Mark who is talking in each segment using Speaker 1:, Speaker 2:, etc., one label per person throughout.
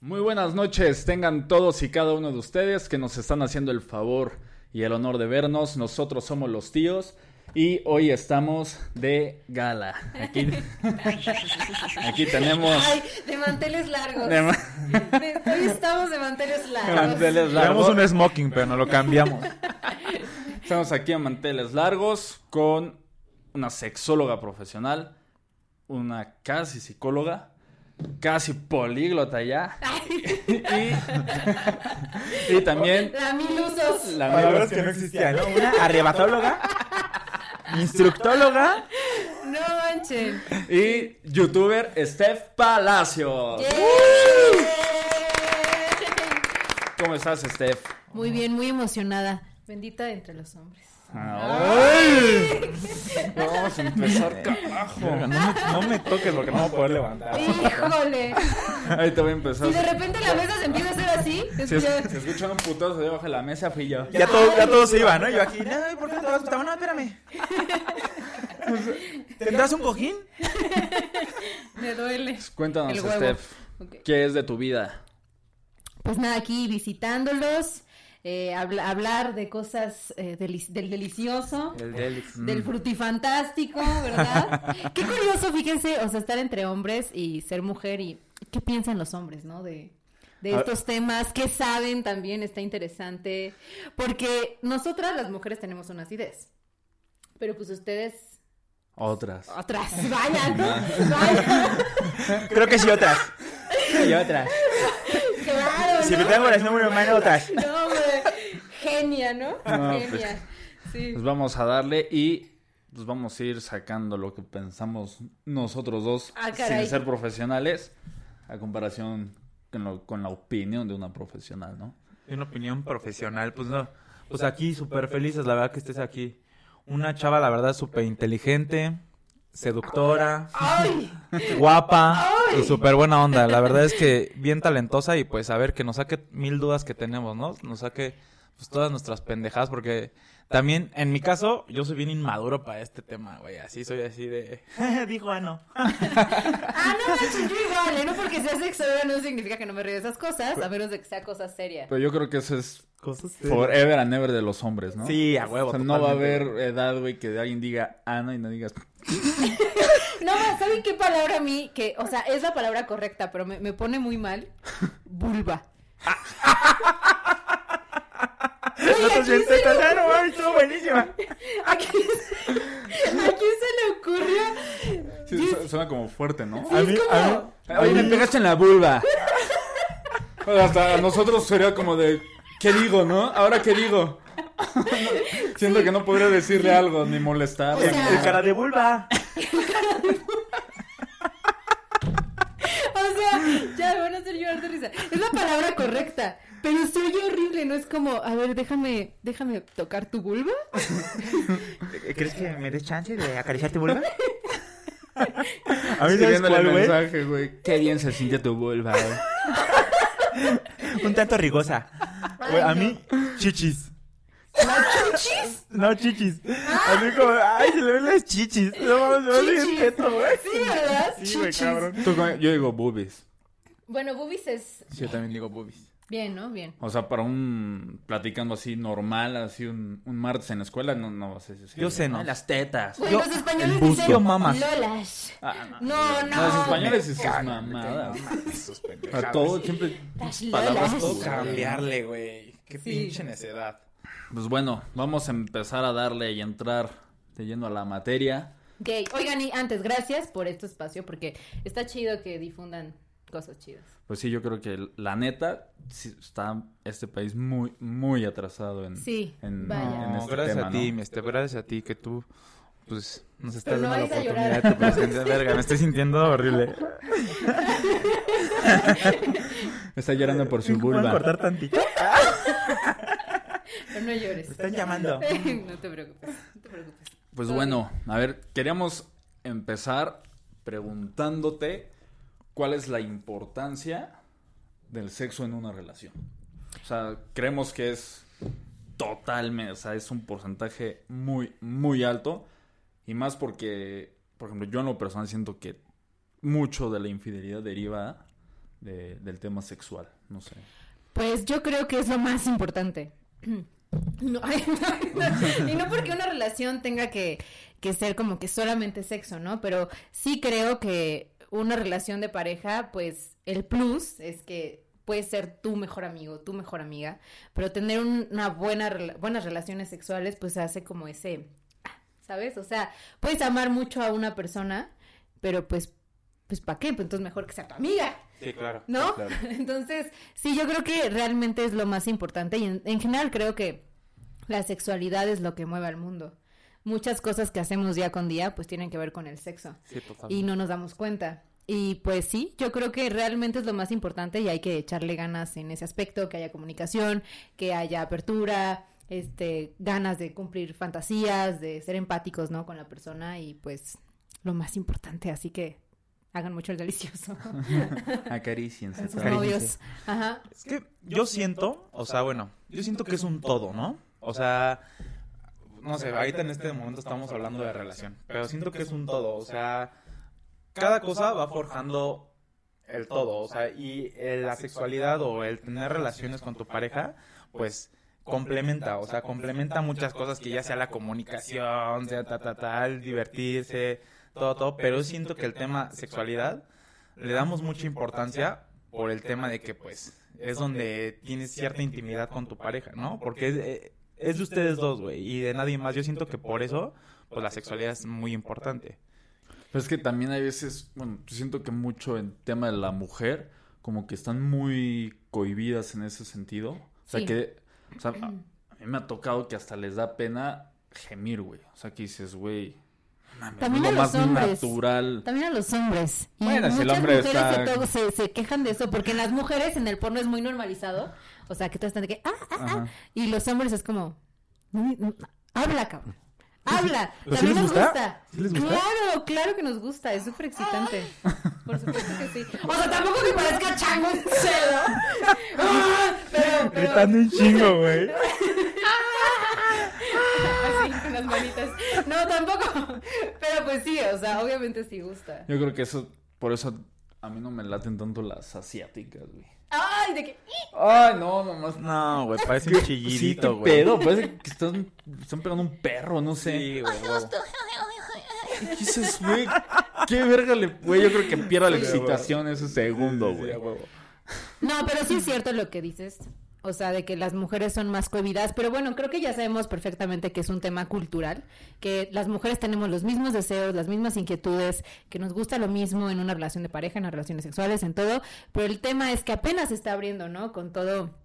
Speaker 1: Muy buenas noches, tengan todos y cada uno de ustedes que nos están haciendo el favor y el honor de vernos. Nosotros somos los tíos y hoy estamos de gala. Aquí, aquí tenemos
Speaker 2: Ay, de manteles largos.
Speaker 1: de ma-
Speaker 2: De- Hoy estamos de manteles largos.
Speaker 1: manteles
Speaker 3: Llevamos
Speaker 1: largos.
Speaker 3: un smoking, pero no lo cambiamos.
Speaker 1: Estamos aquí en manteles largos con una sexóloga profesional, una casi psicóloga, casi políglota ya. y, y también
Speaker 2: La mil usos.
Speaker 1: la
Speaker 3: Palabras que no existían, ¿no? Una arrebatóloga, instructóloga.
Speaker 2: No manchen.
Speaker 1: y youtuber Steph Palacios.
Speaker 2: Yeah.
Speaker 1: ¿Cómo estás, Steph?
Speaker 2: Muy bien, muy emocionada. Bendita entre los hombres.
Speaker 1: ¡Ay! Vamos a empezar, carajo.
Speaker 3: No me, no me toques porque no voy a poder levantar.
Speaker 2: Híjole.
Speaker 1: Ahí te voy a empezar.
Speaker 2: Si de repente la mesa se empieza a hacer así, es
Speaker 1: Si,
Speaker 2: que
Speaker 1: es-
Speaker 2: ya-
Speaker 1: si escuchan un putazo debajo de la mesa, fui yo.
Speaker 3: Ya todo, ya todo se iba, ¿no? Yo aquí, no, ¿por qué no te vas a gustar? No, espérame. ¿Tendrás un cojín?
Speaker 2: me duele.
Speaker 1: Cuéntanos,
Speaker 2: El huevo.
Speaker 1: Steph,
Speaker 2: Ok.
Speaker 1: ¿qué es de tu vida?
Speaker 2: Pues nada, aquí visitándolos, eh, habla- hablar de cosas eh, deli- del delicioso.
Speaker 3: Mm.
Speaker 2: del
Speaker 1: Mm.
Speaker 2: frutifantástico, ¿verdad? Qué curioso, fíjense, o sea, estar entre hombres y ser mujer y qué piensan los hombres, ¿no? De, de
Speaker 1: A-
Speaker 2: estos temas, qué saben también, está interesante, porque nosotras las mujeres tenemos una acidez, pero pues ustedes
Speaker 1: Otras.
Speaker 3: Ah,
Speaker 2: atrás, vayan, ¿no? Vayan,
Speaker 3: Creo que sí, otras. Y otras.
Speaker 2: claro,
Speaker 3: Si
Speaker 2: ¿no?
Speaker 3: me tengo las número humano, otras.
Speaker 2: No, hombre, genia, ¿no?
Speaker 1: No, pues.
Speaker 2: genia, sí.
Speaker 1: Pues vamos a darle y pues vamos a ir sacando lo que pensamos nosotros dos
Speaker 2: Ah, caray.
Speaker 1: sin ser profesionales a comparación con, lo- con la opinión de una profesional, ¿no?
Speaker 3: de una opinión profesional, pues no. Pues aquí súper felices, la verdad que estés aquí. Una chava, la verdad, súper inteligente, seductora,
Speaker 2: ¡Ay!
Speaker 3: guapa y súper buena onda. La verdad es que bien talentosa y pues a ver, que nos saque mil dudas que tenemos, ¿no? Nos saque pues todas nuestras pendejadas porque también, en mi caso, yo soy bien inmaduro para este tema, güey. Así soy así de... Dijo, ah, no.
Speaker 2: Ah, no, manches, yo igual, ¿eh? No porque sea sexóloga no significa que no me ríe de esas cosas, a menos de que sea cosas serias.
Speaker 3: Pues-
Speaker 1: Pero yo creo que eso es
Speaker 3: Cosas de-
Speaker 1: forever and ever de los hombres, ¿no?
Speaker 3: Sí, a huevo.
Speaker 1: O sea, no va a
Speaker 3: totalmente.
Speaker 1: haber edad, güey, que alguien diga Ana y no digas.
Speaker 2: No, ma, ¿saben qué palabra a mí? Que, o sea, es la palabra correcta, pero me, me pone muy mal. Vulva.
Speaker 3: No te sientes tan raro, ay, estuvo buenísima.
Speaker 2: ¿A quién, a quién se le ocurrió?
Speaker 1: Sí,
Speaker 2: Sí.
Speaker 1: su- suena como fuerte, ¿no? Ah,
Speaker 2: Sí, es como...
Speaker 1: Oye, me pegaste en la vulva. Bueno, hasta a nosotros sería como de, ¿qué digo, no? ¿Ahora qué digo? Siento que no podría decirle algo ni molestar.
Speaker 2: O sea-
Speaker 3: El cara de vulva.
Speaker 2: O sea, ya me van a hacer llorar de risa. Es la palabra correcta, pero se oye horrible, ¿no? Es como, a ver, déjame, déjame tocar tu vulva.
Speaker 3: ¿Crees que me des chance de acariciarte vulva? A mí sabes
Speaker 1: Escribiéndole
Speaker 3: cuál, güey.
Speaker 1: mensaje, güey. Qué bien se sintió tu vulva, eh". güey.
Speaker 3: Un tanto rigosa. Güey, a mí, chichis.
Speaker 2: ¡Machuchis!
Speaker 3: No, chichis. A mí como, ay, se le ven las chichis. No mames, no le
Speaker 2: Chichis.
Speaker 3: respeto, güey.
Speaker 2: Sí, ¿verdad?
Speaker 3: Sí, güey,
Speaker 2: Chichis.
Speaker 3: cabrón.
Speaker 1: Tú con- yo digo boobies.
Speaker 2: Bueno, boobies es
Speaker 3: Yo también digo boobies.
Speaker 2: bien, ¿no? Bien.
Speaker 1: O sea, para un platicando así normal, así un, un martes en la escuela, no, no vas a decir.
Speaker 3: Yo sé, ¿no?
Speaker 1: Ay, Las tetas.
Speaker 2: Bueno,
Speaker 3: Yo-
Speaker 2: los españoles
Speaker 3: el busto.
Speaker 2: dicen
Speaker 3: Yo mamas.
Speaker 2: lolas.
Speaker 1: Ah, no.
Speaker 2: No, no.
Speaker 1: Los españoles y sus mamadas. A todo siempre
Speaker 2: Las
Speaker 1: palabras
Speaker 2: lolas.
Speaker 1: todo
Speaker 3: Cambiarle, güey. Qué
Speaker 2: pinche
Speaker 3: necedad.
Speaker 1: Pues bueno, vamos a empezar a darle y entrar de lleno a la materia.
Speaker 2: Ok, oigan, y antes, gracias por este espacio, porque está chido que difundan cosas chidas.
Speaker 1: Pues sí, yo creo que la neta sí está este país muy, muy atrasado en,
Speaker 2: Sí,
Speaker 1: en,
Speaker 2: vaya.
Speaker 1: en
Speaker 3: No,
Speaker 1: este
Speaker 3: gracias
Speaker 1: tema.
Speaker 3: a ti,
Speaker 1: ¿no?
Speaker 3: mi este, gracias a ti que tú pues nos estás
Speaker 2: Pero no
Speaker 3: dando la
Speaker 2: vais a llorar.
Speaker 3: oportunidad de tu presencia. Verga, me estoy sintiendo horrible.
Speaker 1: Está llorando por su
Speaker 3: ¿Pueden
Speaker 1: vulva.
Speaker 3: cortar tantito?
Speaker 2: Pero no llores.
Speaker 3: Me están llamando.
Speaker 2: no te preocupes, no te preocupes.
Speaker 1: Pues
Speaker 2: Todo
Speaker 1: bueno, a ver, queríamos empezar preguntándote cuál es la importancia del sexo en una relación. O sea, creemos que es totalmente, o sea, es un porcentaje muy, muy alto. Y más porque, por ejemplo, yo en lo personal siento que mucho de la infidelidad deriva de- del tema sexual? No sé.
Speaker 2: Pues yo creo que es lo más importante. No, ay, no, y no porque una relación tenga que, que ser como que solamente sexo, ¿no? Pero sí creo que una relación de pareja, pues el plus es que puedes ser tu mejor amigo, tu mejor amiga, pero tener un- una buena rela- buenas relaciones sexuales, pues hace como ese, ah, ¿sabes? O sea, puedes amar mucho a una persona, pero pues, pues ¿para qué? Pues entonces mejor que sea tu amiga.
Speaker 3: Sí, claro.
Speaker 2: ¿No?
Speaker 1: Claro.
Speaker 2: Entonces, sí, yo creo que realmente es lo más importante y en, en general creo que la sexualidad es lo que mueve al mundo. Muchas cosas que hacemos día con día pues tienen que ver con el sexo
Speaker 3: Sí, totalmente.
Speaker 2: y no nos damos cuenta. Y pues sí, yo creo que realmente es lo más importante y hay que echarle ganas en ese aspecto, que haya comunicación, que haya apertura, este, ganas de cumplir fantasías, de ser empáticos, ¿no? Con la persona y pues lo más importante, así que hagan mucho el delicioso.
Speaker 1: Acariciense.
Speaker 2: con sus
Speaker 1: tal.
Speaker 3: Cariño.
Speaker 2: novios. Ajá.
Speaker 3: Es que yo siento, o sea, bueno, yo siento que es un todo, ¿no? O sea, no sé, ahorita en este momento estamos hablando de relación, pero siento que es un todo, o sea, cada cosa va forjando el todo, o sea, y eh, la sexualidad o el tener relaciones con tu pareja, pues complementa, o sea, complementa muchas cosas que ya sea la comunicación, sea ta, ta, tal, divertirse, todo, todo, pero yo siento que el tema sexualidad le damos mucha importancia por el tema de que, pues, es donde tienes cierta intimidad con tu pareja, ¿no? Porque es, eh, es de ustedes dos, güey, y de nadie más. Yo siento que por eso, pues, la sexualidad es muy importante.
Speaker 1: Pero Pues es que también hay veces, bueno, siento que mucho en tema de la mujer, como que están muy cohibidas en ese sentido. O sea,
Speaker 2: Sí.
Speaker 1: que o sea, a a mí me ha tocado que hasta les da pena gemir, güey. O sea, que dices, güey, no mames,
Speaker 2: También
Speaker 1: es
Speaker 2: a
Speaker 1: lo
Speaker 2: los
Speaker 1: más
Speaker 2: hombres.
Speaker 1: natural.
Speaker 2: También a los hombres. Y
Speaker 1: Bueno, si
Speaker 2: muchas
Speaker 1: el hombre
Speaker 2: mujeres
Speaker 1: está-
Speaker 2: se, to- se- se quejan de eso, porque en las mujeres en el porno es muy normalizado. O sea, que todas están de que, ah, ah, ah.
Speaker 1: Ajá.
Speaker 2: Y los hombres es como, "Mm, mm, habla, cabrón. Habla. También
Speaker 3: ¿Pero Pues sí les
Speaker 2: nos
Speaker 3: gusta?
Speaker 2: gusta.
Speaker 3: ¿Sí les gusta? Ah.
Speaker 2: Claro, claro que nos gusta. Es súper excitante. Por supuesto que sí. O sea, tampoco que parezca chango en celo. Ah, pero, pero...
Speaker 3: Gritando un chingo, güey.
Speaker 2: Así, con las manitas. No, tampoco. Pero pues sí, o sea, obviamente sí gusta.
Speaker 1: Yo creo que eso, por eso a mí no me laten tanto las asiáticas, güey.
Speaker 2: Ay, de que...
Speaker 1: Ay, no, nomás.
Speaker 3: No, güey, parece un
Speaker 1: Pues Sí,
Speaker 3: chillidito,
Speaker 1: qué
Speaker 3: güey.
Speaker 1: pedo, parece que están, están pegando un perro, no sé.
Speaker 3: Sí, güey, huevo.
Speaker 1: ¿Qué dices, güey? ¿Qué verga le... Güey, yo creo que pierda la
Speaker 3: Sí,
Speaker 1: excitación ese segundo,
Speaker 3: Sí, sí,
Speaker 1: güey.
Speaker 3: a huevo.
Speaker 2: No, pero sí es cierto lo que dices. O sea, de que las mujeres son más cohibidas. Pero bueno, creo que ya sabemos perfectamente que es un tema cultural. Que las mujeres tenemos los mismos deseos, las mismas inquietudes, que nos gusta lo mismo en una relación de pareja, en las relaciones sexuales, en todo. Pero el tema es que apenas se está abriendo, ¿no? Con todo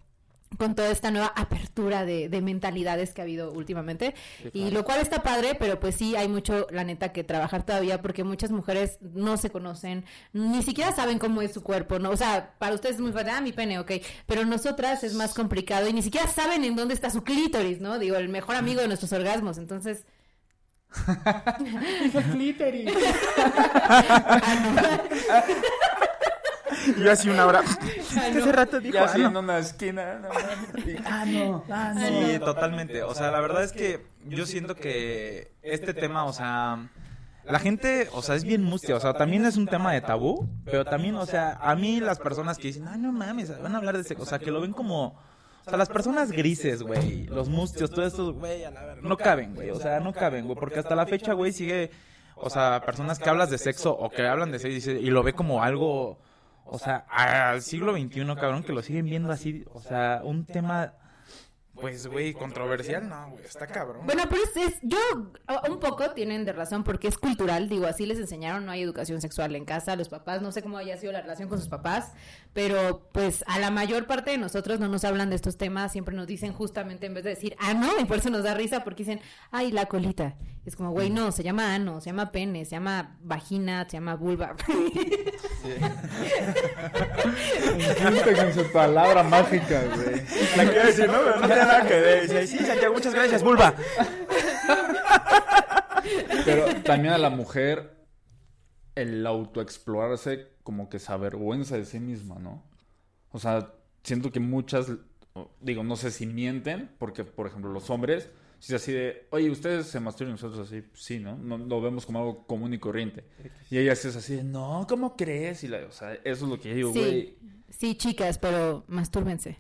Speaker 2: con toda esta nueva apertura de, de mentalidades que ha habido últimamente. Y lo cual está padre, pero pues sí hay mucho, la neta, que trabajar todavía porque muchas mujeres no se conocen, ni siquiera saben cómo es su cuerpo, ¿no? O sea, para ustedes es muy fácil, ah, mi pene, ok, pero nosotras es más complicado y ni siquiera saben en dónde está su clítoris, ¿no? Digo, el mejor amigo de nuestros orgasmos, entonces... clítoris. Ah,
Speaker 3: Y Yo así una hora.
Speaker 2: Ah, no.
Speaker 3: rato
Speaker 1: Ya haciendo una esquina. Ah, no. Ah,
Speaker 2: no.
Speaker 3: Sí, totalmente. O sea, la verdad es que yo siento que este tema, o sea, la gente, o sea, es bien mustia. O sea, también es un tema de tabú, pero también, o sea, a mí las personas que dicen, ay, no mames, van a hablar de sexo, o sea, que lo ven como. O sea, las personas grises, güey, los mustios, todos estos, güey, a la verga, no caben, güey. O sea, no caben, güey, porque hasta la fecha, güey, sigue. O sea, personas que hablas de sexo o que hablan de sexo y y lo ve como algo. O sea, al siglo XXI, cabrón, que lo siguen viendo así. O sea, un tema pues, güey, controversial, no, güey, está cabrón.
Speaker 2: Bueno, pero es, es- yo a- un poco tienen de razón porque es cultural, digo, así les enseñaron, no hay educación sexual en casa, los papás, no sé cómo haya sido la relación con sus papás, pero pues a la mayor parte de nosotros no nos hablan de estos temas, siempre nos dicen justamente en vez de decir, ah, no, y por eso nos da risa porque dicen, ay, la colita. Es como, güey, no, se llama ano, se llama pene, se llama vagina, se llama vulva.
Speaker 1: con su palabra mágica, güey.
Speaker 3: La quiero decir, no, pero no tiene nada que ver. Dice, sí, Santiago, muchas gracias, vulva.
Speaker 1: Pero también a la mujer, el autoexplorarse como que se avergüenza de sí misma, ¿no? O sea, siento que muchas, o- digo, no sé si mienten, porque por ejemplo los hombres Si es así de, oye, ustedes se masturban y nosotros así, pues sí, ¿no? ¿no? Lo vemos como algo común y corriente. Y ella sí es así de, no, ¿cómo crees? Y la, o sea, eso es lo que yo digo,
Speaker 2: Sí.
Speaker 1: güey.
Speaker 2: Sí, chicas, pero mastúrbense.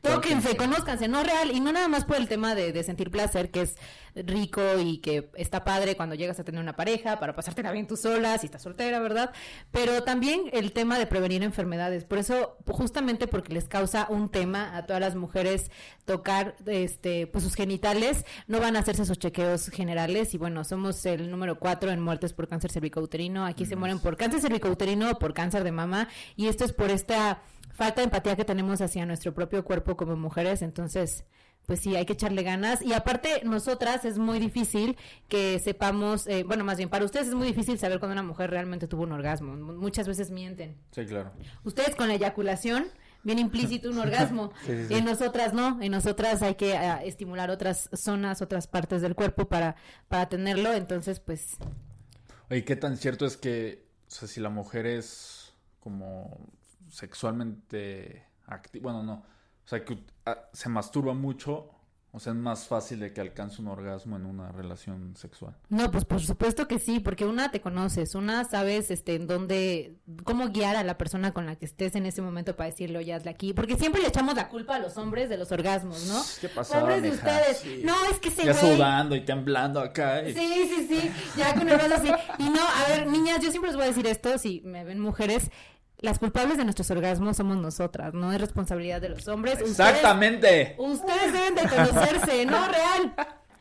Speaker 2: Tóquense, conózcanse, no real. Y no nada más por el tema de, de sentir placer, que es rico y que está padre cuando llegas a tener una pareja, para pasártela bien tú sola, si estás soltera, ¿verdad? Pero también el tema de prevenir enfermedades. Por eso, justamente porque les causa un tema a todas las mujeres tocar este, pues sus genitales, no van a hacerse sus chequeos generales. Y bueno, somos el número cuatro en muertes por cáncer cervicouterino. Aquí se mueren por cáncer cervicouterino o por cáncer de mama. Y esto es por esta falta de empatía que tenemos hacia nuestro propio cuerpo como mujeres. Entonces, pues sí, hay que echarle ganas. Y aparte, nosotras es muy difícil que sepamos, eh, bueno, más bien, para ustedes es muy difícil saber cuando una mujer realmente tuvo un orgasmo. M- Muchas veces mienten.
Speaker 1: Sí, claro.
Speaker 2: Ustedes con la eyaculación viene implícito un orgasmo.
Speaker 3: Sí, sí,
Speaker 2: En
Speaker 3: sí.
Speaker 2: nosotras no, en nosotras hay que ah, estimular otras zonas, otras partes del cuerpo para, para tenerlo. Entonces, pues
Speaker 1: Oye, ¿qué tan cierto es que, o sea, si la mujer es como sexualmente activa, bueno, no, o sea, que ah, se masturba mucho, o sea, es más fácil de que alcance un orgasmo en una relación sexual.
Speaker 2: No, pues por supuesto que sí, porque una te conoces, una sabes este en dónde cómo guiar a la persona con la que estés en ese momento para decirle, "Oye, hazla aquí", porque siempre le echamos la culpa a los hombres de los orgasmos, ¿no?
Speaker 1: Pues, ¿Qué pasaba,
Speaker 2: Pobres de
Speaker 1: mija?
Speaker 2: ustedes.
Speaker 1: Sí.
Speaker 2: No, es que se
Speaker 1: Ya sudando y temblando acá. y-
Speaker 2: Sí, sí, sí, ya con el brazo así. Y no, a ver, niñas, yo siempre les voy a decir esto, si me ven mujeres, las culpables de nuestros orgasmos somos nosotras, no es responsabilidad de los hombres. Ustedes-
Speaker 1: Exactamente.
Speaker 2: Ustedes deben de conocerse, no real.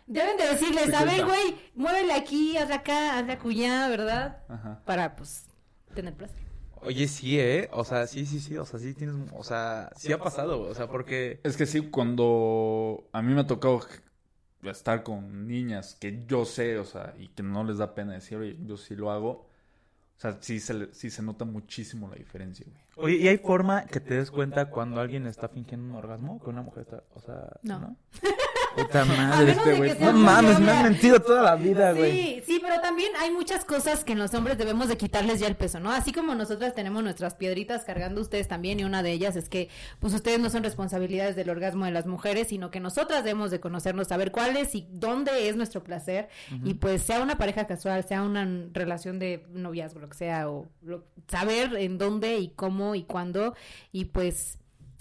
Speaker 2: Deben de decirles,
Speaker 1: Sí,
Speaker 2: a ver,
Speaker 1: culpa.
Speaker 2: güey, muévele aquí, hazle acá, hazle acullá, ¿verdad?
Speaker 1: Ajá.
Speaker 2: Para, pues, tener placer.
Speaker 3: Oye, sí, ¿eh? O sea, sí, sí, sí. O sea, sí tienes. O sea, sí ha pasado, güey. O sea, porque.
Speaker 1: Es que sí, cuando a mí me ha tocado estar con niñas que yo sé, o sea, y que no les da pena decir, oye, yo sí lo hago. O sea, sí se, le- sí se nota muchísimo la diferencia, güey.
Speaker 3: Oye, ¿y hay forma que te des cuenta cuando alguien está fingiendo un orgasmo? Que una mujer está. O sea.
Speaker 2: No.
Speaker 3: Puta
Speaker 2: A
Speaker 3: madre,
Speaker 2: menos de
Speaker 3: este
Speaker 2: que
Speaker 3: güey.
Speaker 2: sea
Speaker 3: No
Speaker 2: muy
Speaker 3: mames, me han
Speaker 2: obvia.
Speaker 3: mentido toda la vida, güey.
Speaker 2: Sí, sí, pero también hay muchas cosas que en los hombres debemos de quitarles ya el peso, ¿no? Así como nosotras tenemos nuestras piedritas cargando ustedes también y una de ellas es que pues ustedes no son responsabilidades del orgasmo de las mujeres, sino que nosotras debemos de conocernos, saber cuál es y dónde es nuestro placer y pues sea una pareja casual, sea una n- relación de noviazgo, lo que sea, o lo- saber en dónde y cómo y cuándo y pues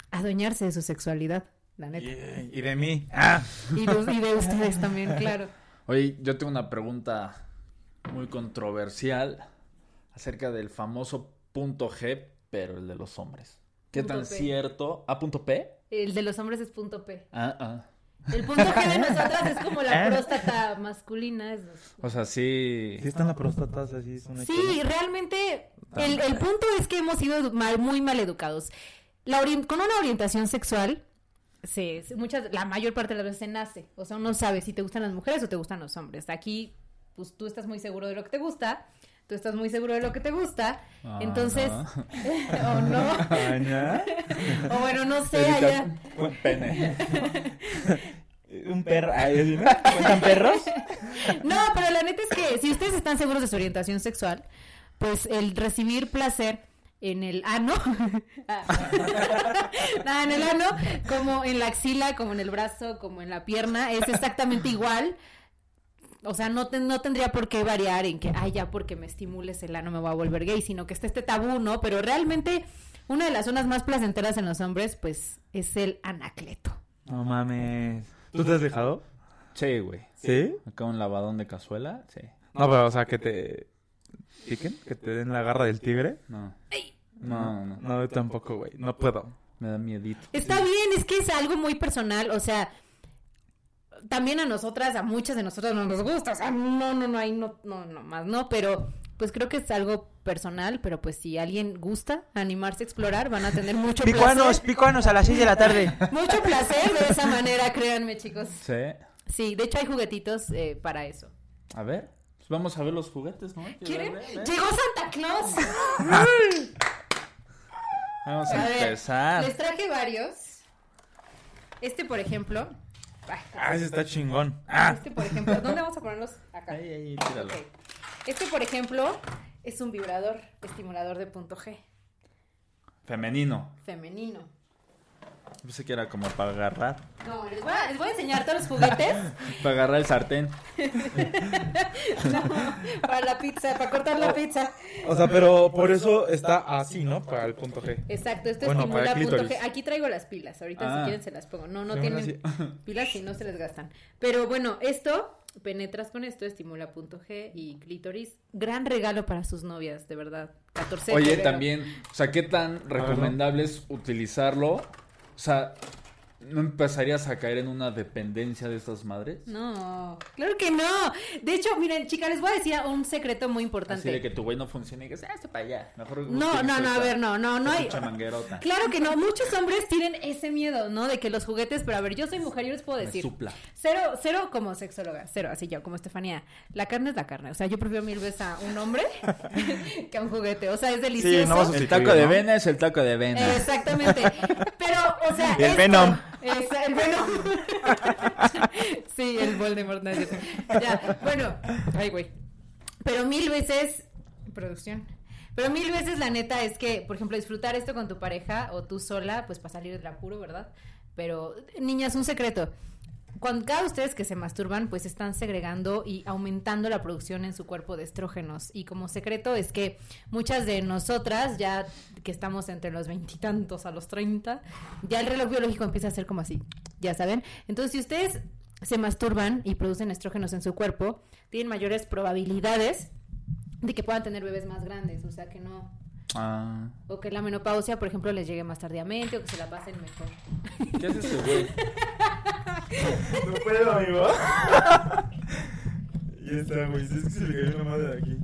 Speaker 2: adueñarse de su sexualidad, la neta.
Speaker 3: Y- Y de mí. Ah.
Speaker 2: Y de- y de ustedes también, claro.
Speaker 1: Oye, yo tengo una pregunta muy controversial acerca del famoso punto G, pero el de los hombres. ¿Qué
Speaker 2: Punto
Speaker 1: tan
Speaker 2: P.
Speaker 1: cierto? ¿A punto P?
Speaker 2: El de los hombres es punto P.
Speaker 1: Ah, ah.
Speaker 2: El punto G de nosotras es como la
Speaker 3: Ah.
Speaker 2: próstata masculina. es-
Speaker 1: O sea, sí.
Speaker 3: Sí, están las próstatas así. Es una
Speaker 2: Sí, realmente el, el punto es que hemos sido edu- mal- muy mal educados. La orien- con una orientación sexual, se, se- muchas, la mayor parte de las veces se nace. O sea, uno sabe si te gustan las mujeres o te gustan los hombres. Aquí, pues tú estás muy seguro de lo que te gusta. Tú estás muy seguro de lo que te gusta.
Speaker 1: Ah,
Speaker 2: entonces,
Speaker 1: no.
Speaker 2: o no.
Speaker 3: Ay, ¿no?
Speaker 2: O bueno, no sé,
Speaker 3: Ahorita,
Speaker 2: allá.
Speaker 3: Un pene. Eh, Un perro. Ay, así, ¿no? ¿Cuentan perros?
Speaker 2: No, pero la neta es que si ustedes están seguros de su orientación sexual, pues el recibir placer en el ano, Ah. Nada, en el ano, como en la axila, como en el brazo, como en la pierna, es exactamente igual. O sea, no, ten- no tendría por qué variar en que, ay, ya porque me estimules el ano me voy a volver gay, sino que está este tabú, ¿no? Pero realmente una de las zonas más placenteras en los hombres, pues, es el anacleto.
Speaker 3: No mames. ¿Tú te has dejado?
Speaker 1: Sí, güey.
Speaker 3: ¿Sí?
Speaker 1: Acá un lavadón de cazuela, sí.
Speaker 3: No, pero, o sea, que te. ¿Piquen? ¿Que te den la garra del tigre?
Speaker 1: No. No, no, no.
Speaker 3: No, yo tampoco, güey. No puedo.
Speaker 1: Me da miedito.
Speaker 2: Está bien, es que es algo muy personal, o sea, también a nosotras, a muchas de nosotras no nos gusta, o sea, no, no, no, ahí no, no, no más, no, pero pues creo que es algo personal, pero pues si alguien gusta animarse a explorar, van a tener mucho
Speaker 3: Picuanos,
Speaker 2: placer.
Speaker 3: picuanos a las 6 de la tarde.
Speaker 2: Mucho placer de esa manera, créanme, chicos.
Speaker 1: Sí.
Speaker 2: Sí, de hecho hay juguetitos eh, para eso.
Speaker 1: A ver. pues vamos a ver los juguetes, ¿no? ¿eh?
Speaker 2: ¿Quieren?
Speaker 1: Ven, ven.
Speaker 2: Llegó Santa Claus.
Speaker 1: Vamos a,
Speaker 2: A ver,
Speaker 1: empezar.
Speaker 2: Les traje varios. Este, por ejemplo. Ay,
Speaker 3: Ah, ese está chingón. Ah.
Speaker 2: Este, por ejemplo. ¿Dónde vamos a ponerlos? Acá.
Speaker 1: Ahí, ahí, tíralo.
Speaker 2: Ok. Este, por ejemplo, es un vibrador estimulador de punto G,
Speaker 1: Femenino.
Speaker 2: femenino.
Speaker 1: Pensé que era como para agarrar.
Speaker 2: No, les voy, a, les voy a enseñar todos los juguetes.
Speaker 1: Para agarrar el sartén.
Speaker 2: No, para la pizza, para cortar la pizza.
Speaker 3: O sea, pero por eso está así, ¿no? Para el punto G.
Speaker 2: Exacto, esto
Speaker 3: Bueno,
Speaker 2: es
Speaker 3: para el
Speaker 2: estimula.g.
Speaker 3: clítoris.
Speaker 2: Aquí traigo las pilas, ahorita
Speaker 1: Ah.
Speaker 2: si quieren se las pongo. No, no
Speaker 3: Sí, bueno,
Speaker 2: tienen pilas y no se les gastan. Pero bueno, esto penetras con esto, estimula.g y clítoris. Gran regalo para sus novias, de verdad. 14 de
Speaker 1: Oye,
Speaker 2: febrero.
Speaker 1: también, o sea, ¿qué tan recomendable es utilizarlo? O sea, ¿no empezarías a caer en una dependencia de estas madres?
Speaker 2: No, claro que no. De hecho, miren, chicas, les voy a decir un secreto
Speaker 1: Así de
Speaker 2: muy importante.
Speaker 1: que tu güey no funcione y digas, ah, este para allá. Mejor
Speaker 2: No, no, no, a ver, no, no, no hay.
Speaker 1: Chamanguerota.
Speaker 2: Claro que no, muchos hombres tienen ese miedo, ¿no? De que los juguetes, pero a ver, yo soy mujer, yo les puedo
Speaker 1: Me
Speaker 2: decir.
Speaker 1: supla.
Speaker 2: Cero, cero como sexóloga, cero, así yo, como Estefanía. La carne es la carne, o sea, yo prefiero mil veces a un hombre que a un juguete, o sea, es delicioso.
Speaker 3: no vas a
Speaker 1: El
Speaker 3: sustituir,
Speaker 1: taco de
Speaker 3: ¿no?
Speaker 1: vena es el taco de vena.
Speaker 2: Exactamente. Pero, o sea.
Speaker 3: Y el Venom.
Speaker 2: es- el Venom. sí, el Voldemort. no es cierto. Ya, bueno. Ay, güey. Pero mil veces. Producción. Pero mil veces la neta es que, por ejemplo, disfrutar esto con tu pareja o tú sola, pues para salir del apuro, ¿verdad? Pero, niñas, un secreto. Cuando cada ustedes que se masturban, pues están segregando y aumentando la producción en su cuerpo de estrógenos. Y como secreto es que muchas de nosotras, ya que estamos entre los veintitantos a los treinta, ya el reloj biológico empieza a ser como así, ya saben. Entonces, si ustedes se masturban y producen estrógenos en su cuerpo, tienen mayores probabilidades de que puedan tener bebés más grandes, o sea que no,
Speaker 1: Ah.
Speaker 2: o que la menopausia, por ejemplo, les llegue más tardíamente o que se la pasen mejor.
Speaker 1: ¿Qué haces este güey?
Speaker 3: No puedo, amigo. y está, güey. Es que se le cayó una madre de aquí.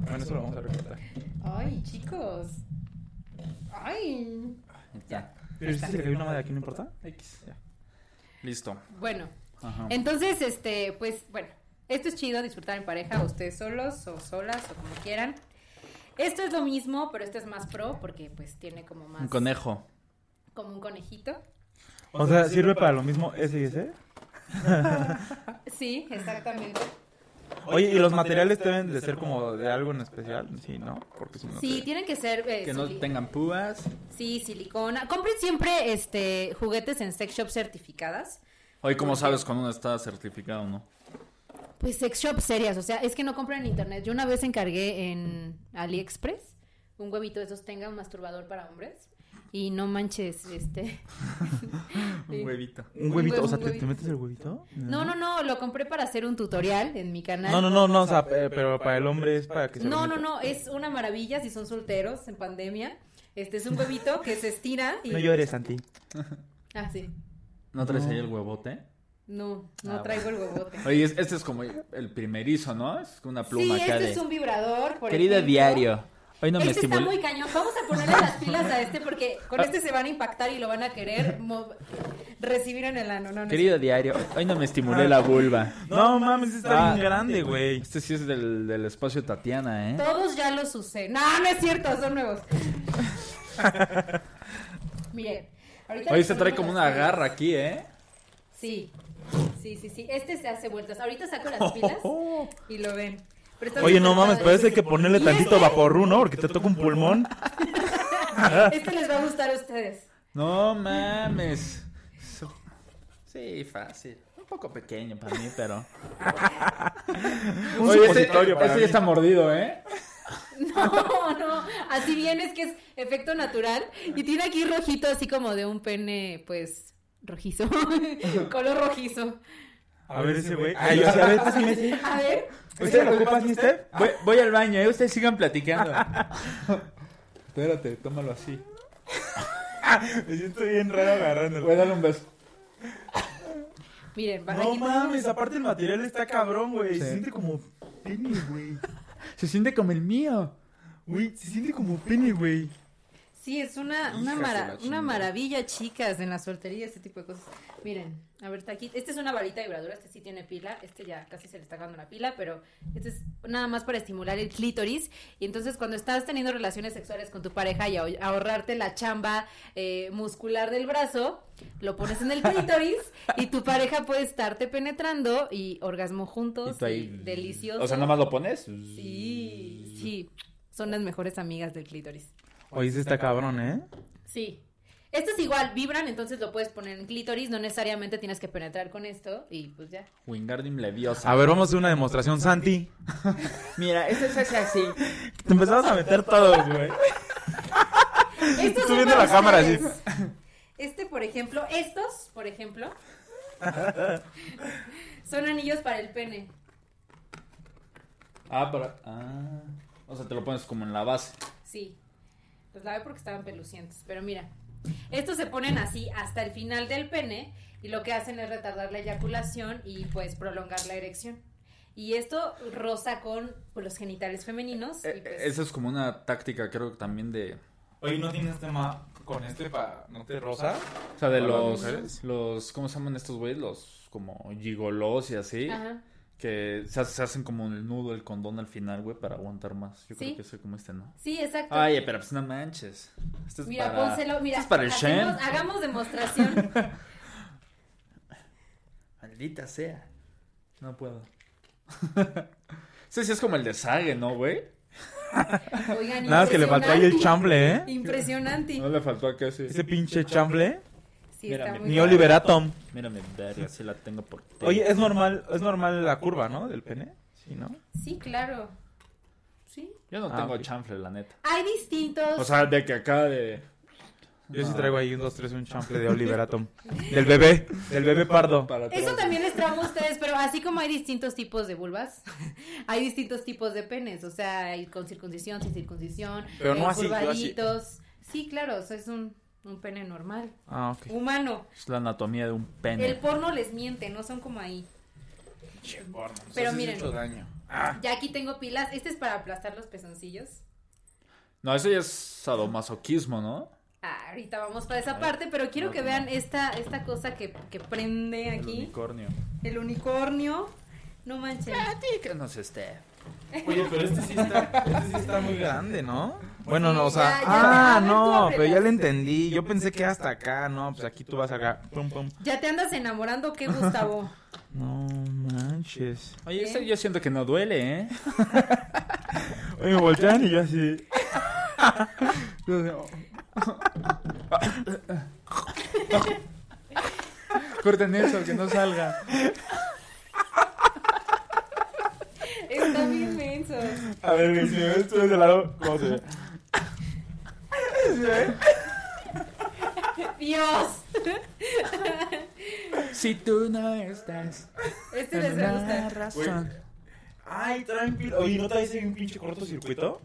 Speaker 3: Bueno, eso lo vamos a recortar.
Speaker 2: Ay, chicos. Ay.
Speaker 1: Ya.
Speaker 3: Pero si se le cayó una madre de aquí, ¿no importa?
Speaker 1: X. ya. Listo.
Speaker 2: Bueno,
Speaker 1: Ajá.
Speaker 2: entonces, este, pues, bueno, esto es chido, disfrutar en pareja, ustedes solos o solas o como quieran. Esto es lo mismo, pero este es más pro porque pues tiene como más...
Speaker 1: Un conejo.
Speaker 2: Como un conejito.
Speaker 3: O sea, ¿sirve para lo mismo ese y ese?
Speaker 2: Sí, exactamente.
Speaker 3: Oye, ¿y los materiales deben de ser como de algo en especial? Sí, ¿no? Porque si no...
Speaker 2: Sí,
Speaker 3: te-
Speaker 2: tienen que ser... eh,
Speaker 1: Que no
Speaker 2: sili-
Speaker 1: tengan púas.
Speaker 2: Sí, silicona. Compren siempre este juguetes en sex shop certificadas.
Speaker 1: Oye, ¿cómo sabes cuando uno está certificado o no?
Speaker 2: Pues sex shop serias, o sea, es que no compran en internet. Yo una vez encargué en AliExpress un huevito de esos tenga un masturbador para hombres y no manches, este. Sí.
Speaker 1: Un huevito.
Speaker 3: ¿Un huevito?
Speaker 2: Un
Speaker 3: O sea,
Speaker 2: huevo,
Speaker 3: ¿te,
Speaker 2: un
Speaker 3: te metes el huevito?
Speaker 2: No, no, no, lo compré para hacer un tutorial en mi canal.
Speaker 3: No, no, no, no, o sea, pe- pero para el hombre es para que se
Speaker 2: No, no,
Speaker 3: bonito.
Speaker 2: no, es una maravilla si son solteros en pandemia. Este es un huevito que se estira y
Speaker 3: No llores, Santi.
Speaker 2: Ah, sí.
Speaker 1: ¿No traes
Speaker 3: No.
Speaker 1: ahí el huevote?
Speaker 2: No,
Speaker 1: Ah,
Speaker 2: no
Speaker 1: bueno.
Speaker 2: traigo el huevote.
Speaker 1: Oye, es- este es como el primerizo, ¿no? Es una
Speaker 2: Sí,
Speaker 1: pluma acá
Speaker 2: este
Speaker 1: de...
Speaker 2: es un vibrador, por
Speaker 1: Querido
Speaker 2: ejemplo.
Speaker 1: diario, hoy no me
Speaker 2: este está
Speaker 1: estimuló.
Speaker 2: muy cañón. Vamos a ponerle las pilas a este porque con este se van a impactar y lo van a querer mo- recibir en el ano. No, no
Speaker 1: Querido diario, hoy no me estimulé
Speaker 2: Ah.
Speaker 1: la vulva.
Speaker 3: No mames, está
Speaker 1: Ah.
Speaker 3: bien grande, güey.
Speaker 1: Este sí es del, del espacio Tatiana,
Speaker 2: es-
Speaker 1: ¿eh?
Speaker 2: Todos ya los usé. No, no es cierto, son nuevos. Miren. ahorita
Speaker 1: Oye,
Speaker 2: les
Speaker 1: se trae
Speaker 2: ponemos
Speaker 1: como
Speaker 2: las
Speaker 1: una
Speaker 2: pilas.
Speaker 1: garra aquí, ¿eh?
Speaker 2: Sí. Sí, sí, sí. Este se hace vueltas. Ahorita saco las pilas y lo ven. Pero está
Speaker 3: Oye,
Speaker 2: bien
Speaker 3: no
Speaker 2: padre.
Speaker 3: mames, parece que ponerle
Speaker 2: ¿Y
Speaker 3: tantito
Speaker 2: este?
Speaker 3: vaporru, ¿no? Porque te toca un pulmón.
Speaker 2: Este les va a gustar a ustedes.
Speaker 1: No mames. So- Sí, fácil. Un poco pequeño para mí, pero...
Speaker 3: Un
Speaker 1: Oye, este,
Speaker 3: supositorio para
Speaker 1: este
Speaker 3: mí.
Speaker 1: ya está mordido, ¿eh?
Speaker 2: No, no, así bien es que es efecto natural y tiene aquí rojito así como de un pene, pues, rojizo, color rojizo.
Speaker 3: A ver ese güey. Ay, o sea, a ver, ¿tú sí me-
Speaker 2: A ver,
Speaker 3: ¿Usted lo ocupas, mister?
Speaker 1: Voy, voy al baño, ¿eh? Ustedes sigan platicando. Espérate, tómalo así.
Speaker 3: Me siento bien raro agarrándolo.
Speaker 1: Voy a darle un beso.
Speaker 2: miren, van
Speaker 3: No
Speaker 2: aquí ponemos-
Speaker 3: mames, aparte el material está cabrón, güey. Se
Speaker 1: Sí.
Speaker 3: siente como pene, güey.
Speaker 1: Se siente como el mío.
Speaker 3: Güey, se siente como pene, güey.
Speaker 2: Sí, es una, una,
Speaker 1: Hijas de
Speaker 2: mara-
Speaker 1: la chingada.
Speaker 2: una maravilla, chicas, en la soltería, ese tipo de cosas. Miren, a ver, está aquí, este es una varita vibradora, este sí tiene pila, este ya casi se le está acabando la pila, pero este es nada más para estimular el clítoris. Y entonces cuando estás teniendo relaciones sexuales con tu pareja y ahor- ahorrarte la chamba eh, muscular del brazo, lo pones en el clítoris y tu pareja puede estarte penetrando y orgasmo juntos, y Oh, delicioso.
Speaker 1: O sea, nada más lo pones.
Speaker 2: Sí, sí, son las mejores amigas del clítoris.
Speaker 3: Oye, ese está cabrón, ¿eh?
Speaker 2: Sí. Estos igual vibran, entonces lo puedes poner en clítoris, no necesariamente tienes que penetrar con esto y pues ya.
Speaker 1: Wingardium Leviosa.
Speaker 3: A ver, vamos a hacer una demostración, Santi.
Speaker 4: Mira, esto se hace así.
Speaker 3: Te empezabas a meter todos, güey.
Speaker 2: Estos
Speaker 3: Tú
Speaker 2: son
Speaker 3: viendo
Speaker 2: para
Speaker 3: la cámara así.
Speaker 2: ustedes. Este, por ejemplo, estos, por ejemplo, son anillos para el pene.
Speaker 1: Ah, para. Ah. O sea, te lo pones como en la base.
Speaker 2: Sí. Los lavé porque estaban pelucientes. Pero mira, estos se ponen así hasta el final del pene y lo que hacen es retardar la eyaculación y pues prolongar la erección. Y esto roza con pues, los genitales femeninos. y,
Speaker 1: Eh, eh,
Speaker 2: pues,
Speaker 1: Esa es como una táctica, creo que también de.
Speaker 3: Oye, ¿no tienes tema con este para no te rosa?
Speaker 1: O sea, de
Speaker 3: ¿Para las
Speaker 1: los.
Speaker 3: mujeres?
Speaker 1: los ¿Cómo se llaman estos güeyes? Los como gigolos y así.
Speaker 2: Ajá.
Speaker 1: Que se, hace- se hacen como el nudo, el condón al final, güey, para aguantar más. Yo
Speaker 2: Sí.
Speaker 1: creo que ese como este, ¿no?
Speaker 2: Sí, exacto.
Speaker 1: Ay, pero pues no manches. Este es
Speaker 2: mira,
Speaker 1: para.
Speaker 2: pónselo, mira.
Speaker 1: Este es para el Shen.
Speaker 2: hacemos- Hagamos demostración.
Speaker 1: Maldita sea. No puedo. Ese sí es como el de Sage, ¿no, güey?
Speaker 2: Oigan,
Speaker 3: Nada más que le faltó ahí el
Speaker 2: impresionante.
Speaker 3: chamble, ¿eh?
Speaker 2: Impresionante.
Speaker 1: No le faltó a que sí.
Speaker 3: Ese pinche chamble.
Speaker 2: Sí, está
Speaker 1: Mira,
Speaker 2: muy
Speaker 3: Ni
Speaker 2: bueno.
Speaker 3: Oliver Atom.
Speaker 1: Mira mi verga, sí la tengo por ti.
Speaker 3: Oye, es normal, es normal la curva, ¿no? Del pene. Sí, ¿no?
Speaker 2: Sí, claro. Sí.
Speaker 1: yo no
Speaker 3: Ah,
Speaker 1: tengo
Speaker 3: ok.
Speaker 1: chanfle, la neta.
Speaker 2: Hay distintos.
Speaker 1: O sea, de que acá de.
Speaker 3: Yo sí
Speaker 1: No.
Speaker 3: traigo ahí un 2, 3, un chample de Oliver Atom. Del bebé, del bebé pardo.
Speaker 1: Para atrás.
Speaker 2: Eso también les tramo a ustedes, pero así como hay distintos tipos de vulvas, hay distintos tipos de penes, o sea, hay con circuncisión, sin circuncisión, eh,
Speaker 3: Pero no así, yo así.
Speaker 2: curvaditos. Sí, claro, o sea, es un, un pene normal,
Speaker 3: Ah, ok.
Speaker 2: humano.
Speaker 1: Es la anatomía de un pene.
Speaker 2: El porno les miente, no son como ahí. Pero miren. ah, Ya aquí tengo pilas, este es para aplastar los pezoncillos.
Speaker 1: No, eso ya es sadomasoquismo, ¿no?
Speaker 2: Ah, ahorita vamos para esa parte, pero quiero
Speaker 1: Ah, no,
Speaker 2: que
Speaker 1: no.
Speaker 2: vean esta, esta cosa que, que prende
Speaker 1: El
Speaker 2: aquí,
Speaker 1: unicornio.
Speaker 2: el unicornio. No manchen.
Speaker 1: Platícanos, Steph.
Speaker 3: Oye, pero este sí está, este sí está muy grande, ¿no? Bueno, no, o sea,
Speaker 2: Ya, ya, a
Speaker 3: ah,
Speaker 2: ver, tú
Speaker 3: no,
Speaker 2: ábrela.
Speaker 3: pero ya le entendí. Yo pensé que hasta acá, no, pues aquí tú vas acá. Pum, pum.
Speaker 2: Ya te andas enamorando, ¿qué, Gustavo?
Speaker 3: No manches.
Speaker 1: Oye,
Speaker 2: ¿Eh?
Speaker 1: ese yo siento que no duele, ¿eh?
Speaker 3: Oye, me voltean y yo así.
Speaker 1: Corten eso, que no salga.
Speaker 2: Está bien menso.
Speaker 3: A ver, güey, si me ves tú de ese lado, ¿cómo se ve?
Speaker 2: Dios.
Speaker 1: Si tú no estás.
Speaker 2: Este les va a gustar.
Speaker 1: razón.
Speaker 3: Ay, traen pil... Oye, ¿no traes ahí un pinche cortocircuito?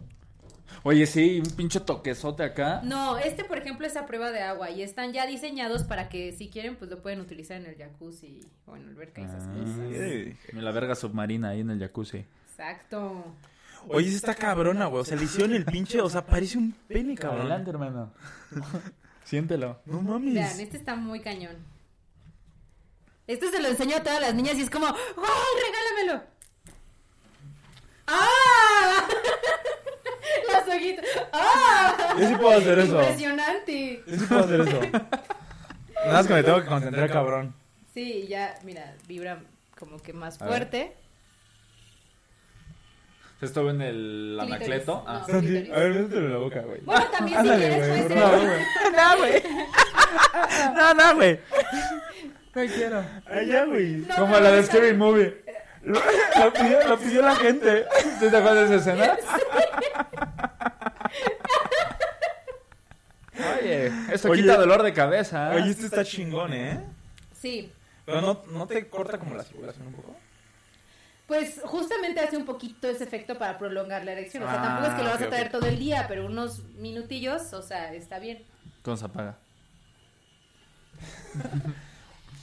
Speaker 1: Oye, sí, un pinche toquezote acá.
Speaker 2: No, este por ejemplo es a prueba de agua y están ya diseñados para que si quieren pues lo pueden utilizar en el jacuzzi o en el alberca y esas
Speaker 1: Ah.
Speaker 2: cosas.
Speaker 3: Sí.
Speaker 1: La verga submarina ahí en el jacuzzi.
Speaker 2: Exacto.
Speaker 3: Oye, esa está cabrona, güey. O sea, le hicieron el pinche, o sea, parece un pene, cabrón.
Speaker 1: hermano. Siéntelo.
Speaker 3: No
Speaker 2: Vean,
Speaker 3: mames.
Speaker 2: este está muy cañón. Este se lo enseño a todas las niñas y es como, ¡Wow! ¡Regálamelo! ¡Ah! Las hojitas. ¡Ah!
Speaker 3: Yo sí puedo hacer eso.
Speaker 2: Impresionante.
Speaker 3: Yo sí puedo hacer eso. Nada más que me tengo que concentrar, cabrón.
Speaker 2: Sí, ya, mira, vibra como que más
Speaker 1: A ver.
Speaker 2: fuerte.
Speaker 1: Esto en el
Speaker 2: Clítoris.
Speaker 1: anacleto.
Speaker 2: No.
Speaker 1: Ah.
Speaker 3: Santi, a ver, métetelo en la boca, güey.
Speaker 2: Bueno, también si
Speaker 3: Ándale,
Speaker 2: quieres
Speaker 3: güey,
Speaker 2: puede
Speaker 3: por
Speaker 2: ser.
Speaker 3: favor, güey. No, güey. No, no, güey.
Speaker 1: No quiero.
Speaker 3: Allá, güey.
Speaker 2: No,
Speaker 1: Como
Speaker 2: no,
Speaker 1: la
Speaker 2: no,
Speaker 1: de
Speaker 2: no.
Speaker 1: Scary Movie.
Speaker 3: Lo, lo pidió, lo pidió la gente.
Speaker 1: ¿Tú te acuerdas de esa escena? Oye, esto
Speaker 3: Oye.
Speaker 1: quita dolor de cabeza. ¿eh?
Speaker 3: Oye, este está chingón, ¿eh?
Speaker 2: Sí.
Speaker 3: Pero no, no te corta como la circulación un poco.
Speaker 2: Pues justamente hace un poquito ese efecto para prolongar la erección. O sea,
Speaker 3: Ah,
Speaker 2: tampoco es que lo vas
Speaker 3: ok,
Speaker 2: a traer
Speaker 3: ok.
Speaker 2: todo el día, pero unos minutillos, o sea, está bien.
Speaker 1: ¿Cómo se apaga?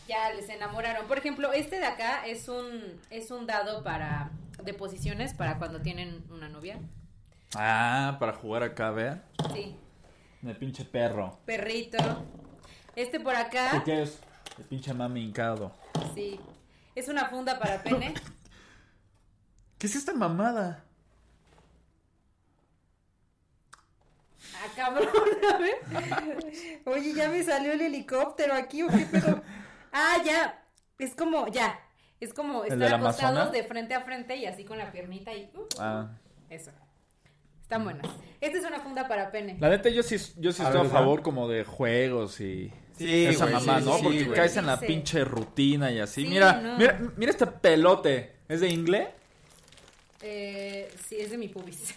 Speaker 2: Ya les enamoraron. Por ejemplo, este de acá es un es un dado para de posiciones para cuando tienen una novia.
Speaker 1: Ah, para jugar acá, a ver.
Speaker 2: Sí,
Speaker 1: El pinche perro.
Speaker 2: perrito. Este por
Speaker 1: ¿Qué
Speaker 2: acá,
Speaker 1: quieres? El pinche mami hincado.
Speaker 2: sí. Es una funda para pene.
Speaker 1: ¿Qué es esta mamada?
Speaker 2: Ah, cabrón, a ver. Oye, ya me salió el helicóptero aquí, ¿o qué pedo? Ah, ya. Es como, ya. Es como
Speaker 1: ¿El
Speaker 2: estar
Speaker 1: del
Speaker 2: acostados
Speaker 1: Amazonas?
Speaker 2: de frente a frente y así con la piernita y. uh,
Speaker 1: Ah.
Speaker 2: Eso. Están buenas. Esta es una funda para pene.
Speaker 1: La neta, yo sí, yo sí
Speaker 3: A
Speaker 1: estoy
Speaker 3: ver,
Speaker 1: a favor como de juegos y
Speaker 3: Sí,
Speaker 1: esa
Speaker 3: güey,
Speaker 1: mamá,
Speaker 3: sí,
Speaker 1: ¿no?
Speaker 3: sí,
Speaker 1: Porque
Speaker 3: güey.
Speaker 1: caes en la
Speaker 2: Sí.
Speaker 1: pinche rutina y así.
Speaker 2: Sí,
Speaker 1: mira,
Speaker 2: no.
Speaker 1: mira, mira este pelote. ¿Es de inglés?
Speaker 2: Eh, sí, es de mi pubis.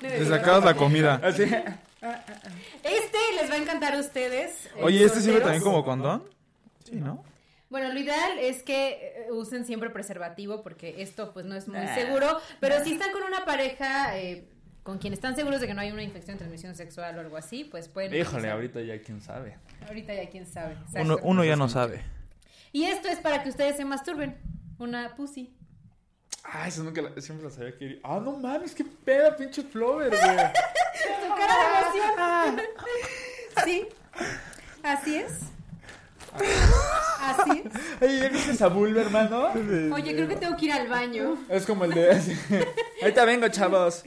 Speaker 3: Te sacabas la comida.
Speaker 1: Así.
Speaker 2: Este les va a encantar a ustedes. eh,
Speaker 3: Oye, ¿este sirve
Speaker 2: solteros.
Speaker 3: también como condón? Sí, ¿no?
Speaker 2: Bueno, lo ideal es que eh, usen siempre preservativo porque esto pues no es muy seguro, pero si están con una pareja eh, con quien están seguros de que no hay una infección de transmisión sexual o algo así, pues pueden...
Speaker 1: Híjole,
Speaker 2: utilizar.
Speaker 1: ahorita ya quién sabe.
Speaker 2: Ahorita ya quién sabe. exacto.
Speaker 3: Uno, uno ya no sabe.
Speaker 2: Y esto es para que ustedes se masturben. Una pussy.
Speaker 1: Ah, eso nunca la- siempre la sabía que. Ah, no mames, qué peda, pinche Flover, güey.
Speaker 2: Tu cara de emoción. Ah. Sí. Así es. Así es.
Speaker 1: Ay, ¿ya viste esa vulva, hermano?
Speaker 2: Oye, creo que tengo que ir al baño.
Speaker 1: Es como el de. Ahorita vengo, chavos.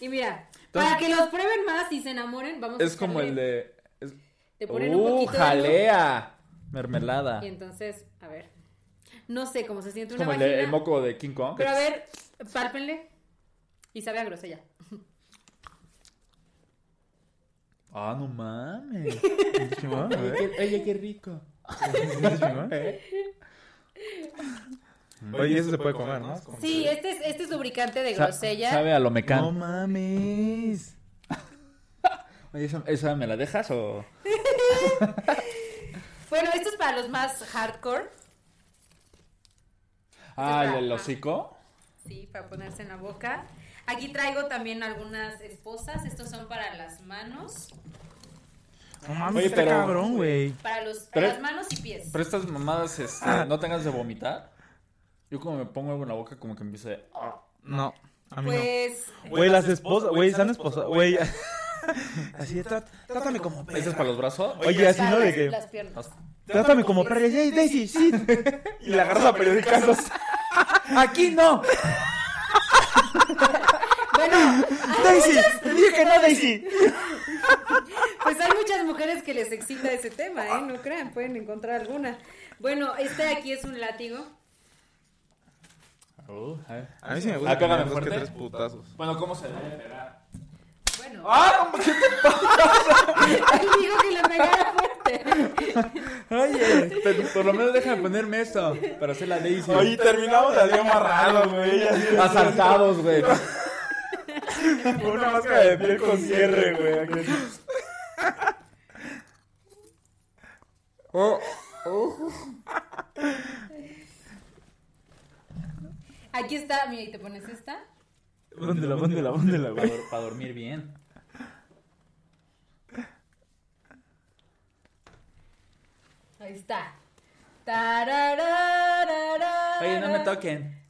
Speaker 2: Y mira, para que los prueben más y se enamoren, vamos a
Speaker 1: Es como el
Speaker 2: echarle-
Speaker 1: de. es-
Speaker 2: Te ponen un
Speaker 1: Uh,
Speaker 2: poquito de luz
Speaker 1: jalea. Mermelada.
Speaker 2: y entonces, a ver. No sé cómo se siente
Speaker 1: Es
Speaker 2: una
Speaker 1: como el,
Speaker 2: vagina.
Speaker 1: de- el moco de King Kong.
Speaker 2: Pero a ver, párpenle. Y sabe a grosella.
Speaker 1: Ah, no mames.
Speaker 3: Chingón, güey.
Speaker 1: Oye, qué rico.
Speaker 3: Chingón. Oye, eso se puede comer, ¿no?
Speaker 2: Sí, este es, este es lubricante de
Speaker 1: Sa-
Speaker 2: grosella.
Speaker 1: Sabe a lo
Speaker 3: No
Speaker 1: mecán.
Speaker 3: mames.
Speaker 1: Oye, ¿esa, esa me la dejas o.?
Speaker 2: Bueno, esto es para los más hardcore.
Speaker 1: Ah,
Speaker 2: Ajá.
Speaker 1: ¿el, el hocico.
Speaker 2: Sí, para ponerse en la boca. Aquí traigo también algunas esposas. Estos son para las manos.
Speaker 3: No mames,
Speaker 1: Oye,
Speaker 3: está
Speaker 1: pero-
Speaker 3: cabrón, güey.
Speaker 2: Para los,
Speaker 1: Pero-
Speaker 2: las manos y pies.
Speaker 1: Pero estas mamadas, este, no tengas de vomitar. Yo como me pongo algo en la boca, como que "Ah, empiezo de.
Speaker 3: No, a mí no.
Speaker 2: Pues.
Speaker 3: Güey, las esposas, güey, están esposas, güey. Así, de, "Trá- trátame como
Speaker 1: ¿Este es
Speaker 3: perra.
Speaker 1: para los brazos?
Speaker 3: Oye, así
Speaker 2: para
Speaker 3: no de
Speaker 2: las,
Speaker 3: que,
Speaker 2: las piernas.
Speaker 3: trátame como perra. Sí, Daisy, sí. Y la agarras a periodicazos. Aquí no.
Speaker 2: Bueno,
Speaker 3: Daisy, te dije que no, Daisy.
Speaker 2: pues hay muchas mujeres que les excita ese tema, ¿eh? No crean, pueden encontrar alguna. Bueno, este de aquí es un látigo.
Speaker 1: Uh, a ver.
Speaker 3: A mí sí me
Speaker 1: gusta Ah, pégame tener dos que fuerte. tres
Speaker 3: putazos.
Speaker 1: Bueno, ¿cómo se debe pegar?
Speaker 2: Bueno. Él dijo que le pegara fuerte.
Speaker 1: Oye, pe- por lo menos déjame ponerme esto para hacer la Daisy.
Speaker 3: Oye, terminamos así amarrados, güey. así,
Speaker 1: Asaltados, güey.
Speaker 3: con Una máscara de piel con cierre, güey. aquí.
Speaker 2: Aquí está, mira, y te pones esta.
Speaker 3: Póndela, póndela, póndela,
Speaker 1: Para,
Speaker 3: güey.
Speaker 1: dor- para dormir bien.
Speaker 2: Ahí está. Tararararara.
Speaker 1: Oye, no me toquen.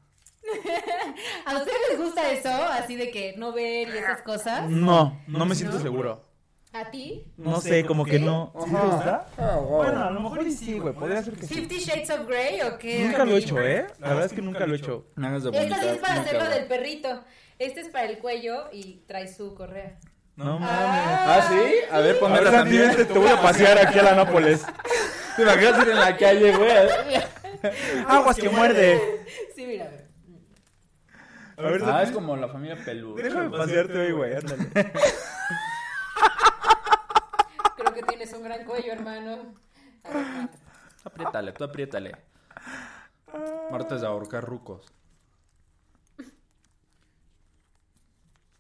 Speaker 2: ¿A ustedes les gusta eso? Así de que no ver y esas cosas.
Speaker 3: No, no me siento seguro.
Speaker 2: ¿A ti?
Speaker 3: No sé, como que no. ¿Sí te gusta? Bueno, a lo mejor y sí, güey. Podría ser que sí.
Speaker 2: ¿Fifty Shades of Grey o qué?
Speaker 3: Nunca lo he hecho, ¿eh? La verdad es que nunca lo he hecho.
Speaker 1: Me hagas de
Speaker 2: Esta sí es para
Speaker 1: nunca,
Speaker 2: hacerlo
Speaker 1: güey.
Speaker 2: del perrito. Este es para el cuello y trae su correa.
Speaker 3: No
Speaker 1: ¿Ah, sí? A ver,
Speaker 3: A ver,
Speaker 1: ponmela
Speaker 3: Santi,
Speaker 1: también.
Speaker 3: vente, te voy a pasear aquí a la Nápoles.
Speaker 1: Te imaginas ir en la calle, güey.
Speaker 3: Aguas que muerde.
Speaker 2: Ah. Sí, mira. a ver.
Speaker 3: A ver,
Speaker 1: Ah, es
Speaker 3: Santi,
Speaker 1: como la familia peluda.
Speaker 3: déjame pasearte hoy, güey. Ándale.
Speaker 2: Creo que tienes un gran cuello, hermano. A ver, ah,
Speaker 1: Apriétale, tú apriétale. Martes de ahorcar rucos.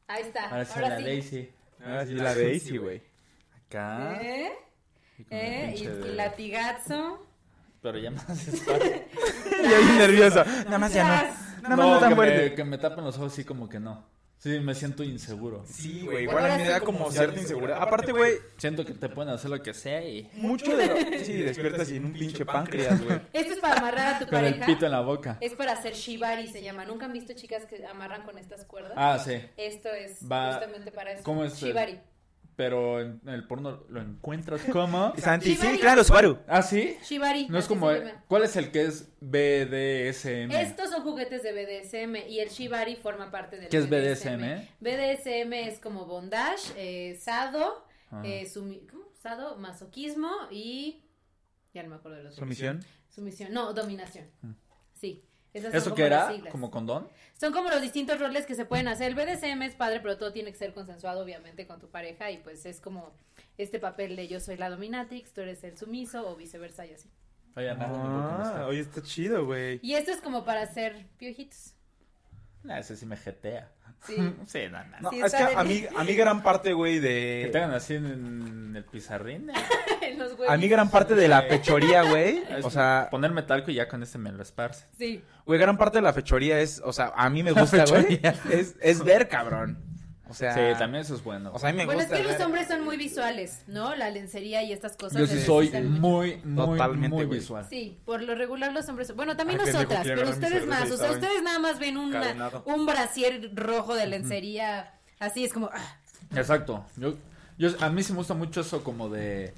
Speaker 2: Ahí está.
Speaker 1: Ahora
Speaker 2: Ah, Ahora
Speaker 1: sí, la
Speaker 2: sí.
Speaker 1: Daisy.
Speaker 3: Ah, sí, la Daisy, güey.
Speaker 1: Acá.
Speaker 2: ¿Eh?
Speaker 1: Y Ah, con el
Speaker 2: ¿Eh? Y,
Speaker 1: pinche
Speaker 2: y
Speaker 1: de-
Speaker 2: latigazo.
Speaker 1: Pero ya más espacio.
Speaker 3: Y ahí nerviosa. Nada más ya
Speaker 2: Tras.
Speaker 3: no. Nada más no tan
Speaker 1: que,
Speaker 3: fuerte.
Speaker 1: me, que me tapen los ojos, sí, como que no. Sí, me siento inseguro.
Speaker 3: Sí, güey.
Speaker 2: igual a mí me da
Speaker 3: como cierta inseguridad. Aparte, güey,
Speaker 1: Siento que te pueden hacer lo que sea y.
Speaker 3: mucho de lo. Sí, despiertas y en un pinche páncreas, güey.
Speaker 2: Esto es para amarrar a tu
Speaker 1: Con el
Speaker 2: pareja.
Speaker 1: pito en la boca.
Speaker 2: Es para hacer shibari, se llama. ¿Nunca han visto chicas que amarran con estas cuerdas?
Speaker 1: Ah, sí.
Speaker 2: Esto es
Speaker 1: Va-
Speaker 2: justamente para eso.
Speaker 1: ¿Cómo es el-
Speaker 2: Shibari.
Speaker 1: Pero en, en el porno lo encuentras como.
Speaker 3: Santi, sí,
Speaker 2: Shibari.
Speaker 3: claro, Subaru.
Speaker 1: ¿Ah, sí?
Speaker 2: Shibari.
Speaker 1: No es
Speaker 2: así
Speaker 1: como.
Speaker 2: se llama.
Speaker 1: ¿Cuál es el que es BDSM?
Speaker 2: Estos son juguetes de BDSM y el Shibari forma parte del
Speaker 1: ¿Qué es
Speaker 2: eh. BDSM es como bondage, eh, sado,
Speaker 1: Ah.
Speaker 2: eh, sumi- ¿cómo? sado, masoquismo y... Ya no me acuerdo de los otros.
Speaker 3: Sumisión.
Speaker 2: Sumisión. No, dominación. Sí. Esas son
Speaker 1: Ah. ¿Eso
Speaker 2: como
Speaker 1: qué
Speaker 2: las
Speaker 1: era?
Speaker 2: siglas.
Speaker 1: ¿Como condón?
Speaker 2: Son como los distintos roles que se pueden hacer. El BDSM es padre, pero todo tiene que ser consensuado, obviamente, con tu pareja. Y pues es como este papel de yo soy la dominatrix, tú eres el sumiso o viceversa y así.
Speaker 1: Ay, Ana, porque me
Speaker 3: Ah,
Speaker 1: está-
Speaker 3: oye, está chido, güey.
Speaker 2: Y esto es como para hacer piojitos.
Speaker 1: Nah, ese sí me jetea.
Speaker 2: Sí.
Speaker 1: Sí, no, no.
Speaker 3: No,
Speaker 2: Sí,
Speaker 3: es que
Speaker 2: está de-
Speaker 3: a mí, a mí gran parte, güey,
Speaker 1: Que
Speaker 3: de...
Speaker 1: te hagan así en, en el pizarrín. eh.
Speaker 2: en los
Speaker 3: A mí gran parte de la fechoría, güey. O sea,
Speaker 1: Ponerme talco y ya con ese me lo esparce.
Speaker 2: Sí.
Speaker 3: güey, gran parte de la fechoría es... O sea, a mí me gusta, güey.
Speaker 1: fechoría.
Speaker 3: Es, es ver, cabrón. O sea...
Speaker 1: Sí, también eso es bueno.
Speaker 3: O sea, a mí me
Speaker 2: Bueno, es
Speaker 3: gusta
Speaker 2: que los
Speaker 3: ver.
Speaker 2: hombres son muy visuales, ¿no? La lencería y estas cosas.
Speaker 1: yo
Speaker 2: les
Speaker 1: sí soy
Speaker 2: gustan mucho.
Speaker 1: muy, muy,
Speaker 3: Totalmente,
Speaker 1: muy
Speaker 3: güey.
Speaker 1: visual.
Speaker 2: Sí, por lo regular los hombres. Bueno, también
Speaker 3: Ay, pendejo,
Speaker 2: nosotras,
Speaker 3: quiero
Speaker 2: pero
Speaker 3: agarrar mi
Speaker 2: ustedes
Speaker 3: cerveza
Speaker 2: más.
Speaker 3: y
Speaker 2: O sea,
Speaker 3: estaba
Speaker 2: ustedes nada más ven una-
Speaker 3: encadenado.
Speaker 2: un brasier rojo de lencería. Así es como. ah,
Speaker 1: Exacto. Yo, yo, a mí sí me gusta mucho eso como de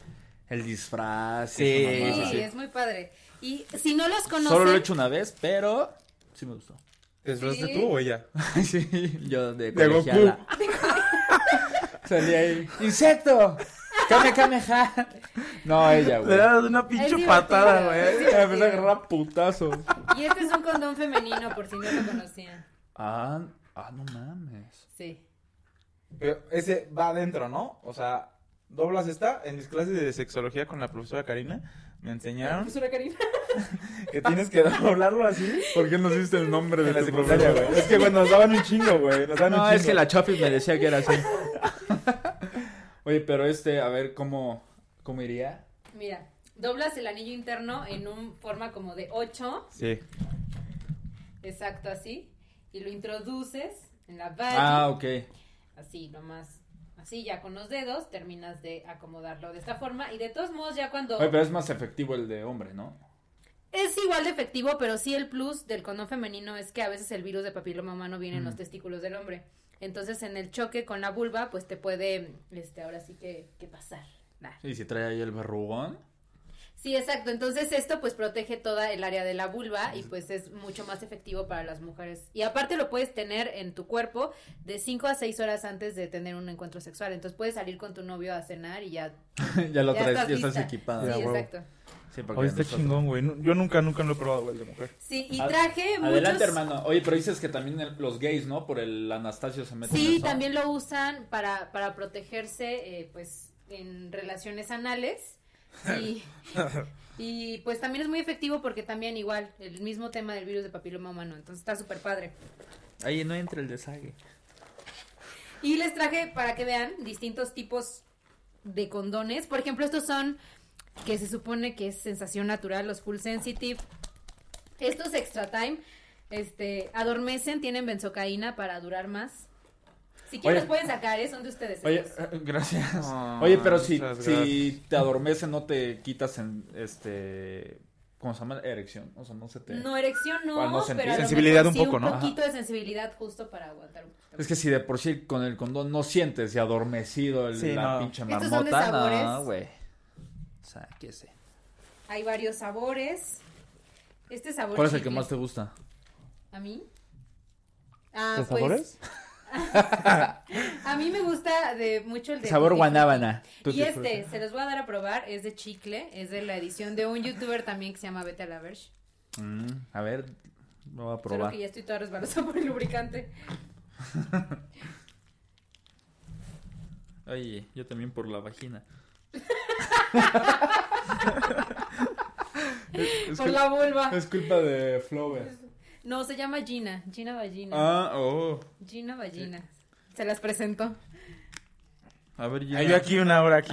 Speaker 1: el disfraz. y
Speaker 3: Sí,
Speaker 1: esa
Speaker 2: sí,
Speaker 1: mamada.
Speaker 3: sí, sí.
Speaker 2: es muy padre. Y si no los conocen.
Speaker 1: Solo lo he hecho una vez, pero sí me gustó.
Speaker 3: ¿Desvelaste
Speaker 2: Sí.
Speaker 3: tú o ella?
Speaker 1: sí, yo de,
Speaker 3: De Goku.
Speaker 1: colegiala. Salí ahí. ¡Insecto! ¡Came, came, ja! No, ella, güey.
Speaker 3: das una
Speaker 2: pinche divertido, patada, güey. es divertido.
Speaker 1: Me agarrar putazo.
Speaker 2: Y este es un condón femenino, por si no lo conocían.
Speaker 1: Ah, ah, no mames.
Speaker 2: Sí.
Speaker 3: Pero ese va adentro, ¿no? O sea, doblas esta. En mis clases de sexología con la profesora Karina me enseñaron
Speaker 2: Profesora Karina.
Speaker 3: que tienes que doblarlo así.
Speaker 1: ¿Por qué nos diste el nombre
Speaker 3: En la secundaria, güey. Es que, güey, nos daban un chingo, güey. Nos daban un
Speaker 1: No,
Speaker 3: chingo.
Speaker 1: es que la Chafi me decía que era así. Oye, pero este, a ver, ¿cómo, cómo iría?
Speaker 2: Mira, doblas el anillo interno en un forma como de 8,
Speaker 3: Sí.
Speaker 2: exacto así, y lo introduces en la valla,
Speaker 1: Ah, ok.
Speaker 2: así nomás. Así ya con los dedos terminas de acomodarlo de esta forma y de todos modos ya cuando
Speaker 1: Oye, pero es más efectivo el de hombre, ¿no?
Speaker 2: es igual de efectivo, pero sí el plus del condón femenino es que a veces el virus de papiloma humano viene en los testículos del hombre. Entonces en el choque con la vulva pues te puede este ahora sí que, que pasar. Nah.
Speaker 1: Y si trae ahí el verrugón.
Speaker 2: Sí, exacto. Entonces esto pues protege toda el área de la vulva y pues es mucho más efectivo para las mujeres. Y aparte lo puedes tener en tu cuerpo de 5 a 6 horas antes de tener un encuentro sexual. Entonces puedes salir con tu novio a cenar y ya,
Speaker 1: ya lo
Speaker 2: ya
Speaker 1: traes, ya estás
Speaker 2: lista.
Speaker 1: equipada.
Speaker 2: Sí,
Speaker 3: Ya, huevo.
Speaker 2: exacto.
Speaker 1: Sí, porque
Speaker 3: Oye, está
Speaker 1: nosotros-
Speaker 3: chingón, güey. No- Yo nunca, nunca lo he probado, güey, de mujer.
Speaker 2: Sí, y
Speaker 1: Ad-
Speaker 2: traje muchos...
Speaker 1: Adelante, hermano. Oye, pero dices que también el- los gays, ¿no? Por el Anastasio se meten en
Speaker 2: Sí,
Speaker 1: eso.
Speaker 2: también lo usan para, para protegerse eh, pues en relaciones anales. Y, y pues también es muy efectivo porque también igual, el mismo tema del virus de papiloma humano. Entonces está súper padre.
Speaker 1: Ahí no entra el desague.
Speaker 2: Y les traje para que vean distintos tipos de condones. Por ejemplo, estos son que se supone que es sensación natural, los full sensitive. Estos extra time, este, adormecen, tienen benzocaína para durar más. Si quieren
Speaker 1: Oye.
Speaker 2: los pueden sacar, ¿eh? son de ustedes.
Speaker 1: Oye,
Speaker 2: estos.
Speaker 1: eh, gracias.
Speaker 3: Ah,
Speaker 1: Oye, pero si,
Speaker 3: muchas
Speaker 1: si te adormece, no te quitas en este. ¿Cómo se llama? Erección. O sea, no se te.
Speaker 2: no erección no,
Speaker 1: Bueno, no sentí.
Speaker 2: pero a lo
Speaker 3: Sensibilidad
Speaker 2: mejor
Speaker 3: un
Speaker 2: sí,
Speaker 3: poco, ¿no? Ajá.
Speaker 2: Un poquito de sensibilidad justo para aguantar un poquito.
Speaker 1: Es que si de por sí con el condón no sientes y adormecido el-
Speaker 3: Sí,
Speaker 1: la
Speaker 3: no.
Speaker 1: pinche
Speaker 2: Estos son de
Speaker 1: marmota. No,
Speaker 2: sabores.
Speaker 1: güey. Sáquese.
Speaker 2: Hay varios sabores. Este sabor
Speaker 1: ¿Cuál es el que
Speaker 2: chicle,
Speaker 1: más te gusta?
Speaker 2: a mí. Ah,
Speaker 3: ¿Los
Speaker 2: pues,
Speaker 3: sabores?
Speaker 2: A mí me gusta de mucho el de
Speaker 1: Sabor
Speaker 2: Tutti
Speaker 1: guanábana.
Speaker 2: Frutti.
Speaker 1: Tutti
Speaker 2: Y este,
Speaker 1: frutti.
Speaker 2: se los voy a dar a probar, es de chicle, es de la edición de un youtuber también que se llama Vete a la Verge.
Speaker 1: Mm, a ver, lo voy a
Speaker 2: Solo
Speaker 1: probar.
Speaker 2: que ya estoy toda resbalosa por el lubricante.
Speaker 1: Oye, yo también por la vagina.
Speaker 2: por la vulva.
Speaker 1: culpa de Flover.
Speaker 2: No, se llama Gina, Gina Vagina.
Speaker 1: Ah, oh.
Speaker 2: Gina Vagina. Se las presento.
Speaker 1: A ver, ya.
Speaker 3: Hay yo aquí una hora aquí.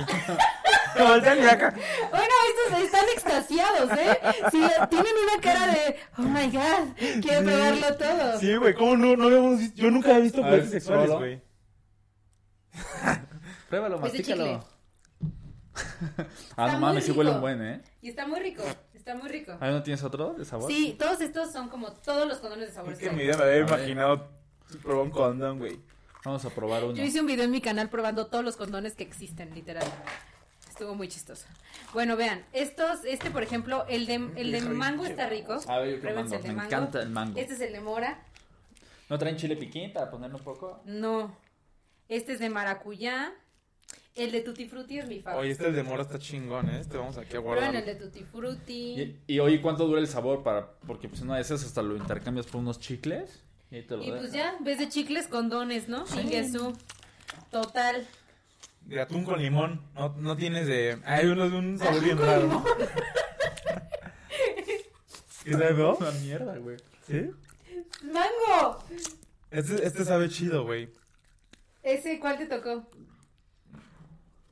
Speaker 3: Voltean y acá.
Speaker 2: Bueno, estos están extasiados, ¿eh? Sí, tienen una cara de, oh my god, quiero probarlo todo.
Speaker 3: Sí, güey, ¿cómo no? no habíamos visto? Yo nunca he visto
Speaker 1: A ver,
Speaker 3: juguetes sexuales,
Speaker 1: pruébalo.
Speaker 3: güey.
Speaker 1: Pruébalo,
Speaker 2: Es de
Speaker 1: mastícalo. ah,
Speaker 2: Está
Speaker 1: no
Speaker 2: muy
Speaker 1: mames, sí huele
Speaker 2: rico.
Speaker 1: un buen, ¿eh?
Speaker 2: Y está muy rico, está muy rico.
Speaker 1: ¿Ah, no tienes otro de sabor?
Speaker 2: Sí, todos estos son como todos los condones de sabor.
Speaker 3: Es que
Speaker 2: seco.
Speaker 3: mi vida me había
Speaker 1: A ver.
Speaker 3: imaginado probar un condón, güey.
Speaker 1: Vamos a probar uno.
Speaker 2: Yo hice un video en mi canal probando todos los condones que existen, literal. Estuvo muy chistoso. Bueno, vean, estos, este por ejemplo, el de, el de mango está rico.
Speaker 1: A ver, Ah, yo creo
Speaker 2: Pruébense
Speaker 1: mango.
Speaker 2: el de
Speaker 1: Me encanta el mango.
Speaker 2: Este es el de mora.
Speaker 1: ¿No traen chile piquín para ponerle un poco?
Speaker 2: No. Este es de maracuyá. El de Tutti Frutti es mi favorito.
Speaker 3: Oye, este de mora está chingón, ¿eh? Este vamos aquí a
Speaker 2: Prueben el
Speaker 3: guardar.
Speaker 2: de Tutti Frutti.
Speaker 1: Y, y oye, ¿cuánto dura el sabor? para Porque pues una de esas hasta lo intercambias por unos chicles. Y ahí te lo
Speaker 2: Y pues
Speaker 1: dejan.
Speaker 2: ya, ves de chicles condones, ¿no? Ingesú. Total.
Speaker 3: De atún con limón. No, no tienes de. Hay uno de un sabor bien raro. ¿Qué sabe, feo?
Speaker 1: Una mierda, güey.
Speaker 3: ¿Sí?
Speaker 2: ¡Mango!
Speaker 3: Este, este sabe chido, güey.
Speaker 2: ¿Ese cuál te tocó?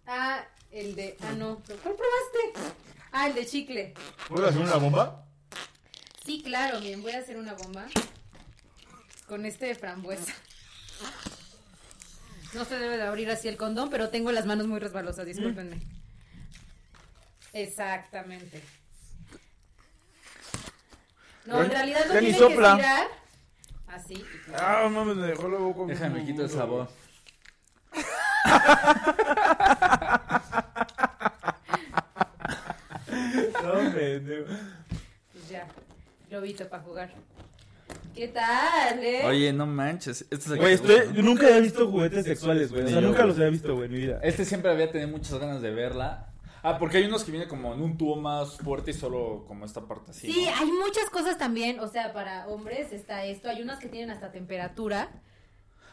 Speaker 2: Ah, el de. Ah, no. ¿Cuál probaste? Ah, el de chicle.
Speaker 3: ¿Puedo hacer una bomba?
Speaker 2: Sí, claro, bien. Voy a hacer una bomba. Con este de frambuesa. No se debe de abrir así el condón, pero tengo las manos muy resbalosas, discúlpenme. Exactamente. No, en
Speaker 3: Bueno,
Speaker 2: realidad lo
Speaker 3: ya ni
Speaker 2: tienen
Speaker 3: sopla.
Speaker 2: que tirar. Así. y claro.
Speaker 3: Ah, mames, me dejó la boca.
Speaker 1: Déjame quito el sabor.
Speaker 3: No, pendejo.
Speaker 2: Pues ya, globito para jugar. ¿Qué tal, eh?
Speaker 1: Oye, no manches. Este es el que
Speaker 3: Güey,
Speaker 1: te gusta,
Speaker 3: estoy,
Speaker 1: ¿no?
Speaker 3: yo nunca había visto juguetes sexuales, güey. O
Speaker 1: Ni
Speaker 3: sea,
Speaker 1: yo,
Speaker 3: nunca
Speaker 1: güey.
Speaker 3: los había visto, güey, en mi vida.
Speaker 1: Este siempre había tenido muchas ganas de verla. Ah, porque hay unos que vienen como en un tubo más fuerte y solo como esta parte así.
Speaker 2: sí, ah,
Speaker 1: ¿no?
Speaker 2: hay muchas cosas también. O sea, para hombres está esto. Hay unas que tienen hasta temperatura.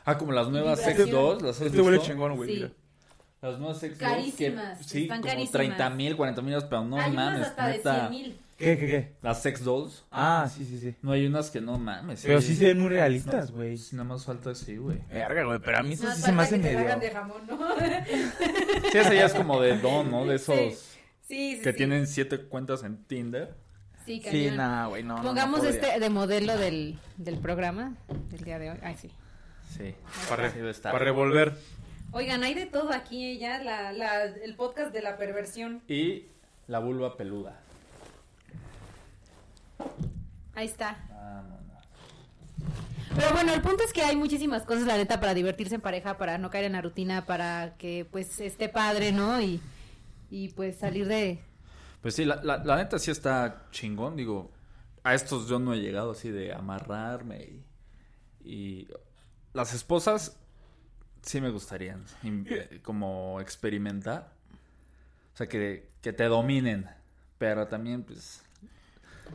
Speaker 1: Ah, como las nuevas Sex
Speaker 2: Vibración.
Speaker 1: 2. Las, has
Speaker 3: Este huele
Speaker 1: visto?
Speaker 3: chingón, güey.
Speaker 2: sí.
Speaker 3: mira.
Speaker 1: las nuevas Sex 2.
Speaker 2: Carísimas,
Speaker 1: Que, sí,
Speaker 2: están
Speaker 1: como
Speaker 2: carísimas.
Speaker 1: 30 mil, 40 mil, pero no
Speaker 2: hay unas
Speaker 1: mames.
Speaker 2: hasta de
Speaker 1: neta.
Speaker 2: 100 mil.
Speaker 3: ¿Qué, qué, qué?
Speaker 1: Las Sex Dolls.
Speaker 3: Ah, sí, sí, sí.
Speaker 1: No hay unas que no mames.
Speaker 3: Pero sí se ven muy realistas, güey.
Speaker 1: Nada más falta así, güey.
Speaker 3: Verga, güey, pero a mí eso
Speaker 2: Más
Speaker 3: sí se me hace
Speaker 2: que te la
Speaker 3: medio.
Speaker 2: hagan de jamón, ¿no?
Speaker 1: Sí, esa ya es como de Don, ¿no? De esos
Speaker 2: sí, sí.
Speaker 1: que
Speaker 2: sí.
Speaker 1: tienen siete cuentas en Tinder.
Speaker 2: Sí,
Speaker 3: Sí,
Speaker 2: cañón.
Speaker 3: nada, güey, no. no, no
Speaker 2: Pongamos
Speaker 3: podría.
Speaker 2: este de modelo del, del programa del día de hoy. Ay, sí.
Speaker 1: Sí.
Speaker 3: Para,
Speaker 1: Sí, debe estar.
Speaker 3: para revolver.
Speaker 2: Oigan, hay de todo aquí, eh, ya. La, la, el podcast de la perversión.
Speaker 1: Y la vulva peluda.
Speaker 2: Ahí está.
Speaker 1: Ah, no, no.
Speaker 2: Pero bueno, el punto es que hay muchísimas cosas, la neta, para divertirse en pareja, para no caer en la rutina, para que pues esté padre, ¿no? Y, y pues salir de...
Speaker 1: Pues sí, la, la, la neta sí está chingón, digo. A estos yo no he llegado así de amarrarme y. y las esposas sí me gustarían in- eh, como experimentar. O sea, que, que te dominen. Pero también, pues.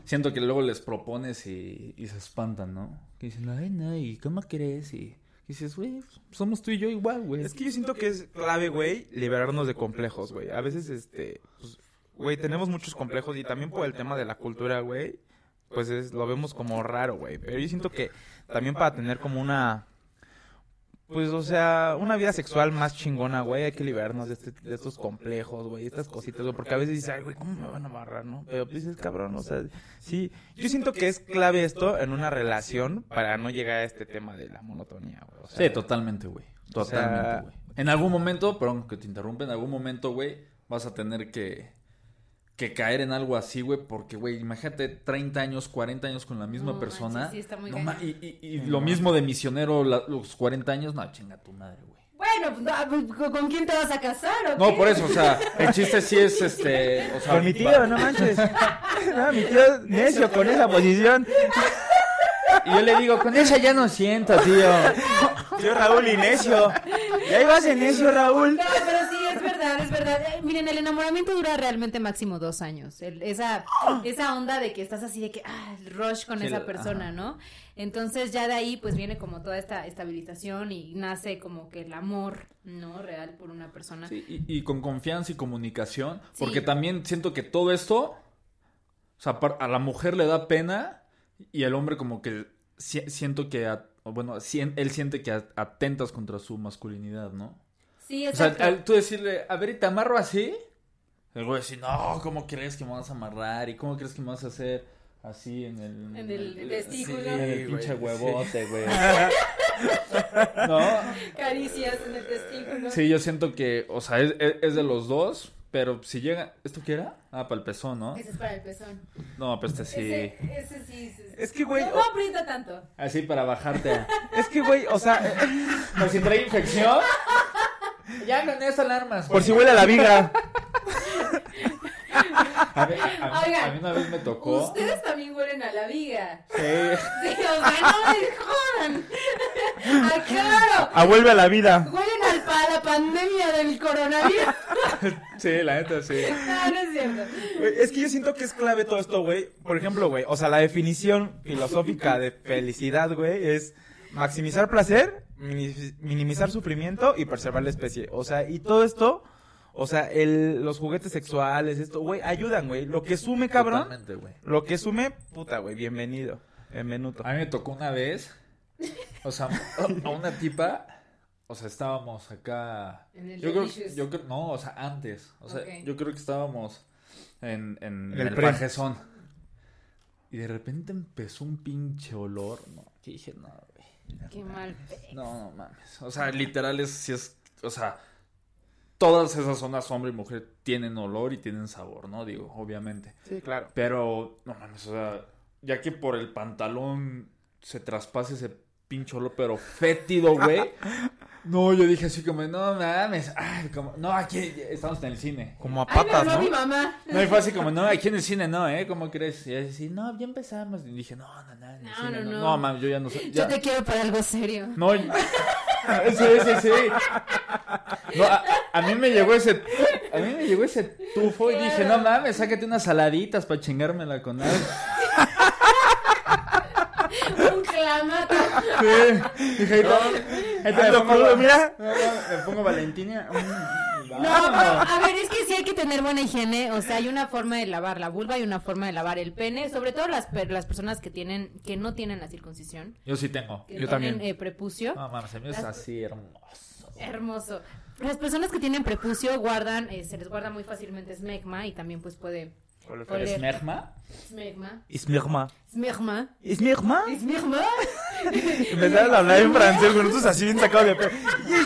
Speaker 1: Siento que luego les propones y, y se espantan, ¿no? Que dicen, ay, no, ¿y cómo crees? Y, y dices, güey, somos tú y yo igual, güey.
Speaker 3: Es que yo siento que es clave, güey, liberarnos de complejos, güey. A veces, este, pues, güey, tenemos muchos complejos y también por el tema de la cultura, güey, pues es, lo vemos como raro, güey. Pero yo siento que también para tener como una, pues, o sea, una vida sexual más chingona, güey, hay que liberarnos de, este- de estos complejos, güey, estas cositas, güey, porque a veces dices, ay, güey, ¿cómo me van a amarrar, no? Pero pues dices, cabrón, o sea, sí. Yo siento que es clave esto en una relación para no llegar a este tema de la monotonía, güey. o sea,
Speaker 1: Sí, totalmente, güey.
Speaker 3: O sea-
Speaker 1: Totalmente, güey. En algún momento, perdón que te interrumpa, en algún momento, güey, vas a tener que, que caer en algo así, güey, porque, güey, imagínate 30 años, 40 años con la misma
Speaker 2: No
Speaker 1: persona.
Speaker 2: manches, sí, está muy
Speaker 1: No
Speaker 2: cañón.
Speaker 1: ma- y y- y lo mismo de misionero, la- los 40 años, no, chinga tu madre, güey.
Speaker 2: Bueno, pues, ah, pues, ¿con con quién te vas a casar o
Speaker 1: No,
Speaker 2: qué?
Speaker 1: por eso, o sea, el chiste sí es, este, o sea...
Speaker 3: Con mi tío,
Speaker 1: va-
Speaker 3: no manches. No, mi tío necio con esa posición.
Speaker 1: Y yo le digo, con esa ya no siento, tío.
Speaker 3: Tío Raúl y necio. Y ahí vas en necio, Raúl.
Speaker 2: No, pero sí, es verdad, es verdad. Eh, miren, el enamoramiento dura realmente máximo dos años. El- esa, esa onda de que estás así de que, ah, el rush con
Speaker 1: Sí,
Speaker 2: esa
Speaker 1: la-
Speaker 2: persona,
Speaker 1: ajá.
Speaker 2: ¿no? Entonces ya de ahí pues viene como toda esta estabilización y nace como que el amor, ¿no? Real por una persona.
Speaker 1: Sí, y, y con confianza y comunicación.
Speaker 2: Sí.
Speaker 1: Porque también siento que todo esto, o sea, par- a la mujer le da pena y el hombre como que si- siento que, a- o bueno, sien- él siente que a- atentas contra su masculinidad, ¿no?
Speaker 2: Sí,
Speaker 1: O sea,
Speaker 2: exacto.
Speaker 1: al tú decirle, a ver, ¿y te amarro así? El güey decir, no, ¿cómo crees que me vas a amarrar? ¿Y cómo crees que me vas a hacer así en el...
Speaker 2: En el testículo.
Speaker 1: Sí, en el
Speaker 3: Sí,
Speaker 1: pinche
Speaker 3: güey, sí.
Speaker 1: huevote, güey. ¿No?
Speaker 2: Caricias en el testículo.
Speaker 1: Sí, yo siento que, o sea, es, es- es de los dos, pero si llega. ¿Esto qué era? Ah, para el pezón, ¿no?
Speaker 2: Ese es para el pezón.
Speaker 1: No, pues este sí.
Speaker 2: Ese, ese sí. ese-
Speaker 3: Es que, güey,
Speaker 2: No,
Speaker 3: o-
Speaker 2: no aprieta tanto.
Speaker 1: Así para bajarte.
Speaker 3: Es que, güey, o sea,
Speaker 1: Por si trae infección. Ya con eso alarmas.
Speaker 3: por si huele a la viga.
Speaker 1: A, ver, a- a-
Speaker 2: Oigan.
Speaker 1: a mí una vez me tocó.
Speaker 2: Ustedes también huelen a la viga.
Speaker 1: Sí.
Speaker 2: Sí, o sea, no me jodan. ¡Ah, claro!
Speaker 3: A Ah, vuelve a la vida.
Speaker 2: Huelen al, a la pandemia de del coronavirus. Ah,
Speaker 1: Sí, la neta, sí.
Speaker 2: no, no es cierto.
Speaker 3: Güey, Es que yo siento que es clave todo esto, güey. Por ejemplo, güey, o sea, la definición filosófica de felicidad, güey, es maximizar placer, mini- minimizar sufrimiento y preservar la especie. O sea, y todo esto, o sea, el, los juguetes sexuales, esto, güey, ayudan, güey. Lo que sume, cabrón,
Speaker 5: Totalmente, güey.
Speaker 3: lo que sume, puta, güey, bienvenido. Bienvenuto.
Speaker 1: A mí me tocó una vez, o sea, a una tipa, o sea, estábamos acá.
Speaker 2: En el
Speaker 1: Yo creo,
Speaker 2: Delicious.
Speaker 1: yo creo- no, o sea, antes. O sea,
Speaker 2: Ok.
Speaker 1: yo creo que estábamos en, en,
Speaker 3: En el
Speaker 1: el,
Speaker 3: pre.
Speaker 1: pajezón. Y de repente empezó un pinche olor, ¿no? Que dije, no, güey.
Speaker 2: Qué mal.
Speaker 1: No, no mames. O sea, literal es, si es, o sea, todas esas zonas, hombre y mujer, tienen olor y tienen sabor, ¿no? Digo, obviamente.
Speaker 3: Sí, claro.
Speaker 1: Pero, no mames, o sea, ya que por el pantalón se traspase ese pinche olor, pero fétido, güey. No, yo dije así como, no mames, ay, como, no, aquí estamos en el cine.
Speaker 3: Como a
Speaker 2: Ay, me
Speaker 3: patas,
Speaker 2: habló
Speaker 3: ¿no?
Speaker 2: mi mamá.
Speaker 1: No, y fue así como, no, aquí en el cine no, ¿eh? ¿Cómo crees? Y así, no, ya empezamos. Y dije, no, no, no, en el
Speaker 2: No,
Speaker 1: cine
Speaker 2: no,
Speaker 1: no.
Speaker 2: no.
Speaker 1: No, mames, yo ya no sé. ya-
Speaker 2: Yo te quiero para algo serio.
Speaker 1: No, y- sí, sí, sí. No, a, a mí me llegó ese, a mí me llegó ese tufo y dije, no mames, sácate unas saladitas para chingármela con algo.
Speaker 2: Un clamato.
Speaker 1: Sí. Dije, ahí te- ahí te me
Speaker 3: Ando
Speaker 1: pongo-
Speaker 3: crudo, mira.
Speaker 1: No, no, me pongo Valentina. Mm,
Speaker 2: No,
Speaker 1: vámonos.
Speaker 2: a ver, es que sí hay que tener buena higiene, o sea, hay una forma de lavar la vulva y una forma de lavar el pene, sobre todo las, per- las personas que tienen que no tienen la circuncisión,
Speaker 1: Yo sí tengo.
Speaker 2: que
Speaker 3: Yo
Speaker 2: tienen
Speaker 3: también. Ah.
Speaker 2: eh, prepucio.
Speaker 1: No mames, el mío es así hermoso.
Speaker 2: Hermoso. Las personas que tienen prepucio guardan, eh, se les guarda muy fácilmente smegma y también pues puede
Speaker 1: ¿Pero es
Speaker 2: oler.
Speaker 1: merma?
Speaker 2: smegma,
Speaker 3: Ismirma.
Speaker 2: smegma,
Speaker 3: ¿Ismirma?
Speaker 2: smegma.
Speaker 3: Empezaron a hablar en francés con nosotros así bien sacados de pedo.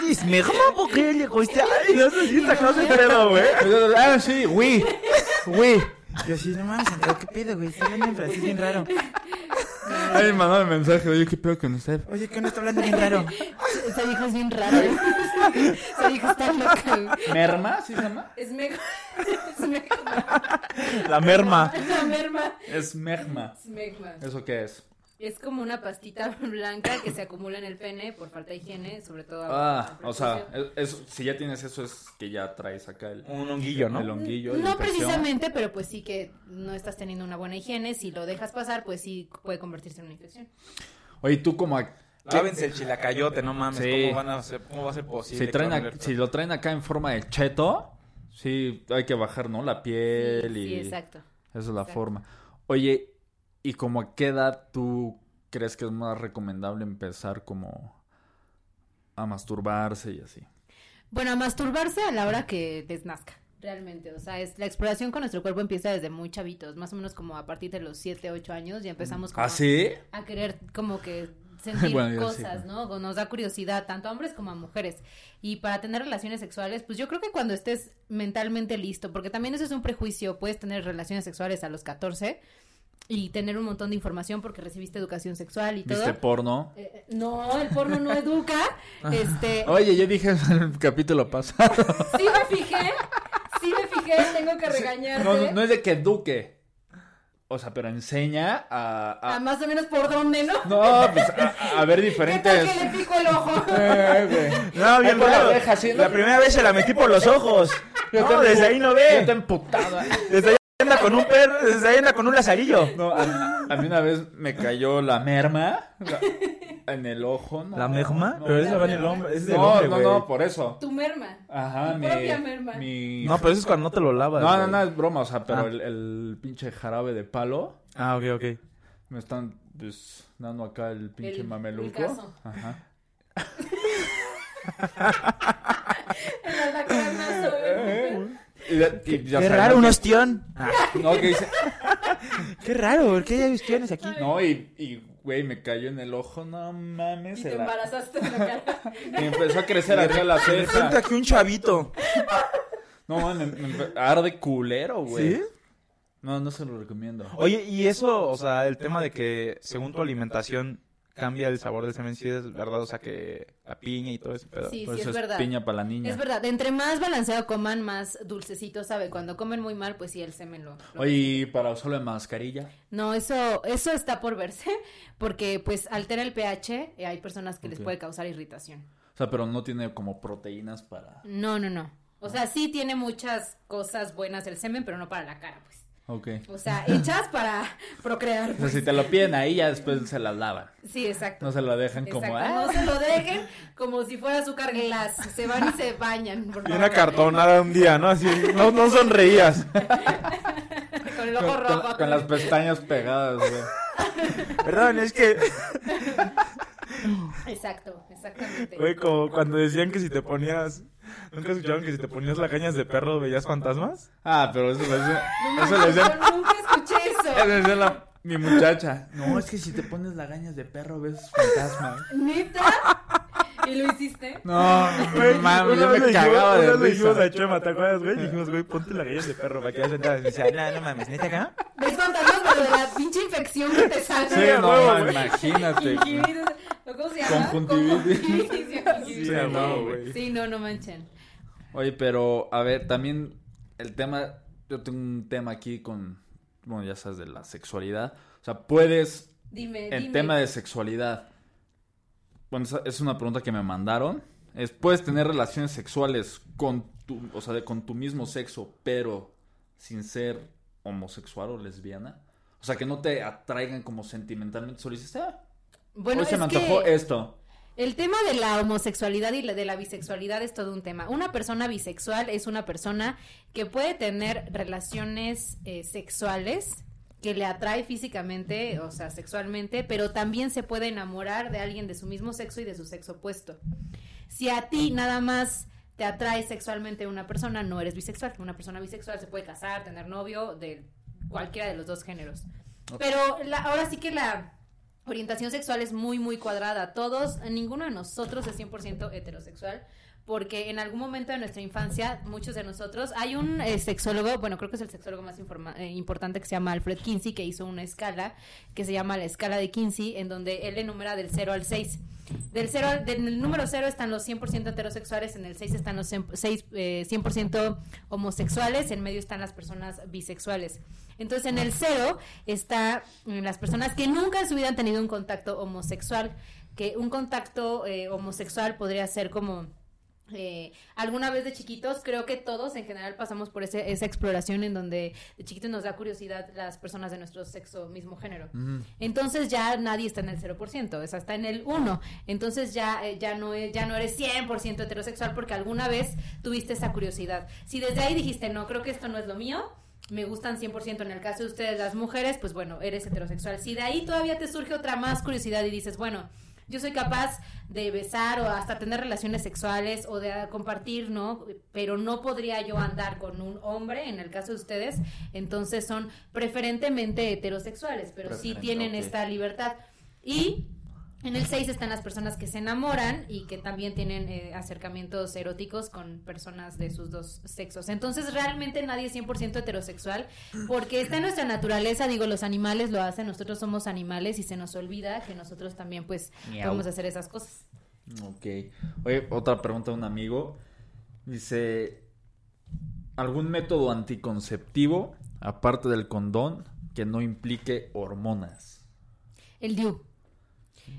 Speaker 3: ¿Ismirma? ¿Por qué le cogiste? Ay, no sé, bien sacados de pedo, güey.
Speaker 1: Ah, sí, güey. Güey.
Speaker 3: Yo sí, no mames, Santiago, ¿qué pedo, güey? Está hablando en francés bien raro.
Speaker 1: Ay, mandó el mensaje, oye, qué pedo con usted.
Speaker 3: Oye, que no está hablando bien raro.
Speaker 2: Esa vieja es bien rara. Esa vieja está loca. güey.
Speaker 1: ¿Merma? ¿Sí se llama?
Speaker 2: Smegma. Smegma.
Speaker 3: La merma.
Speaker 2: La merma.
Speaker 1: Es merma.
Speaker 2: Smegma.
Speaker 1: ¿Eso qué es?
Speaker 2: Es como una pastita blanca que se acumula en el pene por falta de higiene, sobre todo.
Speaker 1: Ah,
Speaker 2: al
Speaker 1: o sea,
Speaker 2: prepucio.
Speaker 1: es- es- si ya tienes eso es que ya traes acá el,
Speaker 3: Un honguillo,
Speaker 1: el
Speaker 3: ¿no?
Speaker 1: honguillo. la
Speaker 2: No
Speaker 1: infección.
Speaker 2: precisamente, pero pues sí que no estás teniendo una buena higiene. Si lo dejas pasar, pues sí puede convertirse en una infección.
Speaker 1: Oye, tú como... ac-
Speaker 3: Lávense el chilacayote, no mames.
Speaker 1: Sí.
Speaker 3: ¿Cómo, van a ser, ¿Cómo va a ser posible?
Speaker 1: Si, traen
Speaker 3: que
Speaker 1: ac-
Speaker 3: van a-
Speaker 1: si lo traen acá en forma de cheto, sí, hay que bajar, ¿no? La piel
Speaker 2: Sí,
Speaker 1: y...
Speaker 2: exacto.
Speaker 1: Esa es la
Speaker 2: Exacto.
Speaker 1: forma. Oye, ¿y como a qué edad tú crees que es más recomendable empezar como a masturbarse y así?
Speaker 2: Bueno, a masturbarse a la hora que les nazca. Realmente, o sea, es, la exploración con nuestro cuerpo empieza desde muy chavitos, más o menos como a partir de los 7, 8 años ya empezamos como
Speaker 1: ¿Ah, sí?
Speaker 2: a querer como que sentir
Speaker 1: Bueno, yo sí,
Speaker 2: cosas, ¿no? O Nos da curiosidad tanto a hombres como a mujeres. Y para tener relaciones sexuales, pues yo creo que cuando estés mentalmente listo, porque también eso es un prejuicio, puedes tener relaciones sexuales a los 14 y tener un montón de información porque recibiste educación sexual y todo.
Speaker 1: ¿Viste porno?
Speaker 2: Eh, eh, no, el porno no educa. este,
Speaker 1: Oye, yo dije en el capítulo pasado.
Speaker 2: sí me fijé, sí me fijé, tengo que regañarte.
Speaker 1: No, no, no es de que eduque. O sea, pero enseña a- a,
Speaker 2: Ah, más o menos por dónde, ¿no?
Speaker 1: No, pues a, a ver
Speaker 2: ¿Qué tal que
Speaker 1: diferentes.
Speaker 2: le pico el ojo?
Speaker 1: Eh, güey.
Speaker 3: No, bien
Speaker 1: Ahí con la
Speaker 3: raro.
Speaker 1: oreja, sí, ¿no?
Speaker 3: La primera vez se la metí por los ojos.
Speaker 1: Yo
Speaker 3: No,
Speaker 1: te-
Speaker 3: desde ahí no
Speaker 1: Yo te
Speaker 3: ve.
Speaker 1: emputada.
Speaker 3: Desde ahí anda con un perro, desde ahí anda con un lazarillo.
Speaker 1: No, a, a mí una vez me cayó la merma la- en el ojo. No,
Speaker 3: ¿La merma?
Speaker 1: No,
Speaker 3: pero
Speaker 1: no,
Speaker 3: eso va en el hombre, es del
Speaker 1: no,
Speaker 3: hombre,
Speaker 1: no,
Speaker 3: güey.
Speaker 1: no, por eso.
Speaker 2: Tu merma.
Speaker 1: Ajá,
Speaker 2: Tu
Speaker 1: mi.
Speaker 2: propia merma.
Speaker 1: mi-
Speaker 3: No, pero eso es cuando no te lo lavas.
Speaker 1: no, no,
Speaker 3: güey.
Speaker 1: no, es broma, o sea, pero
Speaker 3: Ah.
Speaker 1: el, el pinche jarabe de palo
Speaker 3: Ah, ok, ok.
Speaker 1: me están pues, dando acá el pinche
Speaker 2: El
Speaker 1: mameluco.
Speaker 2: pulcazo.
Speaker 1: Ajá.
Speaker 2: El alacranazo,
Speaker 1: Eh,
Speaker 2: ¿verdad?
Speaker 1: Y, ya- y ya
Speaker 3: Qué
Speaker 1: sabes, Ah.
Speaker 3: raro,
Speaker 1: ¿no?
Speaker 3: un ostión.
Speaker 1: No, que dice,
Speaker 3: Qué raro, ¿por qué hay ostiones aquí?
Speaker 1: no, y, y, güey, me cayó en el ojo, no mames.
Speaker 2: Y
Speaker 1: se
Speaker 2: te
Speaker 1: la-
Speaker 2: embarazaste en la cara.
Speaker 1: Me empezó a crecer acá la ceja.
Speaker 3: Sienta que un chavito.
Speaker 1: No, man, me- me empe- arde culero, güey.
Speaker 3: ¿Sí?
Speaker 1: No, no se lo recomiendo.
Speaker 3: Oye, y eso, o sea, el tema de que según tu alimentación cambia el sabor del semen, sí es verdad, o sea, que la piña y todo eso. Pero...
Speaker 2: Sí,
Speaker 1: Por pues
Speaker 2: sí,
Speaker 1: eso
Speaker 2: es
Speaker 1: es,
Speaker 2: verdad.
Speaker 1: piña para la niña.
Speaker 2: Es verdad, entre más balanceado coman, más dulcecito sabe. Cuando comen muy mal, pues sí, el semen lo... lo-
Speaker 1: Oye, ¿y para usarlo de mascarilla.
Speaker 2: No, eso, eso está por verse, porque pues altera el pH, eh, hay personas que les
Speaker 1: Ok.
Speaker 2: puede causar irritación.
Speaker 1: O sea, pero no tiene como proteínas para...
Speaker 2: No, no, no. O sea, sí tiene muchas cosas buenas el semen, pero no para la cara, pues.
Speaker 1: Ok.
Speaker 2: O sea, hechas para procrear. pues.
Speaker 1: O sea, si te lo piden ahí, ya después se las lavan.
Speaker 2: Sí, exacto.
Speaker 1: No se lo dejan
Speaker 2: Exacto,
Speaker 1: como... "Ah,
Speaker 2: No se lo dejen como si fuera azúcar glass. Se van y se bañan. por
Speaker 5: Y
Speaker 2: favor.
Speaker 5: una cartonada un día, ¿no? Así, no, no sonreías.
Speaker 2: Con el
Speaker 1: Con,
Speaker 2: ojo
Speaker 1: con-
Speaker 2: rojo.
Speaker 1: con las pestañas pegadas, güey.
Speaker 5: Perdón, es que,
Speaker 2: Exacto, exactamente.
Speaker 5: güey, como cuando decían que si te ponías... ¿Nunca escucharon que si te ponías las cañas de perro veías fantasmas?
Speaker 1: Ah, pero eso lo decía,
Speaker 2: No
Speaker 1: eso lo
Speaker 2: mames,
Speaker 1: decía,
Speaker 2: yo nunca escuché
Speaker 1: eso
Speaker 2: eso.
Speaker 1: lo decía la- mi muchacha. No, es que si te pones lagañas de perro ves fantasma.
Speaker 2: ¿Neta? ¿Y lo hiciste?
Speaker 1: No,
Speaker 5: Güey,
Speaker 1: mames,
Speaker 5: una
Speaker 1: yo
Speaker 5: vez
Speaker 1: me
Speaker 5: le dijimos-
Speaker 1: cagaba
Speaker 5: una
Speaker 1: de
Speaker 5: vez le dijimos
Speaker 1: risa.
Speaker 5: a Chema, ¿te acuerdas, güey? Dijimos, güey, ponte las cañas de perro para que ya sentadas. Y me decía, no, no mames, ¿neta acá?
Speaker 2: ¿Ves fantasmas pero de la pinche infección que te sale?
Speaker 1: Sí,
Speaker 5: a huevo,
Speaker 1: no,
Speaker 5: güey.
Speaker 1: imagínate.
Speaker 2: Gingivitis, ¿o ¿Cómo se llama?
Speaker 1: Conjuntivitis.
Speaker 2: Conjuntivitis,
Speaker 5: Sí,
Speaker 2: conjuntivitis.
Speaker 1: a
Speaker 5: no,
Speaker 1: huevo,
Speaker 5: güey.
Speaker 2: Sí, no, no manchen.
Speaker 1: Oye, pero a ver, también el tema, yo tengo un tema aquí con, bueno, ya sabes, de la sexualidad. O sea, puedes,
Speaker 2: Dime,
Speaker 1: el
Speaker 2: Eh, dime.
Speaker 1: tema de sexualidad, bueno, esa- es una pregunta que me mandaron, es, ¿puedes tener relaciones sexuales con tu, o sea, de- con tu mismo sexo, pero sin ser homosexual o lesbiana? O sea, que no te atraigan como sentimentalmente, solo dices, ah,
Speaker 2: Bueno,
Speaker 1: hoy se
Speaker 2: es
Speaker 1: me antojó
Speaker 2: que
Speaker 1: esto.
Speaker 2: el tema de la homosexualidad y la- de la bisexualidad es todo un tema. Una persona bisexual es una persona que puede tener relaciones eh, sexuales que le atrae físicamente, o sea, sexualmente, pero también se puede enamorar de alguien de su mismo sexo y de su sexo opuesto. Si a ti nada más te atrae sexualmente una persona, no eres bisexual. Una persona bisexual se puede casar, tener novio de cualquiera de los dos géneros. Pero la- ahora sí que la orientación sexual es muy, muy cuadrada. Todos, ninguno de nosotros es 100% heterosexual. Porque en algún momento de nuestra infancia, muchos de nosotros, hay un eh, sexólogo, bueno, creo que es el sexólogo más informa- eh, importante que se llama Alfred Kinsey, que hizo una escala que se llama la escala de Kinsey, en donde él enumera del 0 al 6. Del, cero al- del- en el número 0 están los 100% heterosexuales, en el 6 están los 100%, eh, 100% homosexuales, en medio están las personas bisexuales. Entonces en el 0 está mm, las personas que nunca en su vida han tenido un contacto homosexual, que un contacto eh, homosexual podría ser como... eh, alguna vez de chiquitos, creo que todos en general pasamos por ese- esa exploración en donde de chiquitos nos da curiosidad las personas de nuestro sexo mismo género. Entonces ya nadie está en el 0%, esa está en el 1. Entonces ya, eh, ya, no, e- ya no eres 100% heterosexual porque alguna vez tuviste esa curiosidad. Si desde ahí dijiste, no, creo que esto no es lo mío, me gustan 100%. En el caso de ustedes, las mujeres, pues bueno, eres heterosexual. Si de ahí todavía te surge otra más curiosidad y dices, bueno, yo soy capaz de besar o hasta tener relaciones sexuales o de ah, compartir, ¿no? Pero no podría yo andar con un hombre, en el caso de ustedes, entonces son preferentemente heterosexuales, pero sí
Speaker 1: Preferente,
Speaker 2: tienen
Speaker 1: ok.
Speaker 2: esta libertad. Y en el 6 están las personas que se enamoran y que también tienen eh, acercamientos eróticos con personas de sus dos sexos. Entonces realmente nadie es 100% heterosexual porque está en nuestra naturaleza, digo, los animales lo hacen, nosotros somos animales y se nos olvida que nosotros también pues
Speaker 1: Miau.
Speaker 2: podemos hacer esas cosas.
Speaker 1: Ok. Oye, otra pregunta de un amigo. Dice, ¿algún método anticonceptivo, aparte del condón, que no implique hormonas?
Speaker 2: El DIU.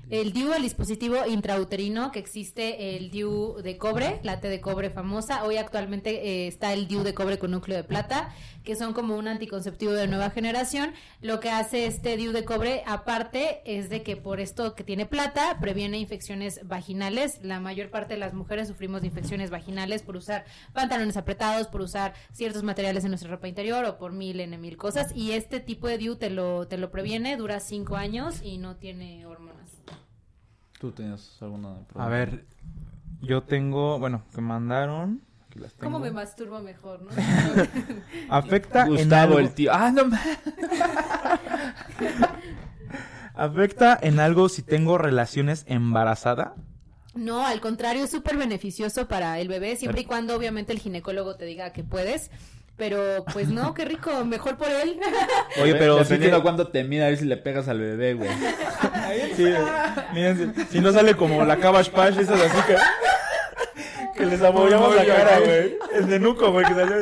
Speaker 2: El DIU, el dispositivo intrauterino que existe, el DIU de cobre, la T de cobre famosa. Hoy actualmente eh, está el DIU de cobre con núcleo de plata, que son como un anticonceptivo de nueva generación. Lo que hace este DIU de cobre, aparte, es de que por esto que tiene plata, previene infecciones vaginales. La mayor parte de las mujeres sufrimos de infecciones vaginales por usar pantalones apretados, por usar ciertos materiales en nuestra ropa interior o por mil en mil cosas. Y este tipo de DIU te lo, te lo previene, dura cinco años y no tiene hormonas.
Speaker 1: ¿Tú tenías alguna pregunta?
Speaker 3: A ver, yo tengo, bueno, que mandaron. aquí las
Speaker 2: ¿Cómo
Speaker 3: tengo.
Speaker 2: me masturbo mejor, no?
Speaker 3: Afecta Ah, en
Speaker 1: Gustavo,
Speaker 3: algo,
Speaker 1: el tío. Ah, no mames.
Speaker 3: afecta en algo si tengo relaciones embarazada.
Speaker 2: No, al contrario, es súper beneficioso para el bebé, siempre y cuando obviamente el ginecólogo te diga que puedes. Pero pues no, qué rico, mejor por él.
Speaker 3: Oye, pero sí
Speaker 1: dependiendo
Speaker 3: que-
Speaker 1: cuánto te mira, a ver si le pegas al bebé, güey.
Speaker 3: Sí, miren, si, si no sale como la Cabash Pash, esas así que.
Speaker 5: Que les apoyamos la
Speaker 3: Oye,
Speaker 5: cara,
Speaker 3: güey.
Speaker 5: güey. El de Nuco, güey, que salió.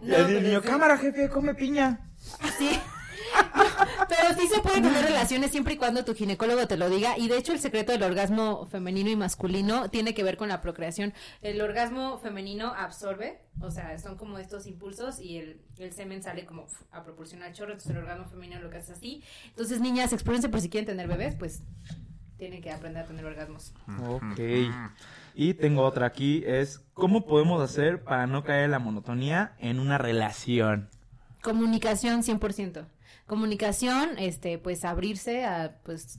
Speaker 2: No,
Speaker 5: Y así el
Speaker 2: pero
Speaker 5: niño,
Speaker 2: sí.
Speaker 5: cámara, jefe, come piña.
Speaker 2: Sí. Pero Pero sí se puede tener relaciones siempre y cuando tu ginecólogo te lo diga. Y de hecho, el secreto del orgasmo femenino y masculino tiene que ver con la procreación. El orgasmo femenino absorbe, o sea, son como estos impulsos y el, el semen sale como uf, a proporcionar chorro. Entonces, el orgasmo femenino lo que hace es así. Entonces, niñas, explórense por si quieren tener bebés, pues tienen que aprender a tener orgasmos.
Speaker 3: Ok. Y tengo otra aquí, es ¿cómo podemos hacer para no caer en la monotonía en una relación?
Speaker 2: Comunicación 100%. Comunicación, este, pues abrirse a pues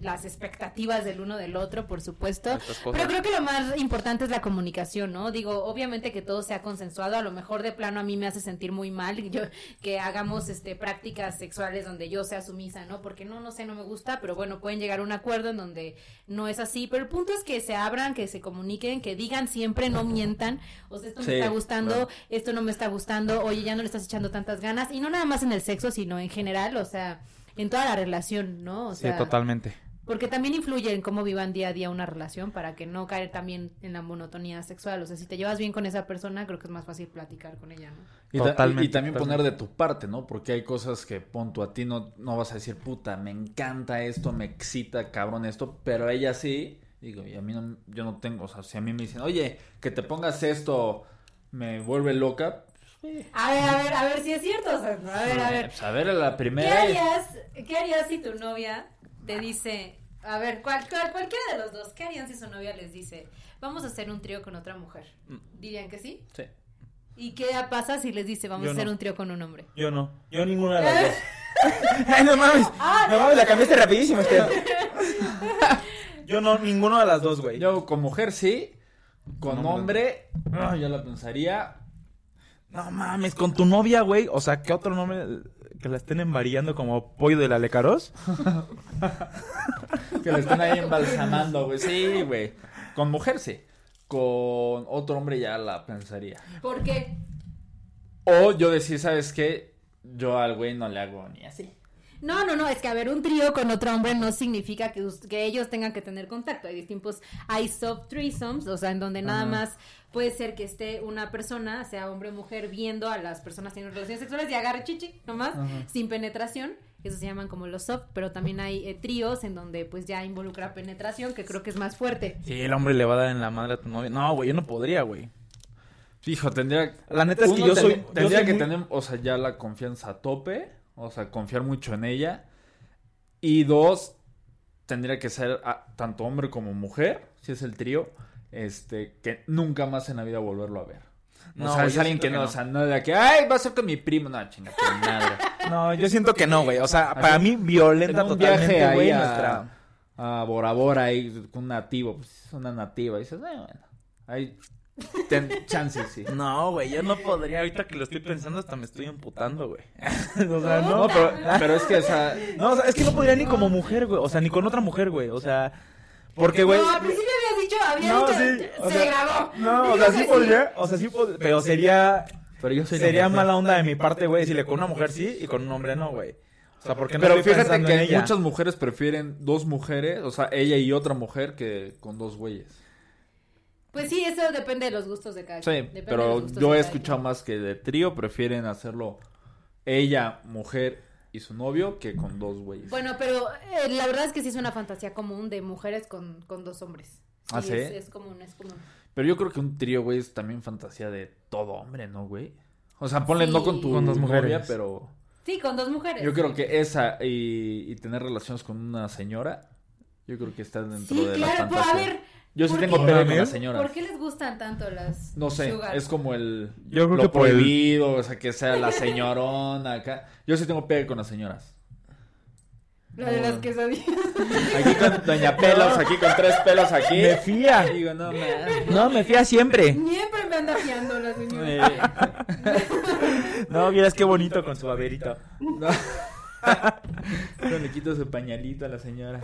Speaker 2: las expectativas del uno del otro, por supuesto.
Speaker 6: Estas cosas.
Speaker 2: Pero creo que lo más importante es la comunicación, ¿no? Digo, obviamente que todo sea consensuado, a lo mejor de plano a mí me hace sentir muy mal y yo, que hagamos este prácticas sexuales donde yo sea sumisa, ¿no? Porque no, no sé, no me gusta, pero bueno, pueden llegar a un acuerdo en donde no es así. Pero el punto es que se abran, que se comuniquen, que digan siempre, no mientan. O sea, esto
Speaker 1: Sí,
Speaker 2: me está gustando,
Speaker 1: claro.
Speaker 2: esto no me está gustando, oye, ya no le estás echando tantas ganas. Y no nada más en el sexo, sino en general, o sea, en toda la relación, ¿no? O sea,
Speaker 6: sí, totalmente.
Speaker 2: porque también influye en cómo vivan día a día una relación para que no caer también en la monotonía sexual. O sea, si te llevas bien con esa persona, creo que es más fácil platicar con ella, ¿no?
Speaker 1: Y, ta- y-
Speaker 6: Totalmente,
Speaker 1: y también
Speaker 6: totalmente.
Speaker 1: poner de tu parte, ¿no? Porque hay cosas que pon tú a ti, no, no vas a decir, puta, me encanta esto, me excita, cabrón, esto, pero a ella sí, digo, y a mí no, yo no tengo, o sea, si a mí me dicen, oye, que te pongas esto, me vuelve loca,
Speaker 2: A ver, a ver, a ver si es cierto. o sea, a ver, a ver.
Speaker 1: pues, a ver, a la
Speaker 2: ¿Qué
Speaker 1: primera. y-
Speaker 2: harías, ¿Qué harías si tu novia te dice... A ver, cual, cual- cualquiera de los dos, ¿qué harían si su novia les dice, vamos a hacer un trío con otra mujer?
Speaker 3: Mm.
Speaker 2: ¿Dirían que sí?
Speaker 1: Sí.
Speaker 2: ¿Y qué pasa si les dice, vamos
Speaker 3: Yo
Speaker 2: a hacer
Speaker 3: no.
Speaker 2: un trío con un hombre?
Speaker 3: Yo no, yo ninguna de las
Speaker 6: ¿Eh?
Speaker 3: dos. Ay, no mames, no mames, la cambiaste rapidísimo, Esther. Yo no, ninguno de las dos, güey.
Speaker 1: Yo con mujer sí, con
Speaker 3: No,
Speaker 1: hombre, ah, yo la pensaría.
Speaker 3: No mames, con tu novia, güey. O sea, ¿qué otro nombre que la estén embarillando como pollo del alecaros?
Speaker 1: Que la estén ahí embalsamando, güey. Sí, güey. Con mujer sí. Con otro hombre ya la pensaría.
Speaker 2: ¿Por qué?
Speaker 1: O yo decir, ¿sabes qué? Yo al güey no le hago ni así.
Speaker 2: No, no, no, es que haber un trío con otro hombre no significa que, us- que ellos tengan que tener contacto. Hay distintos, hay soft threesomes, o sea, en donde nada más puede ser que esté una persona, sea hombre o mujer, viendo a las personas teniendo relaciones sexuales y agarre chichi, nomás, sin penetración. Eso se llaman como los soft, pero también hay eh, tríos en donde pues ya involucra penetración, que creo que es más fuerte.
Speaker 3: Sí, el hombre le va a dar en la madre a tu novia. No, güey, yo no podría, güey.
Speaker 1: Hijo, tendría.
Speaker 3: La neta es que
Speaker 1: uno
Speaker 3: yo
Speaker 1: ten-
Speaker 3: soy. yo
Speaker 1: Tendría
Speaker 3: soy
Speaker 1: que
Speaker 3: muy-
Speaker 1: tener, o sea, ya la confianza a tope. O sea, confiar mucho en ella. Y dos, tendría que ser ah, tanto hombre como mujer, si es el trío. Este, que nunca más en la vida volverlo a ver.
Speaker 3: No,
Speaker 1: o sea,
Speaker 3: güey,
Speaker 1: es
Speaker 3: yo
Speaker 1: alguien
Speaker 3: siento
Speaker 1: que
Speaker 3: que
Speaker 1: no,
Speaker 3: no.
Speaker 1: o sea, no de la que, ay, va a ser con mi primo, no, chinga, tu madre.
Speaker 3: No, yo siento que no, güey. O sea, para mí violenta
Speaker 1: En un viaje
Speaker 3: totalmente,
Speaker 1: ahí
Speaker 3: güey,
Speaker 1: a-
Speaker 3: nuestra.
Speaker 1: a Bora Bora ahí con un nativo, pues es una nativa. Y dices, "Ay, bueno, hay ten- chances, sí.
Speaker 3: No, güey, yo no podría. Ahorita que lo estoy pensando, hasta me estoy emputando, güey. o sea, no,
Speaker 1: No, pero, pero es que, o sea,
Speaker 3: No, o sea, es que no podría ni como mujer, güey. O sea, ni con otra mujer, güey. O sea, porque, Eh, güey.
Speaker 2: no, al principio habías dicho, habías
Speaker 3: No,
Speaker 2: dicho,
Speaker 3: sí. o
Speaker 2: se
Speaker 3: sea,
Speaker 2: grabó.
Speaker 3: No, o
Speaker 2: Dijo
Speaker 3: sea,
Speaker 2: que
Speaker 3: sí
Speaker 2: sí.
Speaker 3: podría. O sea, sí pod- Pero sería.
Speaker 1: pero yo soy la
Speaker 3: Sería
Speaker 1: mujer.
Speaker 3: mala onda de mi parte, güey, decirle con una mujer sí y con un hombre no, güey. O sea, porque no
Speaker 1: Pero
Speaker 3: estoy
Speaker 1: fíjate
Speaker 3: pensando en
Speaker 1: que
Speaker 3: ella.
Speaker 1: muchas mujeres prefieren dos mujeres, o sea, ella y otra mujer, que con dos güeyes.
Speaker 2: Pues sí, eso depende de los gustos de cada
Speaker 1: Sí,
Speaker 2: quien, depende de los
Speaker 1: pero yo he
Speaker 2: gustos de cada quien.
Speaker 1: escuchado más que de trío prefieren hacerlo ella, mujer y su novio que con dos güeyes.
Speaker 2: Bueno, pero eh, la verdad es que sí es una fantasía común de mujeres con, con dos hombres.
Speaker 1: ¿Ah, sí?
Speaker 2: Es, es común, es común.
Speaker 1: Pero yo creo que un trío, güey, es también fantasía de todo hombre, ¿no, güey? O sea, ponle no con tu
Speaker 2: Sí.
Speaker 3: Con dos mujeres.
Speaker 1: novia, pero...
Speaker 2: Sí, con dos mujeres.
Speaker 1: Yo creo que esa y, y tener relaciones con una señora, yo creo que está dentro
Speaker 2: Sí,
Speaker 1: de la
Speaker 2: claro, pero
Speaker 1: fantasía.
Speaker 2: a ver,
Speaker 1: yo sí
Speaker 2: ¿por
Speaker 1: tengo
Speaker 2: qué?
Speaker 1: pedo con
Speaker 3: ¿Por
Speaker 1: las
Speaker 3: qué?
Speaker 1: señoras.
Speaker 2: ¿por qué les gustan tanto las
Speaker 1: No sé,
Speaker 2: sugar?
Speaker 1: es como el
Speaker 3: Yo creo
Speaker 1: lo
Speaker 3: que por el-
Speaker 1: prohibido, o sea, que sea la señorona acá. Yo sí tengo pedo con las señoras.
Speaker 2: Lo de las quesadillas.
Speaker 1: Aquí con doña pelos, aquí con tres pelos aquí.
Speaker 3: Me fía.
Speaker 1: Digo, no mames.
Speaker 3: No, me fía siempre.
Speaker 2: Siempre me anda fiando la
Speaker 1: Eh,
Speaker 2: señora.
Speaker 3: No, miras qué bonito con su averito.
Speaker 1: no. No, le quito su pañalito a la señora.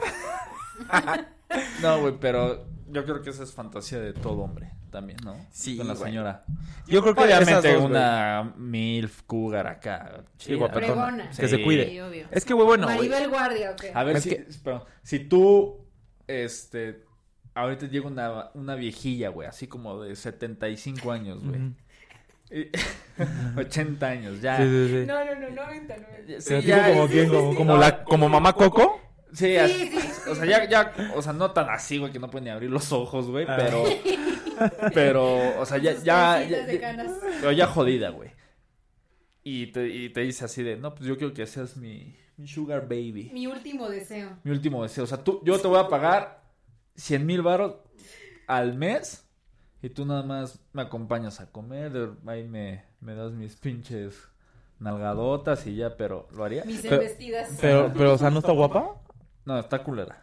Speaker 1: No, güey, pero yo creo que esa es fantasía de todo hombre también, ¿no?
Speaker 3: Sí,
Speaker 1: Con la
Speaker 3: güey.
Speaker 1: señora.
Speaker 3: Yo creo que esas
Speaker 1: Obviamente
Speaker 3: dos, güey.
Speaker 1: una milf cougar acá.
Speaker 3: Sí,
Speaker 1: chida.
Speaker 3: guapetona.
Speaker 2: Fregona.
Speaker 3: Que se
Speaker 1: Sí.
Speaker 3: cuide.
Speaker 2: Sí, obvio.
Speaker 3: Es que, güey, bueno, güey.
Speaker 2: Maribel Guardia, ¿o qué?
Speaker 1: eh, A ver,
Speaker 3: Es
Speaker 1: si,
Speaker 3: que-
Speaker 1: perdón, si tú, este, ahorita llega una, una viejilla, güey, así como de 75 años, güey.
Speaker 3: Ujú.
Speaker 1: Y- 80 años, ya.
Speaker 3: Sí, sí, sí.
Speaker 7: No, no, no, 90, 90.
Speaker 1: Sí,
Speaker 3: Pero tipo
Speaker 1: ya,
Speaker 3: como
Speaker 1: sí,
Speaker 3: quién,
Speaker 1: sí,
Speaker 3: como,
Speaker 1: sí.
Speaker 3: como la, como mamá Coco.
Speaker 1: Sí,
Speaker 2: Sí,
Speaker 1: así- o sea, ya, ya, o sea, no tan así, güey, que no pueden ni abrir los ojos, güey,
Speaker 3: Ah.
Speaker 1: pero, pero, o sea, ya,
Speaker 7: Sus
Speaker 1: ya,
Speaker 7: trencitas
Speaker 1: ya-
Speaker 7: de
Speaker 1: ya-
Speaker 7: canas.
Speaker 1: pero ya jodida, güey. Y te, y te dice así de, no, pues yo quiero que seas mi, mi sugar baby,
Speaker 2: Mi último deseo.
Speaker 1: mi último deseo. O sea, tú, yo te voy a pagar 100 mil baros al mes y tú nada más me acompañas a comer, de- ahí me, me das mis pinches nalgadotas y ya, pero, ¿lo haría?
Speaker 2: Mis
Speaker 3: Pero-
Speaker 2: embestidas.
Speaker 3: Pero, pero, o sea, ¿no está guapa?
Speaker 1: No, está culera.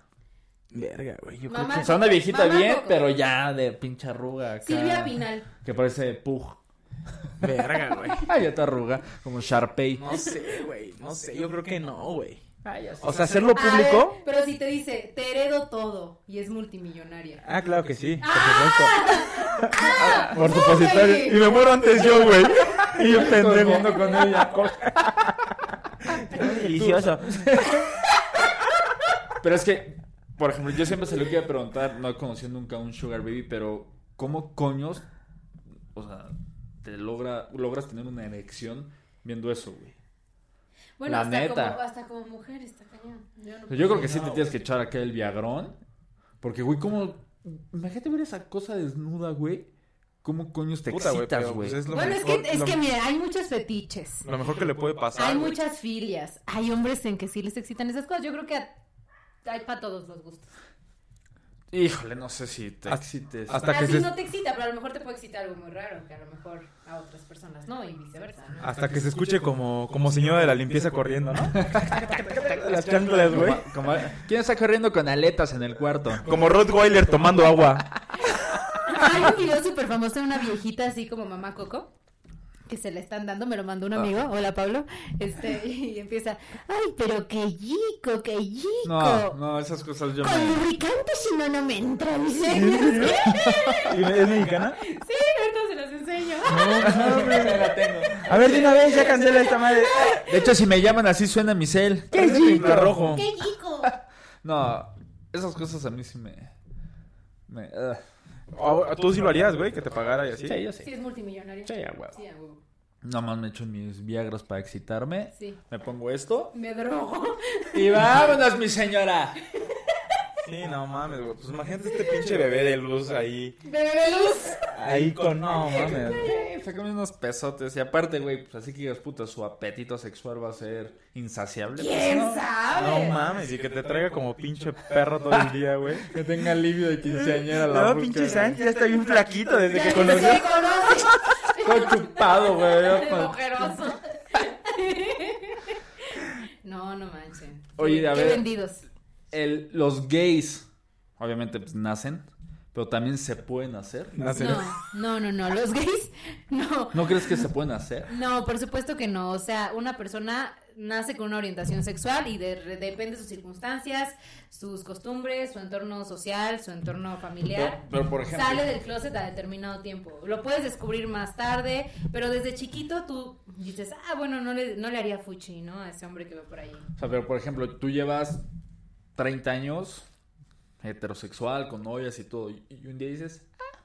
Speaker 5: Verga, güey. Yo creo
Speaker 2: Mamá
Speaker 5: que...
Speaker 1: O sea, una viejita
Speaker 2: Mamá
Speaker 1: bien,
Speaker 2: Coco.
Speaker 1: pero ya de pinche arruga acá.
Speaker 2: Silvia Pinal.
Speaker 1: Que parece Pug.
Speaker 5: Verga, güey.
Speaker 1: Ay, ya está arruga, como Sharpay.
Speaker 5: No sé, güey. No sé, yo creo que no, güey.
Speaker 3: O sea, hacerlo
Speaker 2: A
Speaker 3: público.
Speaker 2: ver, pero si te dice, te heredo todo y es multimillonaria.
Speaker 5: Ah, claro que sí, por
Speaker 2: Ah.
Speaker 5: supuesto.
Speaker 3: Por
Speaker 2: supositorio.
Speaker 3: Y me muero antes yo, güey. Y yo pendejo.
Speaker 1: con ella.
Speaker 5: Delicioso.
Speaker 1: Pero es que, por ejemplo, yo siempre se lo quería preguntar, no he conocido nunca a un Sugar Baby, pero ¿cómo coños, o sea, te logra, logras tener una erección viendo eso, güey?
Speaker 7: Bueno,
Speaker 1: La
Speaker 7: hasta,
Speaker 1: neta.
Speaker 7: Como, hasta como mujer está cañón. Yo, no
Speaker 1: O sea, yo creo que sí
Speaker 5: No,
Speaker 1: te tienes Pues que echar acá el Viagrón. Porque, güey, ¿cómo. Imagínate ver esa cosa desnuda, güey. ¿Cómo coños te
Speaker 3: Puta, güey,
Speaker 1: excitas,
Speaker 3: pero,
Speaker 1: güey?
Speaker 3: pues, es lo
Speaker 2: Bueno, es
Speaker 3: mejor-
Speaker 2: que, es
Speaker 3: lo-
Speaker 2: que mira, hay muchos fetiches.
Speaker 3: Lo mejor que le puede pasar.
Speaker 2: Hay
Speaker 3: güey.
Speaker 2: muchas filias. Hay hombres en que sí les excitan esas cosas. Yo creo que a- hay para todos los gustos.
Speaker 1: Híjole, no sé si te
Speaker 3: Hasta-
Speaker 1: excites.
Speaker 3: hasta-
Speaker 2: A
Speaker 3: que
Speaker 2: ti
Speaker 3: se-
Speaker 2: no te excita, pero a lo mejor te puede excitar algo muy raro, que a lo mejor a otras personas no, y viceversa. ¿no?
Speaker 3: Hasta que se escuche como, como señora de la limpieza corriendo, ¿no? Las chanclas, güey.
Speaker 1: Como- como- ¿Quién está corriendo con aletas en el cuarto?
Speaker 3: Como Rottweiler tomando agua.
Speaker 2: Hay un video súper famoso de una viejita así como mamá Coco que se la están dando, me lo
Speaker 1: Ah.
Speaker 2: mandó un amigo, hola Pablo, este, y empieza, ay, pero qué yico, qué yico,
Speaker 1: No, no, esas cosas yo
Speaker 2: con
Speaker 1: me...
Speaker 2: lubricante si no, no me entra, dice.
Speaker 3: ¿Y ¿Es mexicana?
Speaker 2: Sí, ahorita se las enseño.
Speaker 5: A ver, de una vez ya cancela esta madre.
Speaker 1: De hecho, si me llaman así suena mi cel.
Speaker 5: ¡Qué chico!
Speaker 3: Rojo.
Speaker 2: ¡Qué yico!
Speaker 1: No, esas cosas a mí sí me... me ugh.
Speaker 3: Ah, Tú sí lo harías, güey, que te pagara y así.
Speaker 1: Sí, yo
Speaker 2: Sí,
Speaker 1: sí.
Speaker 2: es multimillonaria.
Speaker 1: Sí, a huevo.
Speaker 2: Sí, a huevo.
Speaker 1: Nomás me echo mis viagras para excitarme.
Speaker 2: Sí.
Speaker 1: Me pongo esto.
Speaker 2: Me drogo.
Speaker 1: Y vámonos, mi señora.
Speaker 3: Sí, no mames, güey. Pues imagínate este pinche bebé de luz ahí.
Speaker 2: Bebé luz.
Speaker 3: Ahí con. No mames.
Speaker 1: Eh, Se comió unos pesotes. Y aparte, güey, pues así que digas, puta, su apetito sexual va a ser insaciable. pues,
Speaker 2: ¿Quién
Speaker 1: no.
Speaker 2: sabe?
Speaker 3: No mames, y que te traiga como pinche perro todo el día, güey.
Speaker 1: Que tenga alivio de quinceañera la
Speaker 5: No,
Speaker 1: ruca,
Speaker 5: pinche
Speaker 1: güey.
Speaker 5: Sánchez ya está bien flaquito desde que
Speaker 2: Ya
Speaker 5: conocí.
Speaker 2: se conoce.
Speaker 1: Todo chupado, güey. ya
Speaker 2: De
Speaker 1: con-
Speaker 2: mujeroso. No, no manchen.
Speaker 1: Oye, a
Speaker 2: Qué
Speaker 1: ver.
Speaker 2: vendidos.
Speaker 1: el- los gays, obviamente, pues nacen, pero también se pueden hacer.
Speaker 3: Nace-
Speaker 2: No, no, no, no. Los gays, no.
Speaker 1: ¿No crees que se pueden hacer?
Speaker 2: No, por supuesto que no. O sea, una persona nace con una orientación sexual y de- depende de sus circunstancias, sus costumbres, su entorno social, su entorno familiar.
Speaker 1: Pero, por ejemplo,
Speaker 2: Sale del closet a determinado tiempo. Lo puedes descubrir más tarde, pero desde chiquito tú dices, ah, bueno, no le, no le haría fuchi, ¿no? A ese hombre que va por ahí.
Speaker 1: o sea, pero por ejemplo, tú llevas 30 años heterosexual, con novias y todo, y, y un día dices, "Ah,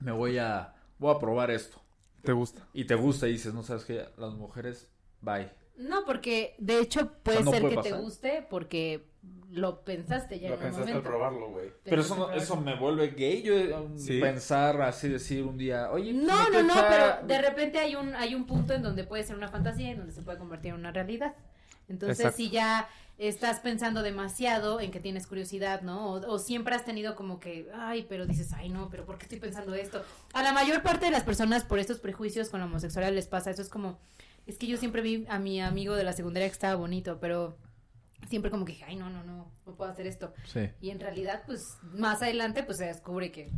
Speaker 1: me voy a, voy a probar esto.
Speaker 3: ¿Te gusta?
Speaker 1: Y te gusta y dices, no sabes que las mujeres, bye.
Speaker 2: No, porque de hecho puede
Speaker 1: no
Speaker 2: ser
Speaker 1: puede
Speaker 2: que te
Speaker 1: pasar.
Speaker 2: guste porque lo pensaste ya
Speaker 3: Lo
Speaker 2: en el
Speaker 3: pensaste al
Speaker 2: momento.
Speaker 3: probarlo, güey.
Speaker 1: Pero eso, no- eso me vuelve gay, yo um,
Speaker 3: Sí.
Speaker 1: pensar así, decir un día, oye, pues,
Speaker 2: No, no,
Speaker 1: me
Speaker 2: no,
Speaker 1: toca-
Speaker 2: pero de repente hay un, hay un punto en donde puede ser una fantasía y en donde se puede convertir en una realidad. Entonces,
Speaker 3: Exacto.
Speaker 2: si ya estás pensando demasiado en que tienes curiosidad, ¿no? O, o siempre has tenido como que, ay, pero dices, ay, no, pero ¿por qué estoy pensando esto? A la mayor parte de las personas por estos prejuicios con la homosexualidad les pasa. Eso es como, es que yo siempre vi a mi amigo de la secundaria que estaba bonito, pero siempre como que, dije, ay, no, no, no, no puedo hacer esto.
Speaker 1: Sí,
Speaker 2: Y en realidad, pues, más adelante, pues se descubre que...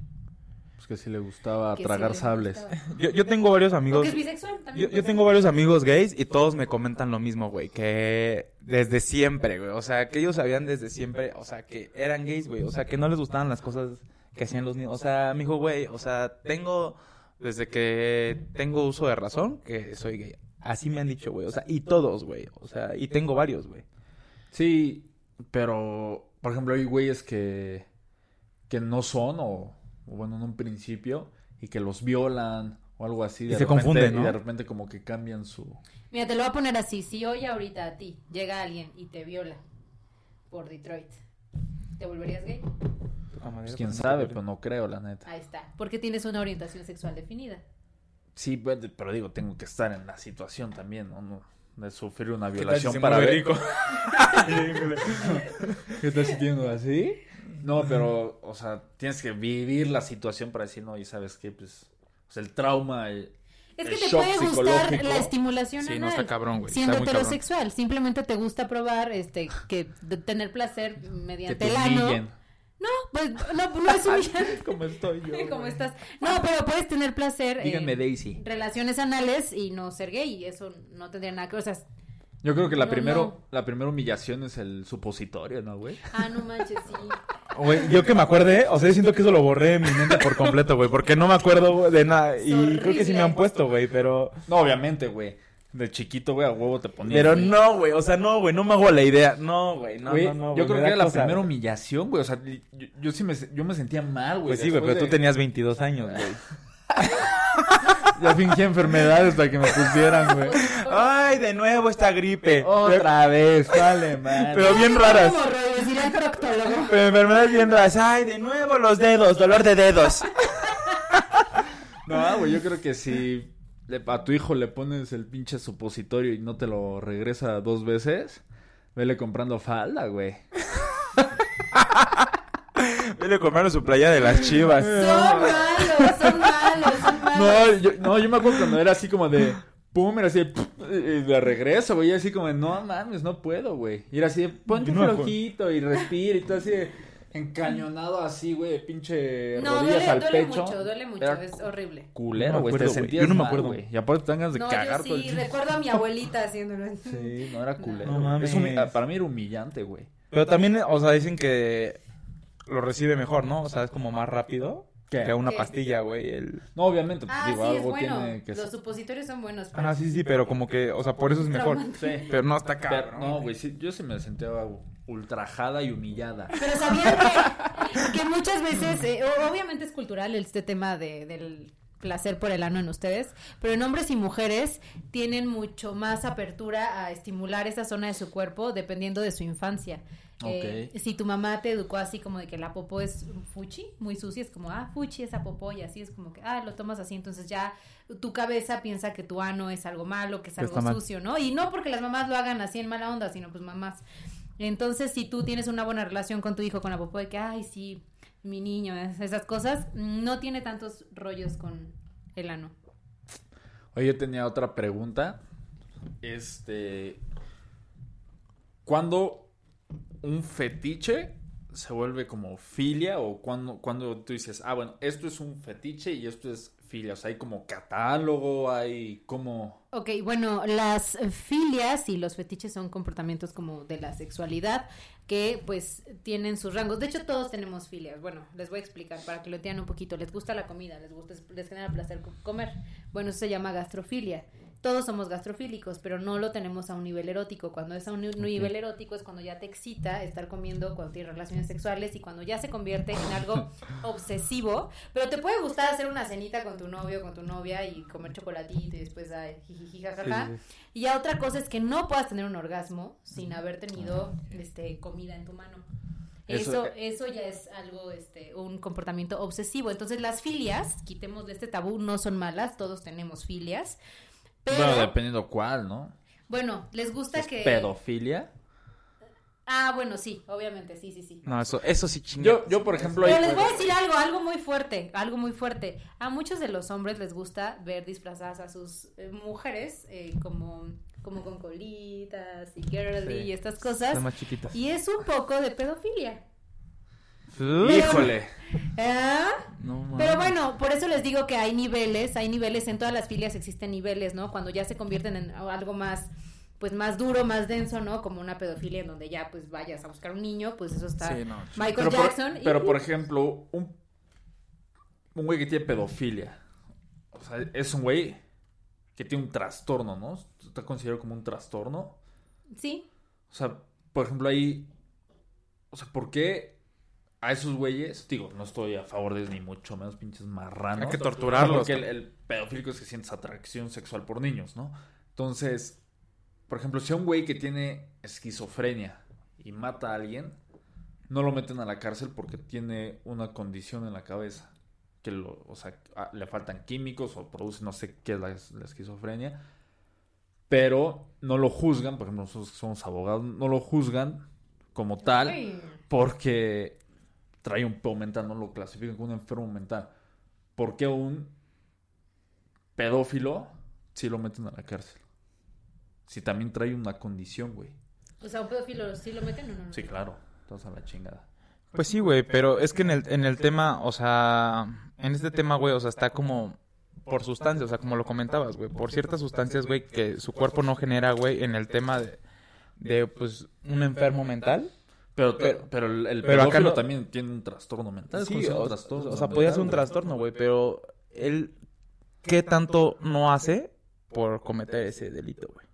Speaker 1: pues que sí le gustaba
Speaker 2: que sí
Speaker 1: tragar
Speaker 2: les
Speaker 1: sables.
Speaker 2: gustaba.
Speaker 3: Yo, yo tengo varios
Speaker 2: O
Speaker 3: amigos.
Speaker 2: que es bisexual también. pues,
Speaker 3: Yo, yo tengo varios amigos gays y todos me comentan lo mismo, güey, que desde siempre, güey, o sea, que ellos sabían desde siempre, o sea, que eran gays, güey, o sea, que no les gustaban las cosas que hacían los niños, o sea, me dijo, güey, o sea, tengo, desde que tengo uso de razón, que soy gay, así me han dicho, güey, o sea, y todos, güey, o sea, y tengo varios, güey.
Speaker 1: Sí, pero, por ejemplo, hay güeyes que, que no son, o, o bueno, en un principio, y que los violan, o algo así.
Speaker 3: Y
Speaker 1: de
Speaker 3: se
Speaker 1: repente-
Speaker 3: confunden,
Speaker 1: Y
Speaker 3: ¿no?
Speaker 1: de repente como que cambian su...
Speaker 2: Mira, te lo voy a poner así. Si hoy ahorita a ti llega alguien y te viola por Detroit, ¿te volverías gay?
Speaker 1: Pues quién sabe, pero no creo, la neta.
Speaker 2: Ahí está. Porque tienes una orientación sexual definida.
Speaker 1: Sí, pues, pero digo, tengo que estar en la situación también, ¿no? no de sufrir una
Speaker 3: ¿Qué tal si
Speaker 1: violación
Speaker 3: se
Speaker 1: para
Speaker 3: mueve
Speaker 1: ver-
Speaker 3: rico?
Speaker 1: ¿Qué estás sintiendo así? No, pero, o sea, tienes que vivir la situación para decir, no, y sabes qué, pues, o sea, el trauma, eh, el-
Speaker 2: Es
Speaker 1: El
Speaker 2: que te
Speaker 1: shock
Speaker 2: puede gustar
Speaker 1: psicológico.
Speaker 2: la estimulación
Speaker 3: Sí,
Speaker 2: anal.
Speaker 3: no, está cabrón, güey.
Speaker 2: Siendo
Speaker 3: Está muy cabrón.
Speaker 2: heterosexual, simplemente te gusta probar este que de tener placer
Speaker 1: que
Speaker 2: mediante
Speaker 1: te
Speaker 2: el ano.
Speaker 1: humillen.
Speaker 2: No, pues no, no es humillante
Speaker 1: ¿Cómo estoy yo?
Speaker 2: como estás. Eh, No, pero puedes tener placer
Speaker 1: Díganme
Speaker 2: en
Speaker 1: Daisy.
Speaker 2: relaciones anales y no ser gay, eso no tendría nada que ver. O sea,
Speaker 1: Yo creo que la
Speaker 2: No,
Speaker 1: primero,
Speaker 2: no.
Speaker 1: la primera humillación es el supositorio, ¿no, güey?
Speaker 2: ah, no manches, sí.
Speaker 3: Güey, yo que me acuerde, o sea, yo siento que eso lo borré de mi mente por completo, güey, porque no me acuerdo güey, de nada. Y
Speaker 2: Es
Speaker 3: creo que sí me
Speaker 2: horrible.
Speaker 3: han puesto, güey, pero.
Speaker 1: No, obviamente, güey. De chiquito, güey, a huevo te ponían.
Speaker 3: Pero no, güey, o sea, no, güey, no me hago la idea. No, güey, no,
Speaker 1: Güey,
Speaker 3: no, no.
Speaker 1: yo creo
Speaker 3: güey, me
Speaker 1: que
Speaker 3: da
Speaker 1: era la
Speaker 3: cosa,
Speaker 1: primera
Speaker 3: güey.
Speaker 1: humillación, güey. O sea, li- yo, yo sí me, yo me sentía mal, güey.
Speaker 3: Pues sí, güey, pero
Speaker 1: después
Speaker 3: tú
Speaker 1: de-
Speaker 3: tenías 22 años, güey.
Speaker 1: Ya fingí enfermedades para que me pusieran, güey.
Speaker 3: Ay, de nuevo esta gripe.
Speaker 1: Otra vez, vale, man.
Speaker 3: Pero bien raras.
Speaker 2: Como reducir al proctólogo.
Speaker 3: Pero enfermedades bien raras. Ay, de nuevo los dedos, dolor de dedos.
Speaker 1: No, güey, yo creo que si le- a tu hijo le pones el pinche supositorio y no te lo regresa dos veces, vele comprando falda, güey.
Speaker 3: Vele compraron su playa de las chivas.
Speaker 2: Son malos, son malos, son malos.
Speaker 1: No, yo, no, yo me acuerdo cuando era así como de pum, era así de, y de regreso, güey, y así como de no mames, no puedo, güey. Y era así de ponte
Speaker 3: Yo no me acuerdo.
Speaker 1: flojito y respira y todo así de encañonado así, güey, de pinche
Speaker 2: No,
Speaker 1: Eh, rodillas
Speaker 2: duele,
Speaker 1: al
Speaker 2: duele
Speaker 1: pecho.
Speaker 2: mucho, duele mucho,
Speaker 1: Era
Speaker 2: es horrible.
Speaker 1: culero,
Speaker 3: No me
Speaker 1: güey, te
Speaker 3: acuerdo, güey.
Speaker 1: sentías
Speaker 3: Yo no me
Speaker 1: mal,
Speaker 3: acuerdo.
Speaker 1: güey. Y aparte te dan ganas de
Speaker 2: No,
Speaker 1: cagar
Speaker 2: yo
Speaker 1: todo el
Speaker 2: sí
Speaker 1: tiempo.
Speaker 2: recuerdo a mi abuelita haciéndolo.
Speaker 1: Sí, no era culero.
Speaker 3: No
Speaker 1: güey.
Speaker 3: mames.
Speaker 1: Es humi- para mí era humillante, güey.
Speaker 3: Pero también, o sea, dicen que lo recibe mejor, ¿no? O sea, es como más rápido
Speaker 1: ¿Qué?
Speaker 3: que una
Speaker 2: ¿Qué?
Speaker 3: pastilla, güey. El...
Speaker 1: No, obviamente, pues,
Speaker 2: Ah,
Speaker 1: digo,
Speaker 2: sí, es
Speaker 1: algo
Speaker 2: bueno.
Speaker 1: tiene que
Speaker 2: Los supositorios son buenos. para-
Speaker 3: Ah, sí, sí, pero como que, o sea, por eso es mejor.
Speaker 1: Sí.
Speaker 3: Pero no está
Speaker 1: Pero,
Speaker 3: cabrón.
Speaker 1: no, güey, sí, yo sí me sentía ultrajada y humillada.
Speaker 2: Pero sabían que, que muchas veces, eh, o- obviamente es cultural este tema de- del placer por el ano en ustedes, pero en hombres y mujeres tienen mucho más apertura a estimular esa zona de su cuerpo dependiendo de su infancia. Eh, si tu mamá te educó así como de que la popó es fuchi, muy sucia, es como, ah, fuchi esa popó y así es como que, ah, lo tomas así, entonces ya tu cabeza piensa que tu ano es algo malo, que es
Speaker 3: Que
Speaker 2: algo
Speaker 3: está mal.
Speaker 2: sucio, ¿no? Y no porque las mamás lo hagan así en mala onda, sino pues mamás. Entonces, si tú tienes una buena relación con tu hijo, con la popó, de que, ay, sí, mi niño, es- esas cosas, no tiene tantos rollos con el ano.
Speaker 1: Oye, yo tenía otra pregunta. Este. ¿Cuándo un fetiche se vuelve como filia? ¿O cuando, cuando tú dices, ah, bueno, esto es un fetiche y esto es filia? O sea, hay como catálogo, hay como.
Speaker 2: Ok, bueno, las eh, filias y los fetiches son comportamientos como de la sexualidad que pues tienen sus rangos. De hecho, todos tenemos filias. Bueno, les voy a explicar para que lo entiendan un poquito. Les gusta la comida, les gusta, les genera placer co- comer. Bueno, eso se llama gastrofilia. Todos somos gastrofílicos, pero no lo tenemos a un nivel erótico. Cuando es a un ni- nivel erótico es cuando ya te excita estar comiendo, cuando tienes relaciones sexuales y cuando ya se convierte en algo obsesivo. Pero te puede gustar hacer una cenita con tu novio, con tu novia y comer chocolatito y después ay, jijiji, jajaja. Y ya otra cosa es que no puedas tener un orgasmo sin haber tenido este comida en tu mano. Eso,
Speaker 1: Eso- e-
Speaker 2: eso ya es algo, este, un comportamiento obsesivo. Entonces las filias, quitemos de este tabú, no son malas, todos tenemos filias. Pero,
Speaker 1: Bueno,
Speaker 2: bueno,
Speaker 1: dependiendo cuál, ¿no?
Speaker 2: les gusta
Speaker 1: ¿Es
Speaker 2: que...
Speaker 1: pedofilia?
Speaker 2: Ah, bueno, sí, obviamente, sí, sí, sí.
Speaker 3: No, eso, eso sí chinga.
Speaker 1: Yo, yo por ejemplo,
Speaker 2: Pero
Speaker 1: hay-
Speaker 2: les voy a decir algo, algo muy fuerte, algo muy fuerte. A muchos de los hombres les gusta ver disfrazadas a sus eh, mujeres eh, como, como con colitas y girly
Speaker 1: Sí.
Speaker 2: y estas cosas.
Speaker 3: Están más chiquitas.
Speaker 2: Y es un poco de pedofilia.
Speaker 1: Híjole.
Speaker 2: ¿Ah?
Speaker 3: No, mames.
Speaker 2: Pero bueno, por eso les digo que hay niveles, hay niveles, en todas las filias existen niveles, ¿no? Cuando ya se convierten en algo más, pues más duro, más denso, ¿no? Como una pedofilia en donde ya pues vayas a buscar un niño, pues eso está
Speaker 3: Sí, no, ch-
Speaker 2: Michael
Speaker 1: Pero por,
Speaker 2: Jackson. y-
Speaker 1: pero, por ejemplo, un, un güey que tiene pedofilia. O sea, es un güey que tiene un trastorno, ¿no? Está considerado como un trastorno. O
Speaker 2: Sí,
Speaker 1: sea, por ejemplo, ahí. O sea, ¿por qué a esos güeyes, digo, no estoy a favor de ellos, ni mucho menos pinches marranos.
Speaker 3: Hay que torturarlos.
Speaker 1: Porque el, el pedofílico es que sientes atracción sexual por niños, ¿no? Entonces, por ejemplo, si a un güey que tiene esquizofrenia y mata a alguien, no lo meten a la cárcel porque tiene una condición en la cabeza. Que lo, o sea, a- le faltan químicos o produce no sé qué es la, la esquizofrenia. Pero no lo juzgan, por ejemplo, nosotros que somos abogados, no lo juzgan como tal
Speaker 7: Uy.
Speaker 1: porque trae un pedo mental, no lo clasifican como un enfermo mental. ¿Por qué un pedófilo si lo meten a la cárcel? Si también trae una condición, güey.
Speaker 7: O sea, un pedófilo, ¿sí lo meten o no?
Speaker 1: Sí, claro. Todos a la chingada.
Speaker 3: Pues sí, güey, pero es que en el, en el tema, o sea, en este tema, güey, o sea, está como por sustancias, o sea, como lo comentabas, güey, por ciertas sustancias, güey, que su cuerpo no genera, güey, en el tema de, de, pues, un enfermo mental.
Speaker 1: Pero,
Speaker 3: Pero-
Speaker 1: pero, el, el
Speaker 3: pero acá
Speaker 1: pedófilo
Speaker 3: no-
Speaker 1: también tiene un trastorno mental. es
Speaker 3: Sí,
Speaker 1: considerado
Speaker 3: o,
Speaker 1: un trastorno
Speaker 3: o sea, podía ser un
Speaker 1: mental,
Speaker 3: trastorno, güey, pero él, ¿qué tanto no hace por cometer ese delito, güey?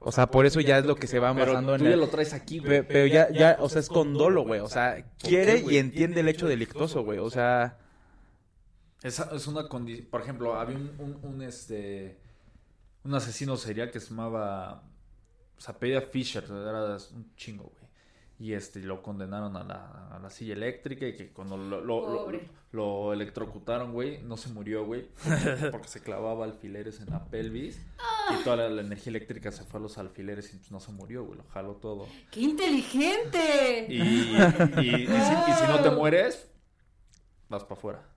Speaker 3: O sea, por eso ya es lo que se va
Speaker 1: güey.
Speaker 3: avanzando
Speaker 1: Pero
Speaker 3: en
Speaker 1: tú
Speaker 3: el...
Speaker 1: ya lo traes aquí,
Speaker 3: Pe-
Speaker 1: güey.
Speaker 3: Pero ya, ya, o sea, es con dolo, güey. O sea, quiere y entiende el hecho delictuoso, güey. O sea,
Speaker 1: Esa es una condición. Por ejemplo, había un, un, un, este. Un asesino serial que se llamaba. Se apellida Fisher, era un chingo, güey. Y este, lo condenaron a la, a la silla eléctrica y que cuando lo, lo, lo-
Speaker 7: Pobre.
Speaker 1: lo electrocutaron, güey, no se murió, güey, porque, porque se clavaba alfileres en la pelvis y toda la, la energía eléctrica se fue a los alfileres y pues, no se murió, güey, lo jaló todo.
Speaker 2: ¡Qué inteligente!
Speaker 1: Y, y- y si, y si no te mueres, vas para afuera.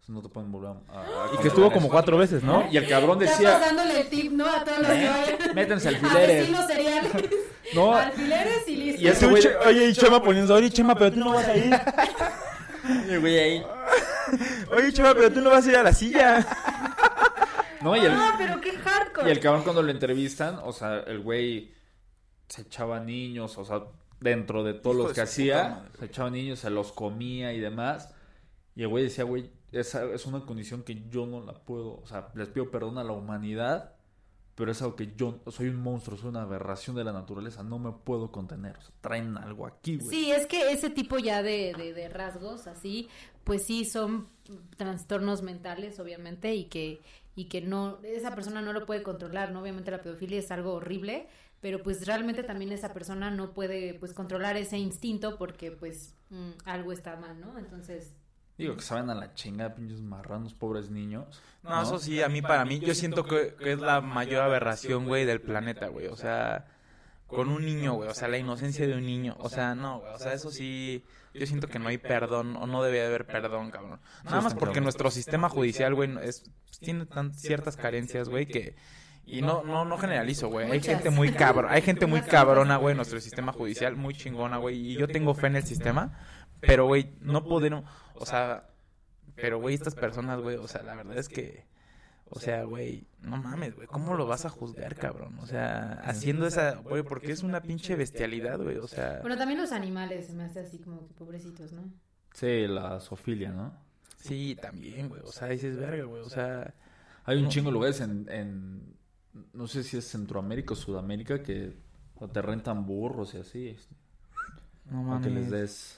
Speaker 1: O sea, No te pueden volver a- a. a
Speaker 3: y que estuvo
Speaker 1: condenar
Speaker 3: como
Speaker 1: eso.
Speaker 3: cuatro veces, ¿no?
Speaker 1: Y el cabrón
Speaker 2: Está
Speaker 1: decía,
Speaker 2: pasándole el tip, ¿no? A todos los que vayan.
Speaker 1: métanse alfileres.
Speaker 2: Asesinos seriales,
Speaker 1: No,
Speaker 2: alfileres y listo.
Speaker 1: Y ese güey-
Speaker 5: Oye, y Chema poniendo, oye, Chema, pero tú no vas a ir.
Speaker 1: el güey ahí.
Speaker 5: Oye, Chema, pero tú no vas a ir a la silla.
Speaker 1: No, y el,
Speaker 2: No, Ah, pero qué hardcore.
Speaker 1: y el cabrón cuando lo entrevistan, o sea, el güey se echaba niños, o sea, dentro de todos
Speaker 5: Hijo
Speaker 1: los
Speaker 5: de
Speaker 1: que
Speaker 5: su puta
Speaker 1: hacía,
Speaker 5: madre,
Speaker 1: se echaba niños, se los comía y demás. Y el güey decía, güey, esa es una condición que yo no la puedo, o sea, les pido perdón a la humanidad, pero es algo que yo soy un monstruo, soy una aberración de la naturaleza, no me puedo contener. O sea, traen algo aquí, güey.
Speaker 2: Sí, es que ese tipo ya de, de- de rasgos así, pues sí son trastornos mentales, obviamente, y que, y que no, esa persona no lo puede controlar, ¿no? Obviamente la pedofilia es algo horrible, pero pues realmente también esa persona no puede pues controlar ese instinto porque pues mm, algo está mal, ¿no? Entonces,
Speaker 1: Digo, que saben a la chingada, pinches marranos, pobres niños.
Speaker 3: No, eso sí, a mí, para mí, yo siento que, que es la mayor aberración, güey, del planeta, güey. O sea, con un niño, güey. O sea, la inocencia de un niño. O sea, no, güey. O sea, eso sí, yo siento que no hay perdón o no debe haber perdón, cabrón. Nada más porque nuestro sistema judicial, güey, no- es, pues, tiene tan ciertas carencias, güey, que... Y no, no, no generalizo, güey. Hay
Speaker 2: Muchas.
Speaker 3: gente muy cabrón, hay gente muy cabrona, güey, en nuestro sistema judicial, muy chingona, güey. Y yo tengo fe en el sistema, pero, güey, no podemos, o sea, pero, güey, estas personas, güey, o sea, la verdad es que, o sea, güey, no mames, güey, ¿cómo lo vas a juzgar, cabrón? O sea, haciendo esa, güey, porque es una pinche bestialidad, güey, o sea,
Speaker 2: bueno, también los animales se me hace así como que pobrecitos, ¿no?
Speaker 1: Sí, la sofilia, ¿no?
Speaker 3: sí, también, güey, o sea, dices, verga, güey, o sea,
Speaker 1: Hay un
Speaker 3: No.
Speaker 1: chingo de lugares en, en- No sé si es Centroamérica o Sudamérica que te rentan burros y así.
Speaker 3: no
Speaker 1: Para que les
Speaker 3: mames.
Speaker 1: des.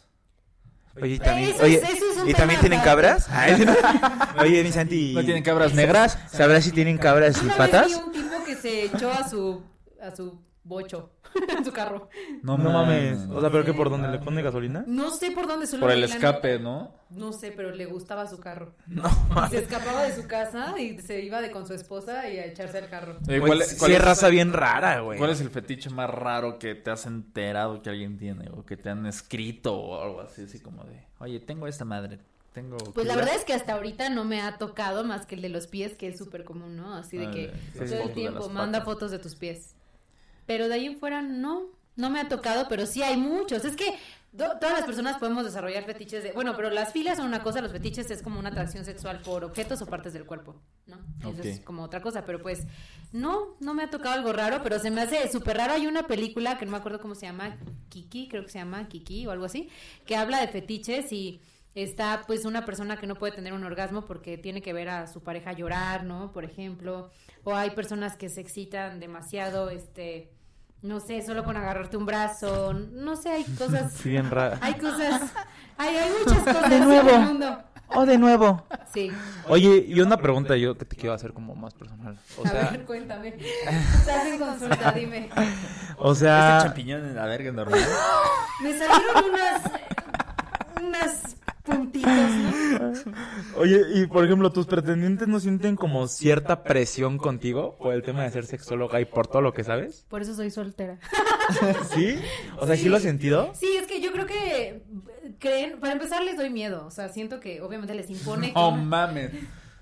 Speaker 5: Oye, y
Speaker 2: Eso
Speaker 5: también,
Speaker 2: es-
Speaker 5: oye,
Speaker 2: eso es un
Speaker 5: ¿y
Speaker 2: tema
Speaker 5: también tienen
Speaker 2: aparte.
Speaker 5: cabras? Ay, no. Oye, mi Santi.
Speaker 1: No tienen cabras
Speaker 5: negras? ¿Sabrás si tienen cabras y
Speaker 2: Una
Speaker 5: patas?
Speaker 2: vez vi un tipo que se echó a su, a su bocho, a su carro.
Speaker 1: No,
Speaker 5: O sea, pero que por dónde le pone gasolina?
Speaker 2: No sé por dónde solo
Speaker 1: Por el
Speaker 2: arreglan-
Speaker 1: escape, ¿no?
Speaker 2: No sé, pero le gustaba su carro.
Speaker 3: No
Speaker 2: Y se escapaba de su casa y se iba de con su esposa y a echarse al carro.
Speaker 3: Pues,
Speaker 1: Eh,
Speaker 5: Güey,
Speaker 1: ¿Cuál,
Speaker 5: sí
Speaker 1: cuál
Speaker 5: es
Speaker 1: es,
Speaker 5: raza bien rara, güey.
Speaker 1: cuál es el fetiche más raro que te has enterado que alguien tiene? O que te han escrito o algo así, así como de. Oye, tengo esta madre. Tengo.
Speaker 2: Pues la verdad es que hasta ahorita no me ha tocado más que el de los pies, que es súper común, ¿no? Así
Speaker 1: Ah,
Speaker 2: de que
Speaker 1: las
Speaker 2: todo
Speaker 1: fotos
Speaker 2: el
Speaker 1: de
Speaker 2: tiempo
Speaker 1: las
Speaker 2: manda
Speaker 1: patas.
Speaker 2: fotos de tus pies. Pero de ahí en fuera no, no me ha tocado, pero sí hay muchos. Es que do- todas las personas podemos desarrollar fetiches de... Bueno, pero las filas son una cosa, los fetiches es como una atracción sexual por objetos o partes del cuerpo, ¿no? Eso es
Speaker 1: Ok.
Speaker 2: como otra cosa, pero pues no, no me ha tocado algo raro, pero se me hace súper raro. Hay una película que no me acuerdo cómo se llama, Kiki, creo que se llama Kiki o algo así, que habla de fetiches y está pues una persona que no puede tener un orgasmo porque tiene que ver a su pareja llorar, ¿no? Por ejemplo, o hay personas que se excitan demasiado, este, No sé, solo con agarrarte un brazo. No sé, hay cosas.
Speaker 3: Sí, bien rara.
Speaker 2: Hay cosas. Hay, hay muchas cosas
Speaker 4: De
Speaker 2: en
Speaker 4: nuevo.
Speaker 2: el mundo.
Speaker 4: Oh, de nuevo.
Speaker 2: Sí.
Speaker 3: Oye, y una pregunta yo que te quiero hacer como más personal. O
Speaker 2: a
Speaker 3: sea,
Speaker 2: ver, cuéntame. Estás en consulta, dime.
Speaker 3: o
Speaker 5: Este
Speaker 3: sea,
Speaker 5: champiñón en la verga normal.
Speaker 2: Me salieron unas. unas puntitos, ¿no?
Speaker 3: oye, y por ejemplo, tus pretendientes no sienten como cierta presión contigo por el tema de ser sexóloga y por todo lo que sabes?
Speaker 2: Por eso soy soltera.
Speaker 3: ¿Sí? O sea, ¿sí
Speaker 2: Sí.
Speaker 3: lo has sentido?
Speaker 2: Sí, es que yo creo que creen, para empezar les doy miedo, o sea, siento que obviamente les impone que
Speaker 1: No
Speaker 2: una-
Speaker 1: mames.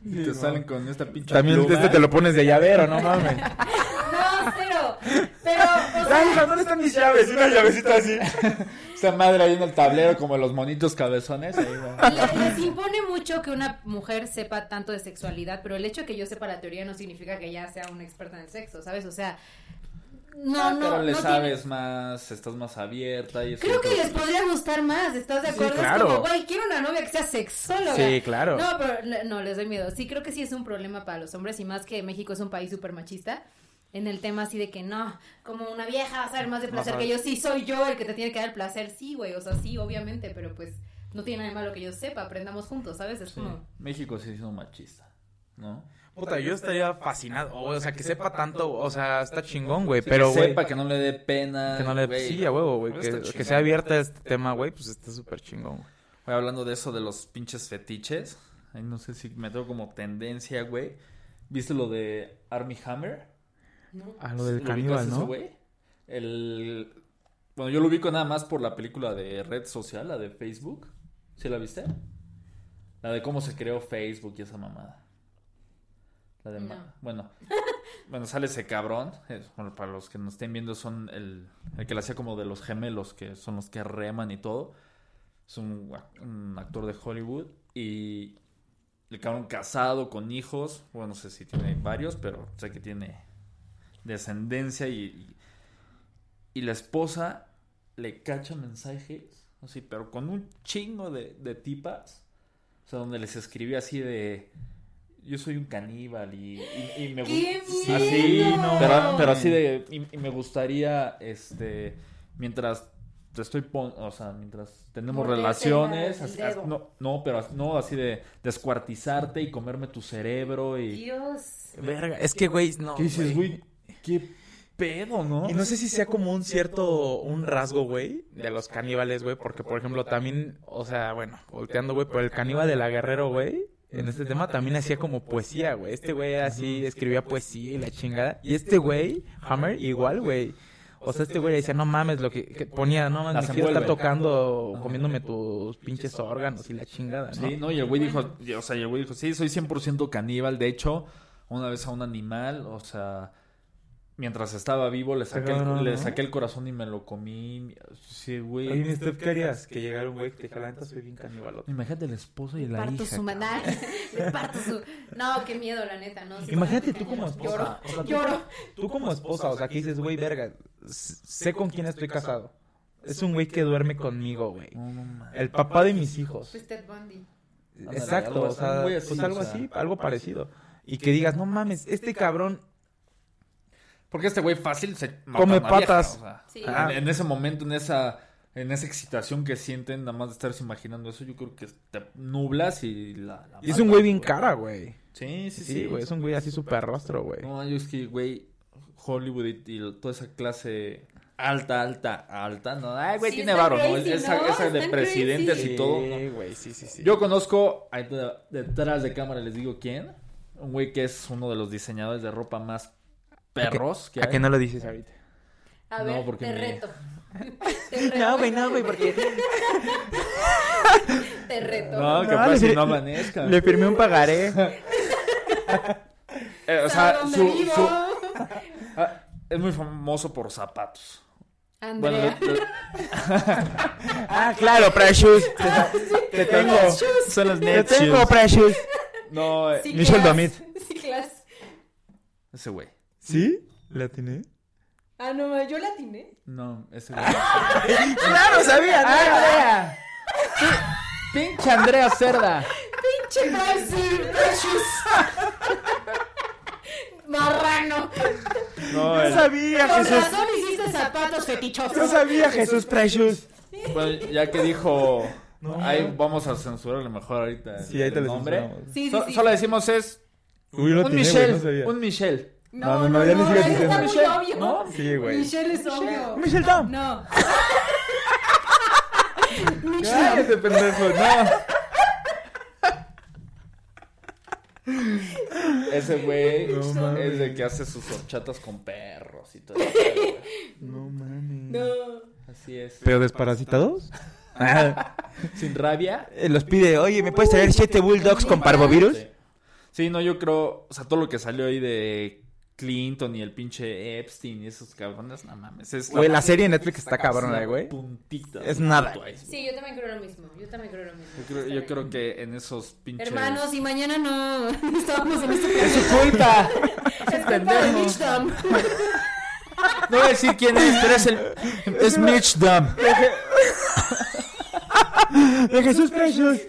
Speaker 1: Y te salen con esta pinche
Speaker 3: También
Speaker 1: pluma.
Speaker 3: este te lo pones de llavero, no mames.
Speaker 2: No, cero. Pero, o
Speaker 5: Ay,
Speaker 2: sea,
Speaker 5: hija, ¿dónde están mis llaves? Una llavecita así.
Speaker 1: Esa madre ahí en el tablero como los monitos cabezones. Ahí, va.
Speaker 2: le- les impone mucho que una mujer sepa tanto de sexualidad, pero el hecho de que yo sepa la teoría no significa que ya sea una experta en el sexo, ¿sabes? O sea, no, no,
Speaker 1: Ah, Pero le
Speaker 2: no tiene-
Speaker 1: sabes pues. más, estás más abierta. Y eso
Speaker 2: Creo que
Speaker 1: todo.
Speaker 2: les podría gustar más, ¿estás de acuerdo? Es
Speaker 3: claro.
Speaker 2: como, güey, quiero una novia que sea sexóloga.
Speaker 3: Sí, claro.
Speaker 2: No, pero le- no, les doy miedo. Sí, creo que sí es un problema para los hombres y más que México es un país súper machista. En el tema así de que no, como una vieja va a saber más de placer que yo, sí, soy yo el que te tiene que dar el placer, sí, güey, o sea, sí, obviamente, pero pues no tiene nada de malo que yo sepa, aprendamos juntos, ¿sabes? Es
Speaker 1: Sí.
Speaker 2: como...
Speaker 1: México sí es un machista, ¿no?
Speaker 3: Puta, yo estaría fascinado. O sea, que sepa tanto, o sea, está chingón, güey. Pero,
Speaker 1: que
Speaker 3: güey,
Speaker 1: sepa que no le dé pena.
Speaker 3: que no le...
Speaker 1: güey.
Speaker 3: Sí, a huevo, güey.
Speaker 1: Está
Speaker 3: Que,
Speaker 1: chingón.
Speaker 3: que sea abierta a este tema, güey, pues está súper chingón, güey.
Speaker 1: Güey, hablando de eso de los pinches fetiches, ay, no sé si me tengo como tendencia, güey. ¿Viste lo de Army Hammer?
Speaker 5: Ah,
Speaker 3: A lo del
Speaker 1: ¿Lo ubicas
Speaker 3: caníbal,
Speaker 1: ese
Speaker 3: ¿no?
Speaker 1: güey? El... Bueno, yo lo ubico nada más por la película de red social, la de Facebook. ¿Sí la viste? La de cómo se creó Facebook y esa mamada. La de... ma-
Speaker 2: No.
Speaker 1: Bueno. Bueno, sale ese cabrón. Es- bueno, para los que nos estén viendo, son el, el que la hacía como de los gemelos, que son los que reman y todo. Es un, gua- un actor de Hollywood. Y el cabrón casado, con hijos. Bueno, no sé si tiene varios, pero sé que tiene descendencia y, y, y la esposa le cacha mensajes, así, pero con un chingo de, de tipas, o sea, donde les escribía así de, yo soy un caníbal y, y- y me
Speaker 2: ¡Qué
Speaker 1: gusta, así,
Speaker 2: miedo!
Speaker 1: pero, pero así de, y, y me gustaría, este, mientras te estoy, pon- o sea, mientras tenemos
Speaker 2: Morderte
Speaker 1: relaciones,
Speaker 2: el
Speaker 1: así- así-
Speaker 2: dedo.
Speaker 1: no, no, pero as- no así de descuartizarte y comerme tu cerebro y,
Speaker 2: Dios.
Speaker 3: Verga, es que, güey, no.
Speaker 1: ¿qué dices, güey? ¿Qué pedo, no?
Speaker 3: Y no sé si sea como un cierto, un rasgo, güey, de los caníbales, güey, porque, por ejemplo, también, o sea, bueno, volteando, güey, pero el caníbal de la Guerrero, güey, en este tema también hacía como poesía, güey. Este güey era así, escribía poesía y la chingada. Y este güey, Hammer, igual, güey. O sea, este güey decía, no mames, lo que, que ponía, no mames,
Speaker 1: Las
Speaker 3: me quiero estar
Speaker 1: envuelve.
Speaker 3: tocando, comiéndome tus pinches órganos y la chingada, ¿no?
Speaker 1: Sí, no, y el güey dijo, y- o sea, y el güey dijo, sí, soy 100% caníbal, de hecho, una vez a un animal, o sea, mientras estaba vivo le saqué, el, le saqué el corazón y me lo comí, sí,
Speaker 3: Oye,
Speaker 1: güey.
Speaker 3: mi Steph, ¿qué harías? Que llegara un güey que te dijera, la neta, soy bien caníbal.
Speaker 1: Imagínate el esposo y la
Speaker 2: Parto
Speaker 1: hija.
Speaker 2: su maná, le parto su... No, qué miedo, la neta, no. sí,
Speaker 3: Imagínate
Speaker 2: está
Speaker 3: tú como
Speaker 2: cañón. Lloro.
Speaker 3: esposa. o sea, tú-
Speaker 2: Lloro.
Speaker 3: Tú como esposa, o sea, que dices, güey, verga, s- sé con quién estoy casado. Es un güey que duerme conmigo, güey.
Speaker 1: No, no mames.
Speaker 3: El papá de mis hijos.
Speaker 2: Pues Ted Bundy.
Speaker 3: Exacto, o sea,
Speaker 1: Ándale, algo así, un güey
Speaker 3: pues
Speaker 1: así,
Speaker 3: algo
Speaker 1: o sea.
Speaker 3: así, algo parecido. Y que digas, no mames, este cabrón,
Speaker 1: Porque este güey fácil se mata
Speaker 3: Come
Speaker 1: a una vieja,
Speaker 3: patas.
Speaker 1: o sea,
Speaker 2: Sí.
Speaker 3: Ah,
Speaker 1: en, en ese momento, en esa en esa excitación que sienten, nada más de estarse imaginando eso, yo creo que te nublas y la... la
Speaker 3: es un
Speaker 1: matas,
Speaker 3: güey bien cara, güey.
Speaker 1: Sí, sí,
Speaker 3: Sí, güey, es un güey así súper rostro, güey.
Speaker 1: No, yo es que, güey, Hollywood y, y toda esa clase alta, alta, alta, ¿no? Ay, güey,
Speaker 2: Sí,
Speaker 1: tiene
Speaker 2: están
Speaker 1: varo, ¿no?
Speaker 2: crazy,
Speaker 1: Esa,
Speaker 2: ¿no?
Speaker 1: esa de
Speaker 2: Están
Speaker 1: presidentes
Speaker 2: crazy.
Speaker 1: y todo. ¿no?
Speaker 3: Sí, güey, sí, sí, sí.
Speaker 1: Yo conozco, ahí de- detrás de cámara les digo quién, un güey que es uno de los diseñadores de ropa más perros que
Speaker 3: ¿A
Speaker 1: hay.
Speaker 3: qué no lo dices ahorita?
Speaker 2: A
Speaker 1: No,
Speaker 2: ver,
Speaker 1: porque
Speaker 2: te
Speaker 1: me-
Speaker 2: reto. Te reto.
Speaker 3: no, güey, porque
Speaker 2: Te reto.
Speaker 1: No,
Speaker 5: No,
Speaker 1: capaz
Speaker 5: le-
Speaker 1: si no amanezca.
Speaker 5: Le firmé un pagaré.
Speaker 1: Eh, o
Speaker 2: ¿Sabes
Speaker 1: sea,
Speaker 2: dónde
Speaker 1: su-
Speaker 2: vivo?
Speaker 1: su- ah, es muy famoso por zapatos. Bueno,
Speaker 2: Andrea.
Speaker 1: le- le-
Speaker 5: Ah, claro, Precious.
Speaker 2: Ah,
Speaker 5: Te tengo.
Speaker 1: son los
Speaker 5: Te
Speaker 1: Nets
Speaker 5: tengo,
Speaker 1: shoes.
Speaker 5: Precious.
Speaker 1: No, eh,
Speaker 2: Sí,
Speaker 5: Michelle
Speaker 2: class.
Speaker 5: Domit.
Speaker 2: Sí, class.
Speaker 1: ese güey.
Speaker 3: ¿Sí? ¿La tiene?
Speaker 2: Ah, no, ma, yo la atiné.
Speaker 1: No, ese güey.
Speaker 5: Claro, sabía.
Speaker 4: Andrea. Pinche Andrea Cerda.
Speaker 2: Pinche Pricey, precious. Marrano.
Speaker 1: No,
Speaker 5: No
Speaker 1: el-
Speaker 5: sabía,
Speaker 2: Con
Speaker 5: Jesús.
Speaker 2: razón hiciste de zapatos fetichosos.
Speaker 5: Yo sabía, Jesús Precious.
Speaker 1: Bueno, ya que dijo. ahí vamos a censurarle mejor ahorita. el-
Speaker 3: Sí, ahí te
Speaker 1: el
Speaker 3: lo
Speaker 1: nombre.
Speaker 3: censuramos.
Speaker 2: Sí, sí,
Speaker 1: So-
Speaker 2: sí.
Speaker 1: Solo decimos es
Speaker 3: Uy, lo
Speaker 1: un
Speaker 3: tiene,
Speaker 1: Michelle.
Speaker 3: güey, no sabía.
Speaker 1: un Michelle.
Speaker 3: No, no, no, ya ni siquiera
Speaker 2: ahí
Speaker 3: diciendo.
Speaker 2: está muy
Speaker 1: Michelle,
Speaker 2: obvio.
Speaker 1: ¿no?
Speaker 3: Sí, güey.
Speaker 2: Michelle es obvio.
Speaker 5: Michelle Down.
Speaker 2: No.
Speaker 1: Cállate, pendejo, no. Ese güey es el que hace sus horchatas con perros y todo. eso, güey.
Speaker 5: No mames.
Speaker 2: No.
Speaker 1: Así es.
Speaker 5: ¿Pero desparasitados? Ah,
Speaker 1: Sin rabia.
Speaker 5: eh, Los pide, oye, ¿me puedes traer siete bulldogs con parvovirus?
Speaker 1: Sí. Sí, no, yo creo, o sea, todo lo que salió ahí de Clinton y el pinche Epstein y esos cabrones, no mames. Es
Speaker 5: Güey, la serie de
Speaker 1: es
Speaker 5: Netflix está
Speaker 1: la-
Speaker 5: cabrona,
Speaker 1: la
Speaker 5: güey.
Speaker 1: Puntita.
Speaker 5: Es
Speaker 1: del
Speaker 5: nada.
Speaker 1: puto iceberg.
Speaker 7: Sí, yo también creo lo mismo. Yo también creo lo mismo.
Speaker 1: Yo creo, yo creo que en esos pinches.
Speaker 2: Hermanos, y mañana no estábamos en este
Speaker 1: ¡Es su culpa!
Speaker 2: Es culpa de Mitch Dom.
Speaker 1: No voy a decir quién es, pero es el. Es Mitch Dumb.
Speaker 5: De Jesús Precious.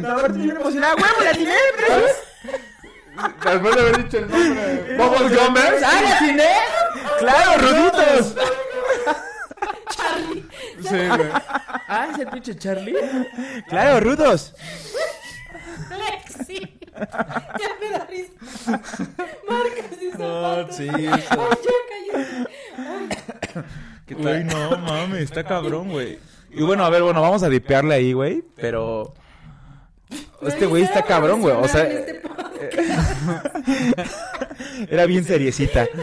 Speaker 5: No, ahora estoy bien emocionada. ¡Huevo, la tiene, Precious!
Speaker 1: Después de haber dicho el nombre. ¿Bubble Gummers? ¡Ah, la tiene!
Speaker 5: ¡Claro, ruditos!
Speaker 1: Sí, güey. Ah, es el pinche Charlie.
Speaker 5: ¡Claro, rudos!
Speaker 2: Lexi. Ya me da risa. Marcas y zapatos.
Speaker 1: sí.
Speaker 2: Ay, ya cállate.
Speaker 1: ¿Qué tal?
Speaker 3: Güey, no mames, está cabrón, güey. Y bueno, a ver, bueno, vamos a dipearle ahí, güey, pero...
Speaker 5: Este güey está cabrón, güey. O sea,
Speaker 2: En este podcast,
Speaker 5: era bien seriecita.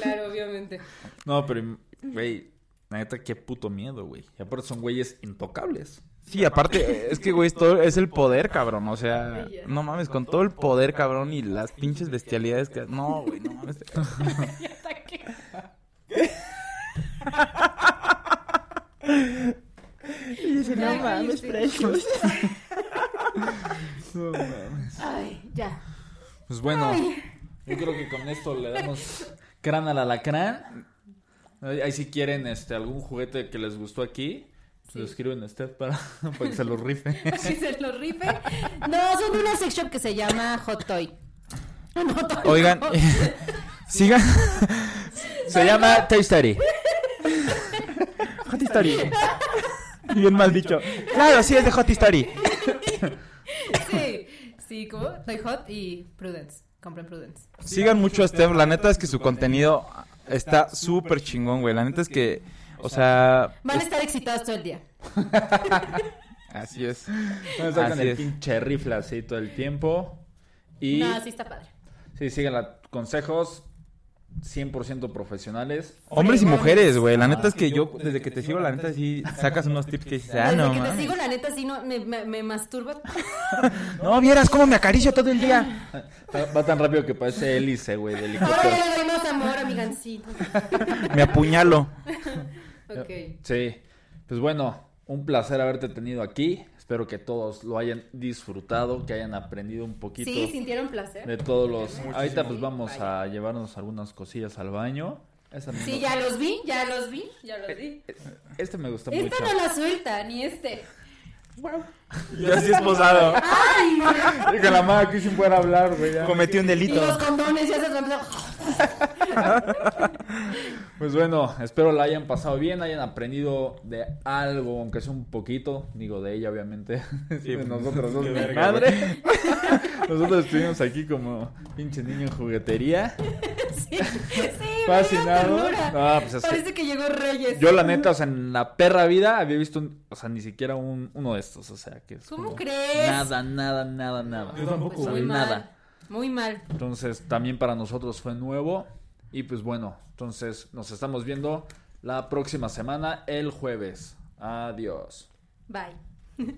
Speaker 7: Claro, obviamente.
Speaker 1: No, pero, güey, la neta, qué puto miedo, güey. Y aparte son güeyes intocables.
Speaker 3: Sí, aparte, es que, güey, es, todo- es el poder, cabrón. O sea,
Speaker 7: Sí, ya.
Speaker 3: no mames, con todo el poder, cabrón, y las pinches bestialidades que... No, güey, no mames.
Speaker 7: Ya está que-
Speaker 5: Y dice,
Speaker 2: no mames,
Speaker 5: Precious.
Speaker 2: Ay, ya.
Speaker 1: Pues bueno, yo creo que con esto le damos crán al alacrán. Ahí ahí si quieren este algún juguete que les gustó aquí, pues lo escriben a Steph para, para que se lo rife.
Speaker 2: Si se lo rife. No, son de una sex shop que se llama Hot Toy. No, Toy
Speaker 3: Oigan,
Speaker 2: no.
Speaker 3: sigan...
Speaker 1: Se llama Toy Story.
Speaker 5: Hot Story. Bien mal dicho. Claro, sí, es de Hot Story.
Speaker 2: Sí, sí, ¿cómo? Toy Hot y Prudence. Compren Prudence.
Speaker 3: Sigan mucho a Steph, la neta es que su contenido está súper chingón, güey. La neta es que, o sea...
Speaker 2: Van a estar excitados todo el día.
Speaker 3: Así es.
Speaker 1: sacan
Speaker 3: Así
Speaker 1: el
Speaker 3: es.
Speaker 1: pinche rifle así todo el tiempo. Y
Speaker 2: No, sí está padre.
Speaker 1: sí, sigan los consejos 100% profesionales.
Speaker 3: Hombres y mujeres, güey. La neta es que yo, desde que te sigo, la neta sí sacas unos tips que dices, ah,
Speaker 2: Desde
Speaker 3: no,
Speaker 2: que te
Speaker 3: mames.
Speaker 2: sigo, la neta, sí no, me, me, me masturba.
Speaker 5: No, vieras cómo me acaricio todo el día.
Speaker 1: Va va tan rápido que parece hélice, güey, de
Speaker 2: Ahora
Speaker 1: helicóptero.
Speaker 2: ya le doy más amor a mi gancito.
Speaker 5: Me apuñalo.
Speaker 7: Ok.
Speaker 1: Sí, pues bueno, un placer haberte tenido aquí. Espero que todos lo hayan disfrutado, que hayan aprendido un poquito
Speaker 2: Sí, sintieron placer.
Speaker 1: de todos los. Ahorita pues vamos a llevarnos algunas cosillas al baño. Esa me-
Speaker 2: Sí, ya los vi, ya los vi.
Speaker 7: Ya lo di.
Speaker 1: Este me gusta mucho.
Speaker 2: Esta no la suelta, ni este.
Speaker 3: Yo así esposado.
Speaker 2: ¡Ay!
Speaker 1: Con la madre aquí sin poder hablar, güey. ya.
Speaker 5: Cometí un
Speaker 2: Y
Speaker 5: delito.
Speaker 2: los condones ya se rompieron.
Speaker 1: Pues bueno, espero la hayan pasado bien, hayan aprendido de algo, aunque sea un poquito. Digo, de ella, obviamente. Sí, nosotros dos,
Speaker 3: pues, qué
Speaker 1: mi
Speaker 3: verga, güey.
Speaker 1: madre. Nosotros estuvimos aquí como pinche niño en juguetería.
Speaker 2: Sí, sí,
Speaker 1: Fascinado.
Speaker 2: me dio ternura.
Speaker 1: No, pues es que-
Speaker 2: Parece que llegó Reyes.
Speaker 1: Yo la neta, o sea, en la perra vida había visto, un- o sea, ni siquiera un, uno de estos, o sea, que es
Speaker 2: ¿Cómo
Speaker 1: como
Speaker 2: crees?
Speaker 1: Nada, nada, nada, nada.
Speaker 3: Yo tampoco,
Speaker 1: O sea,
Speaker 2: Muy mal.
Speaker 1: nada.
Speaker 2: Muy mal.
Speaker 1: Entonces, también para nosotros fue nuevo y pues bueno, entonces nos estamos viendo la próxima semana el jueves. Adiós.
Speaker 2: Bye.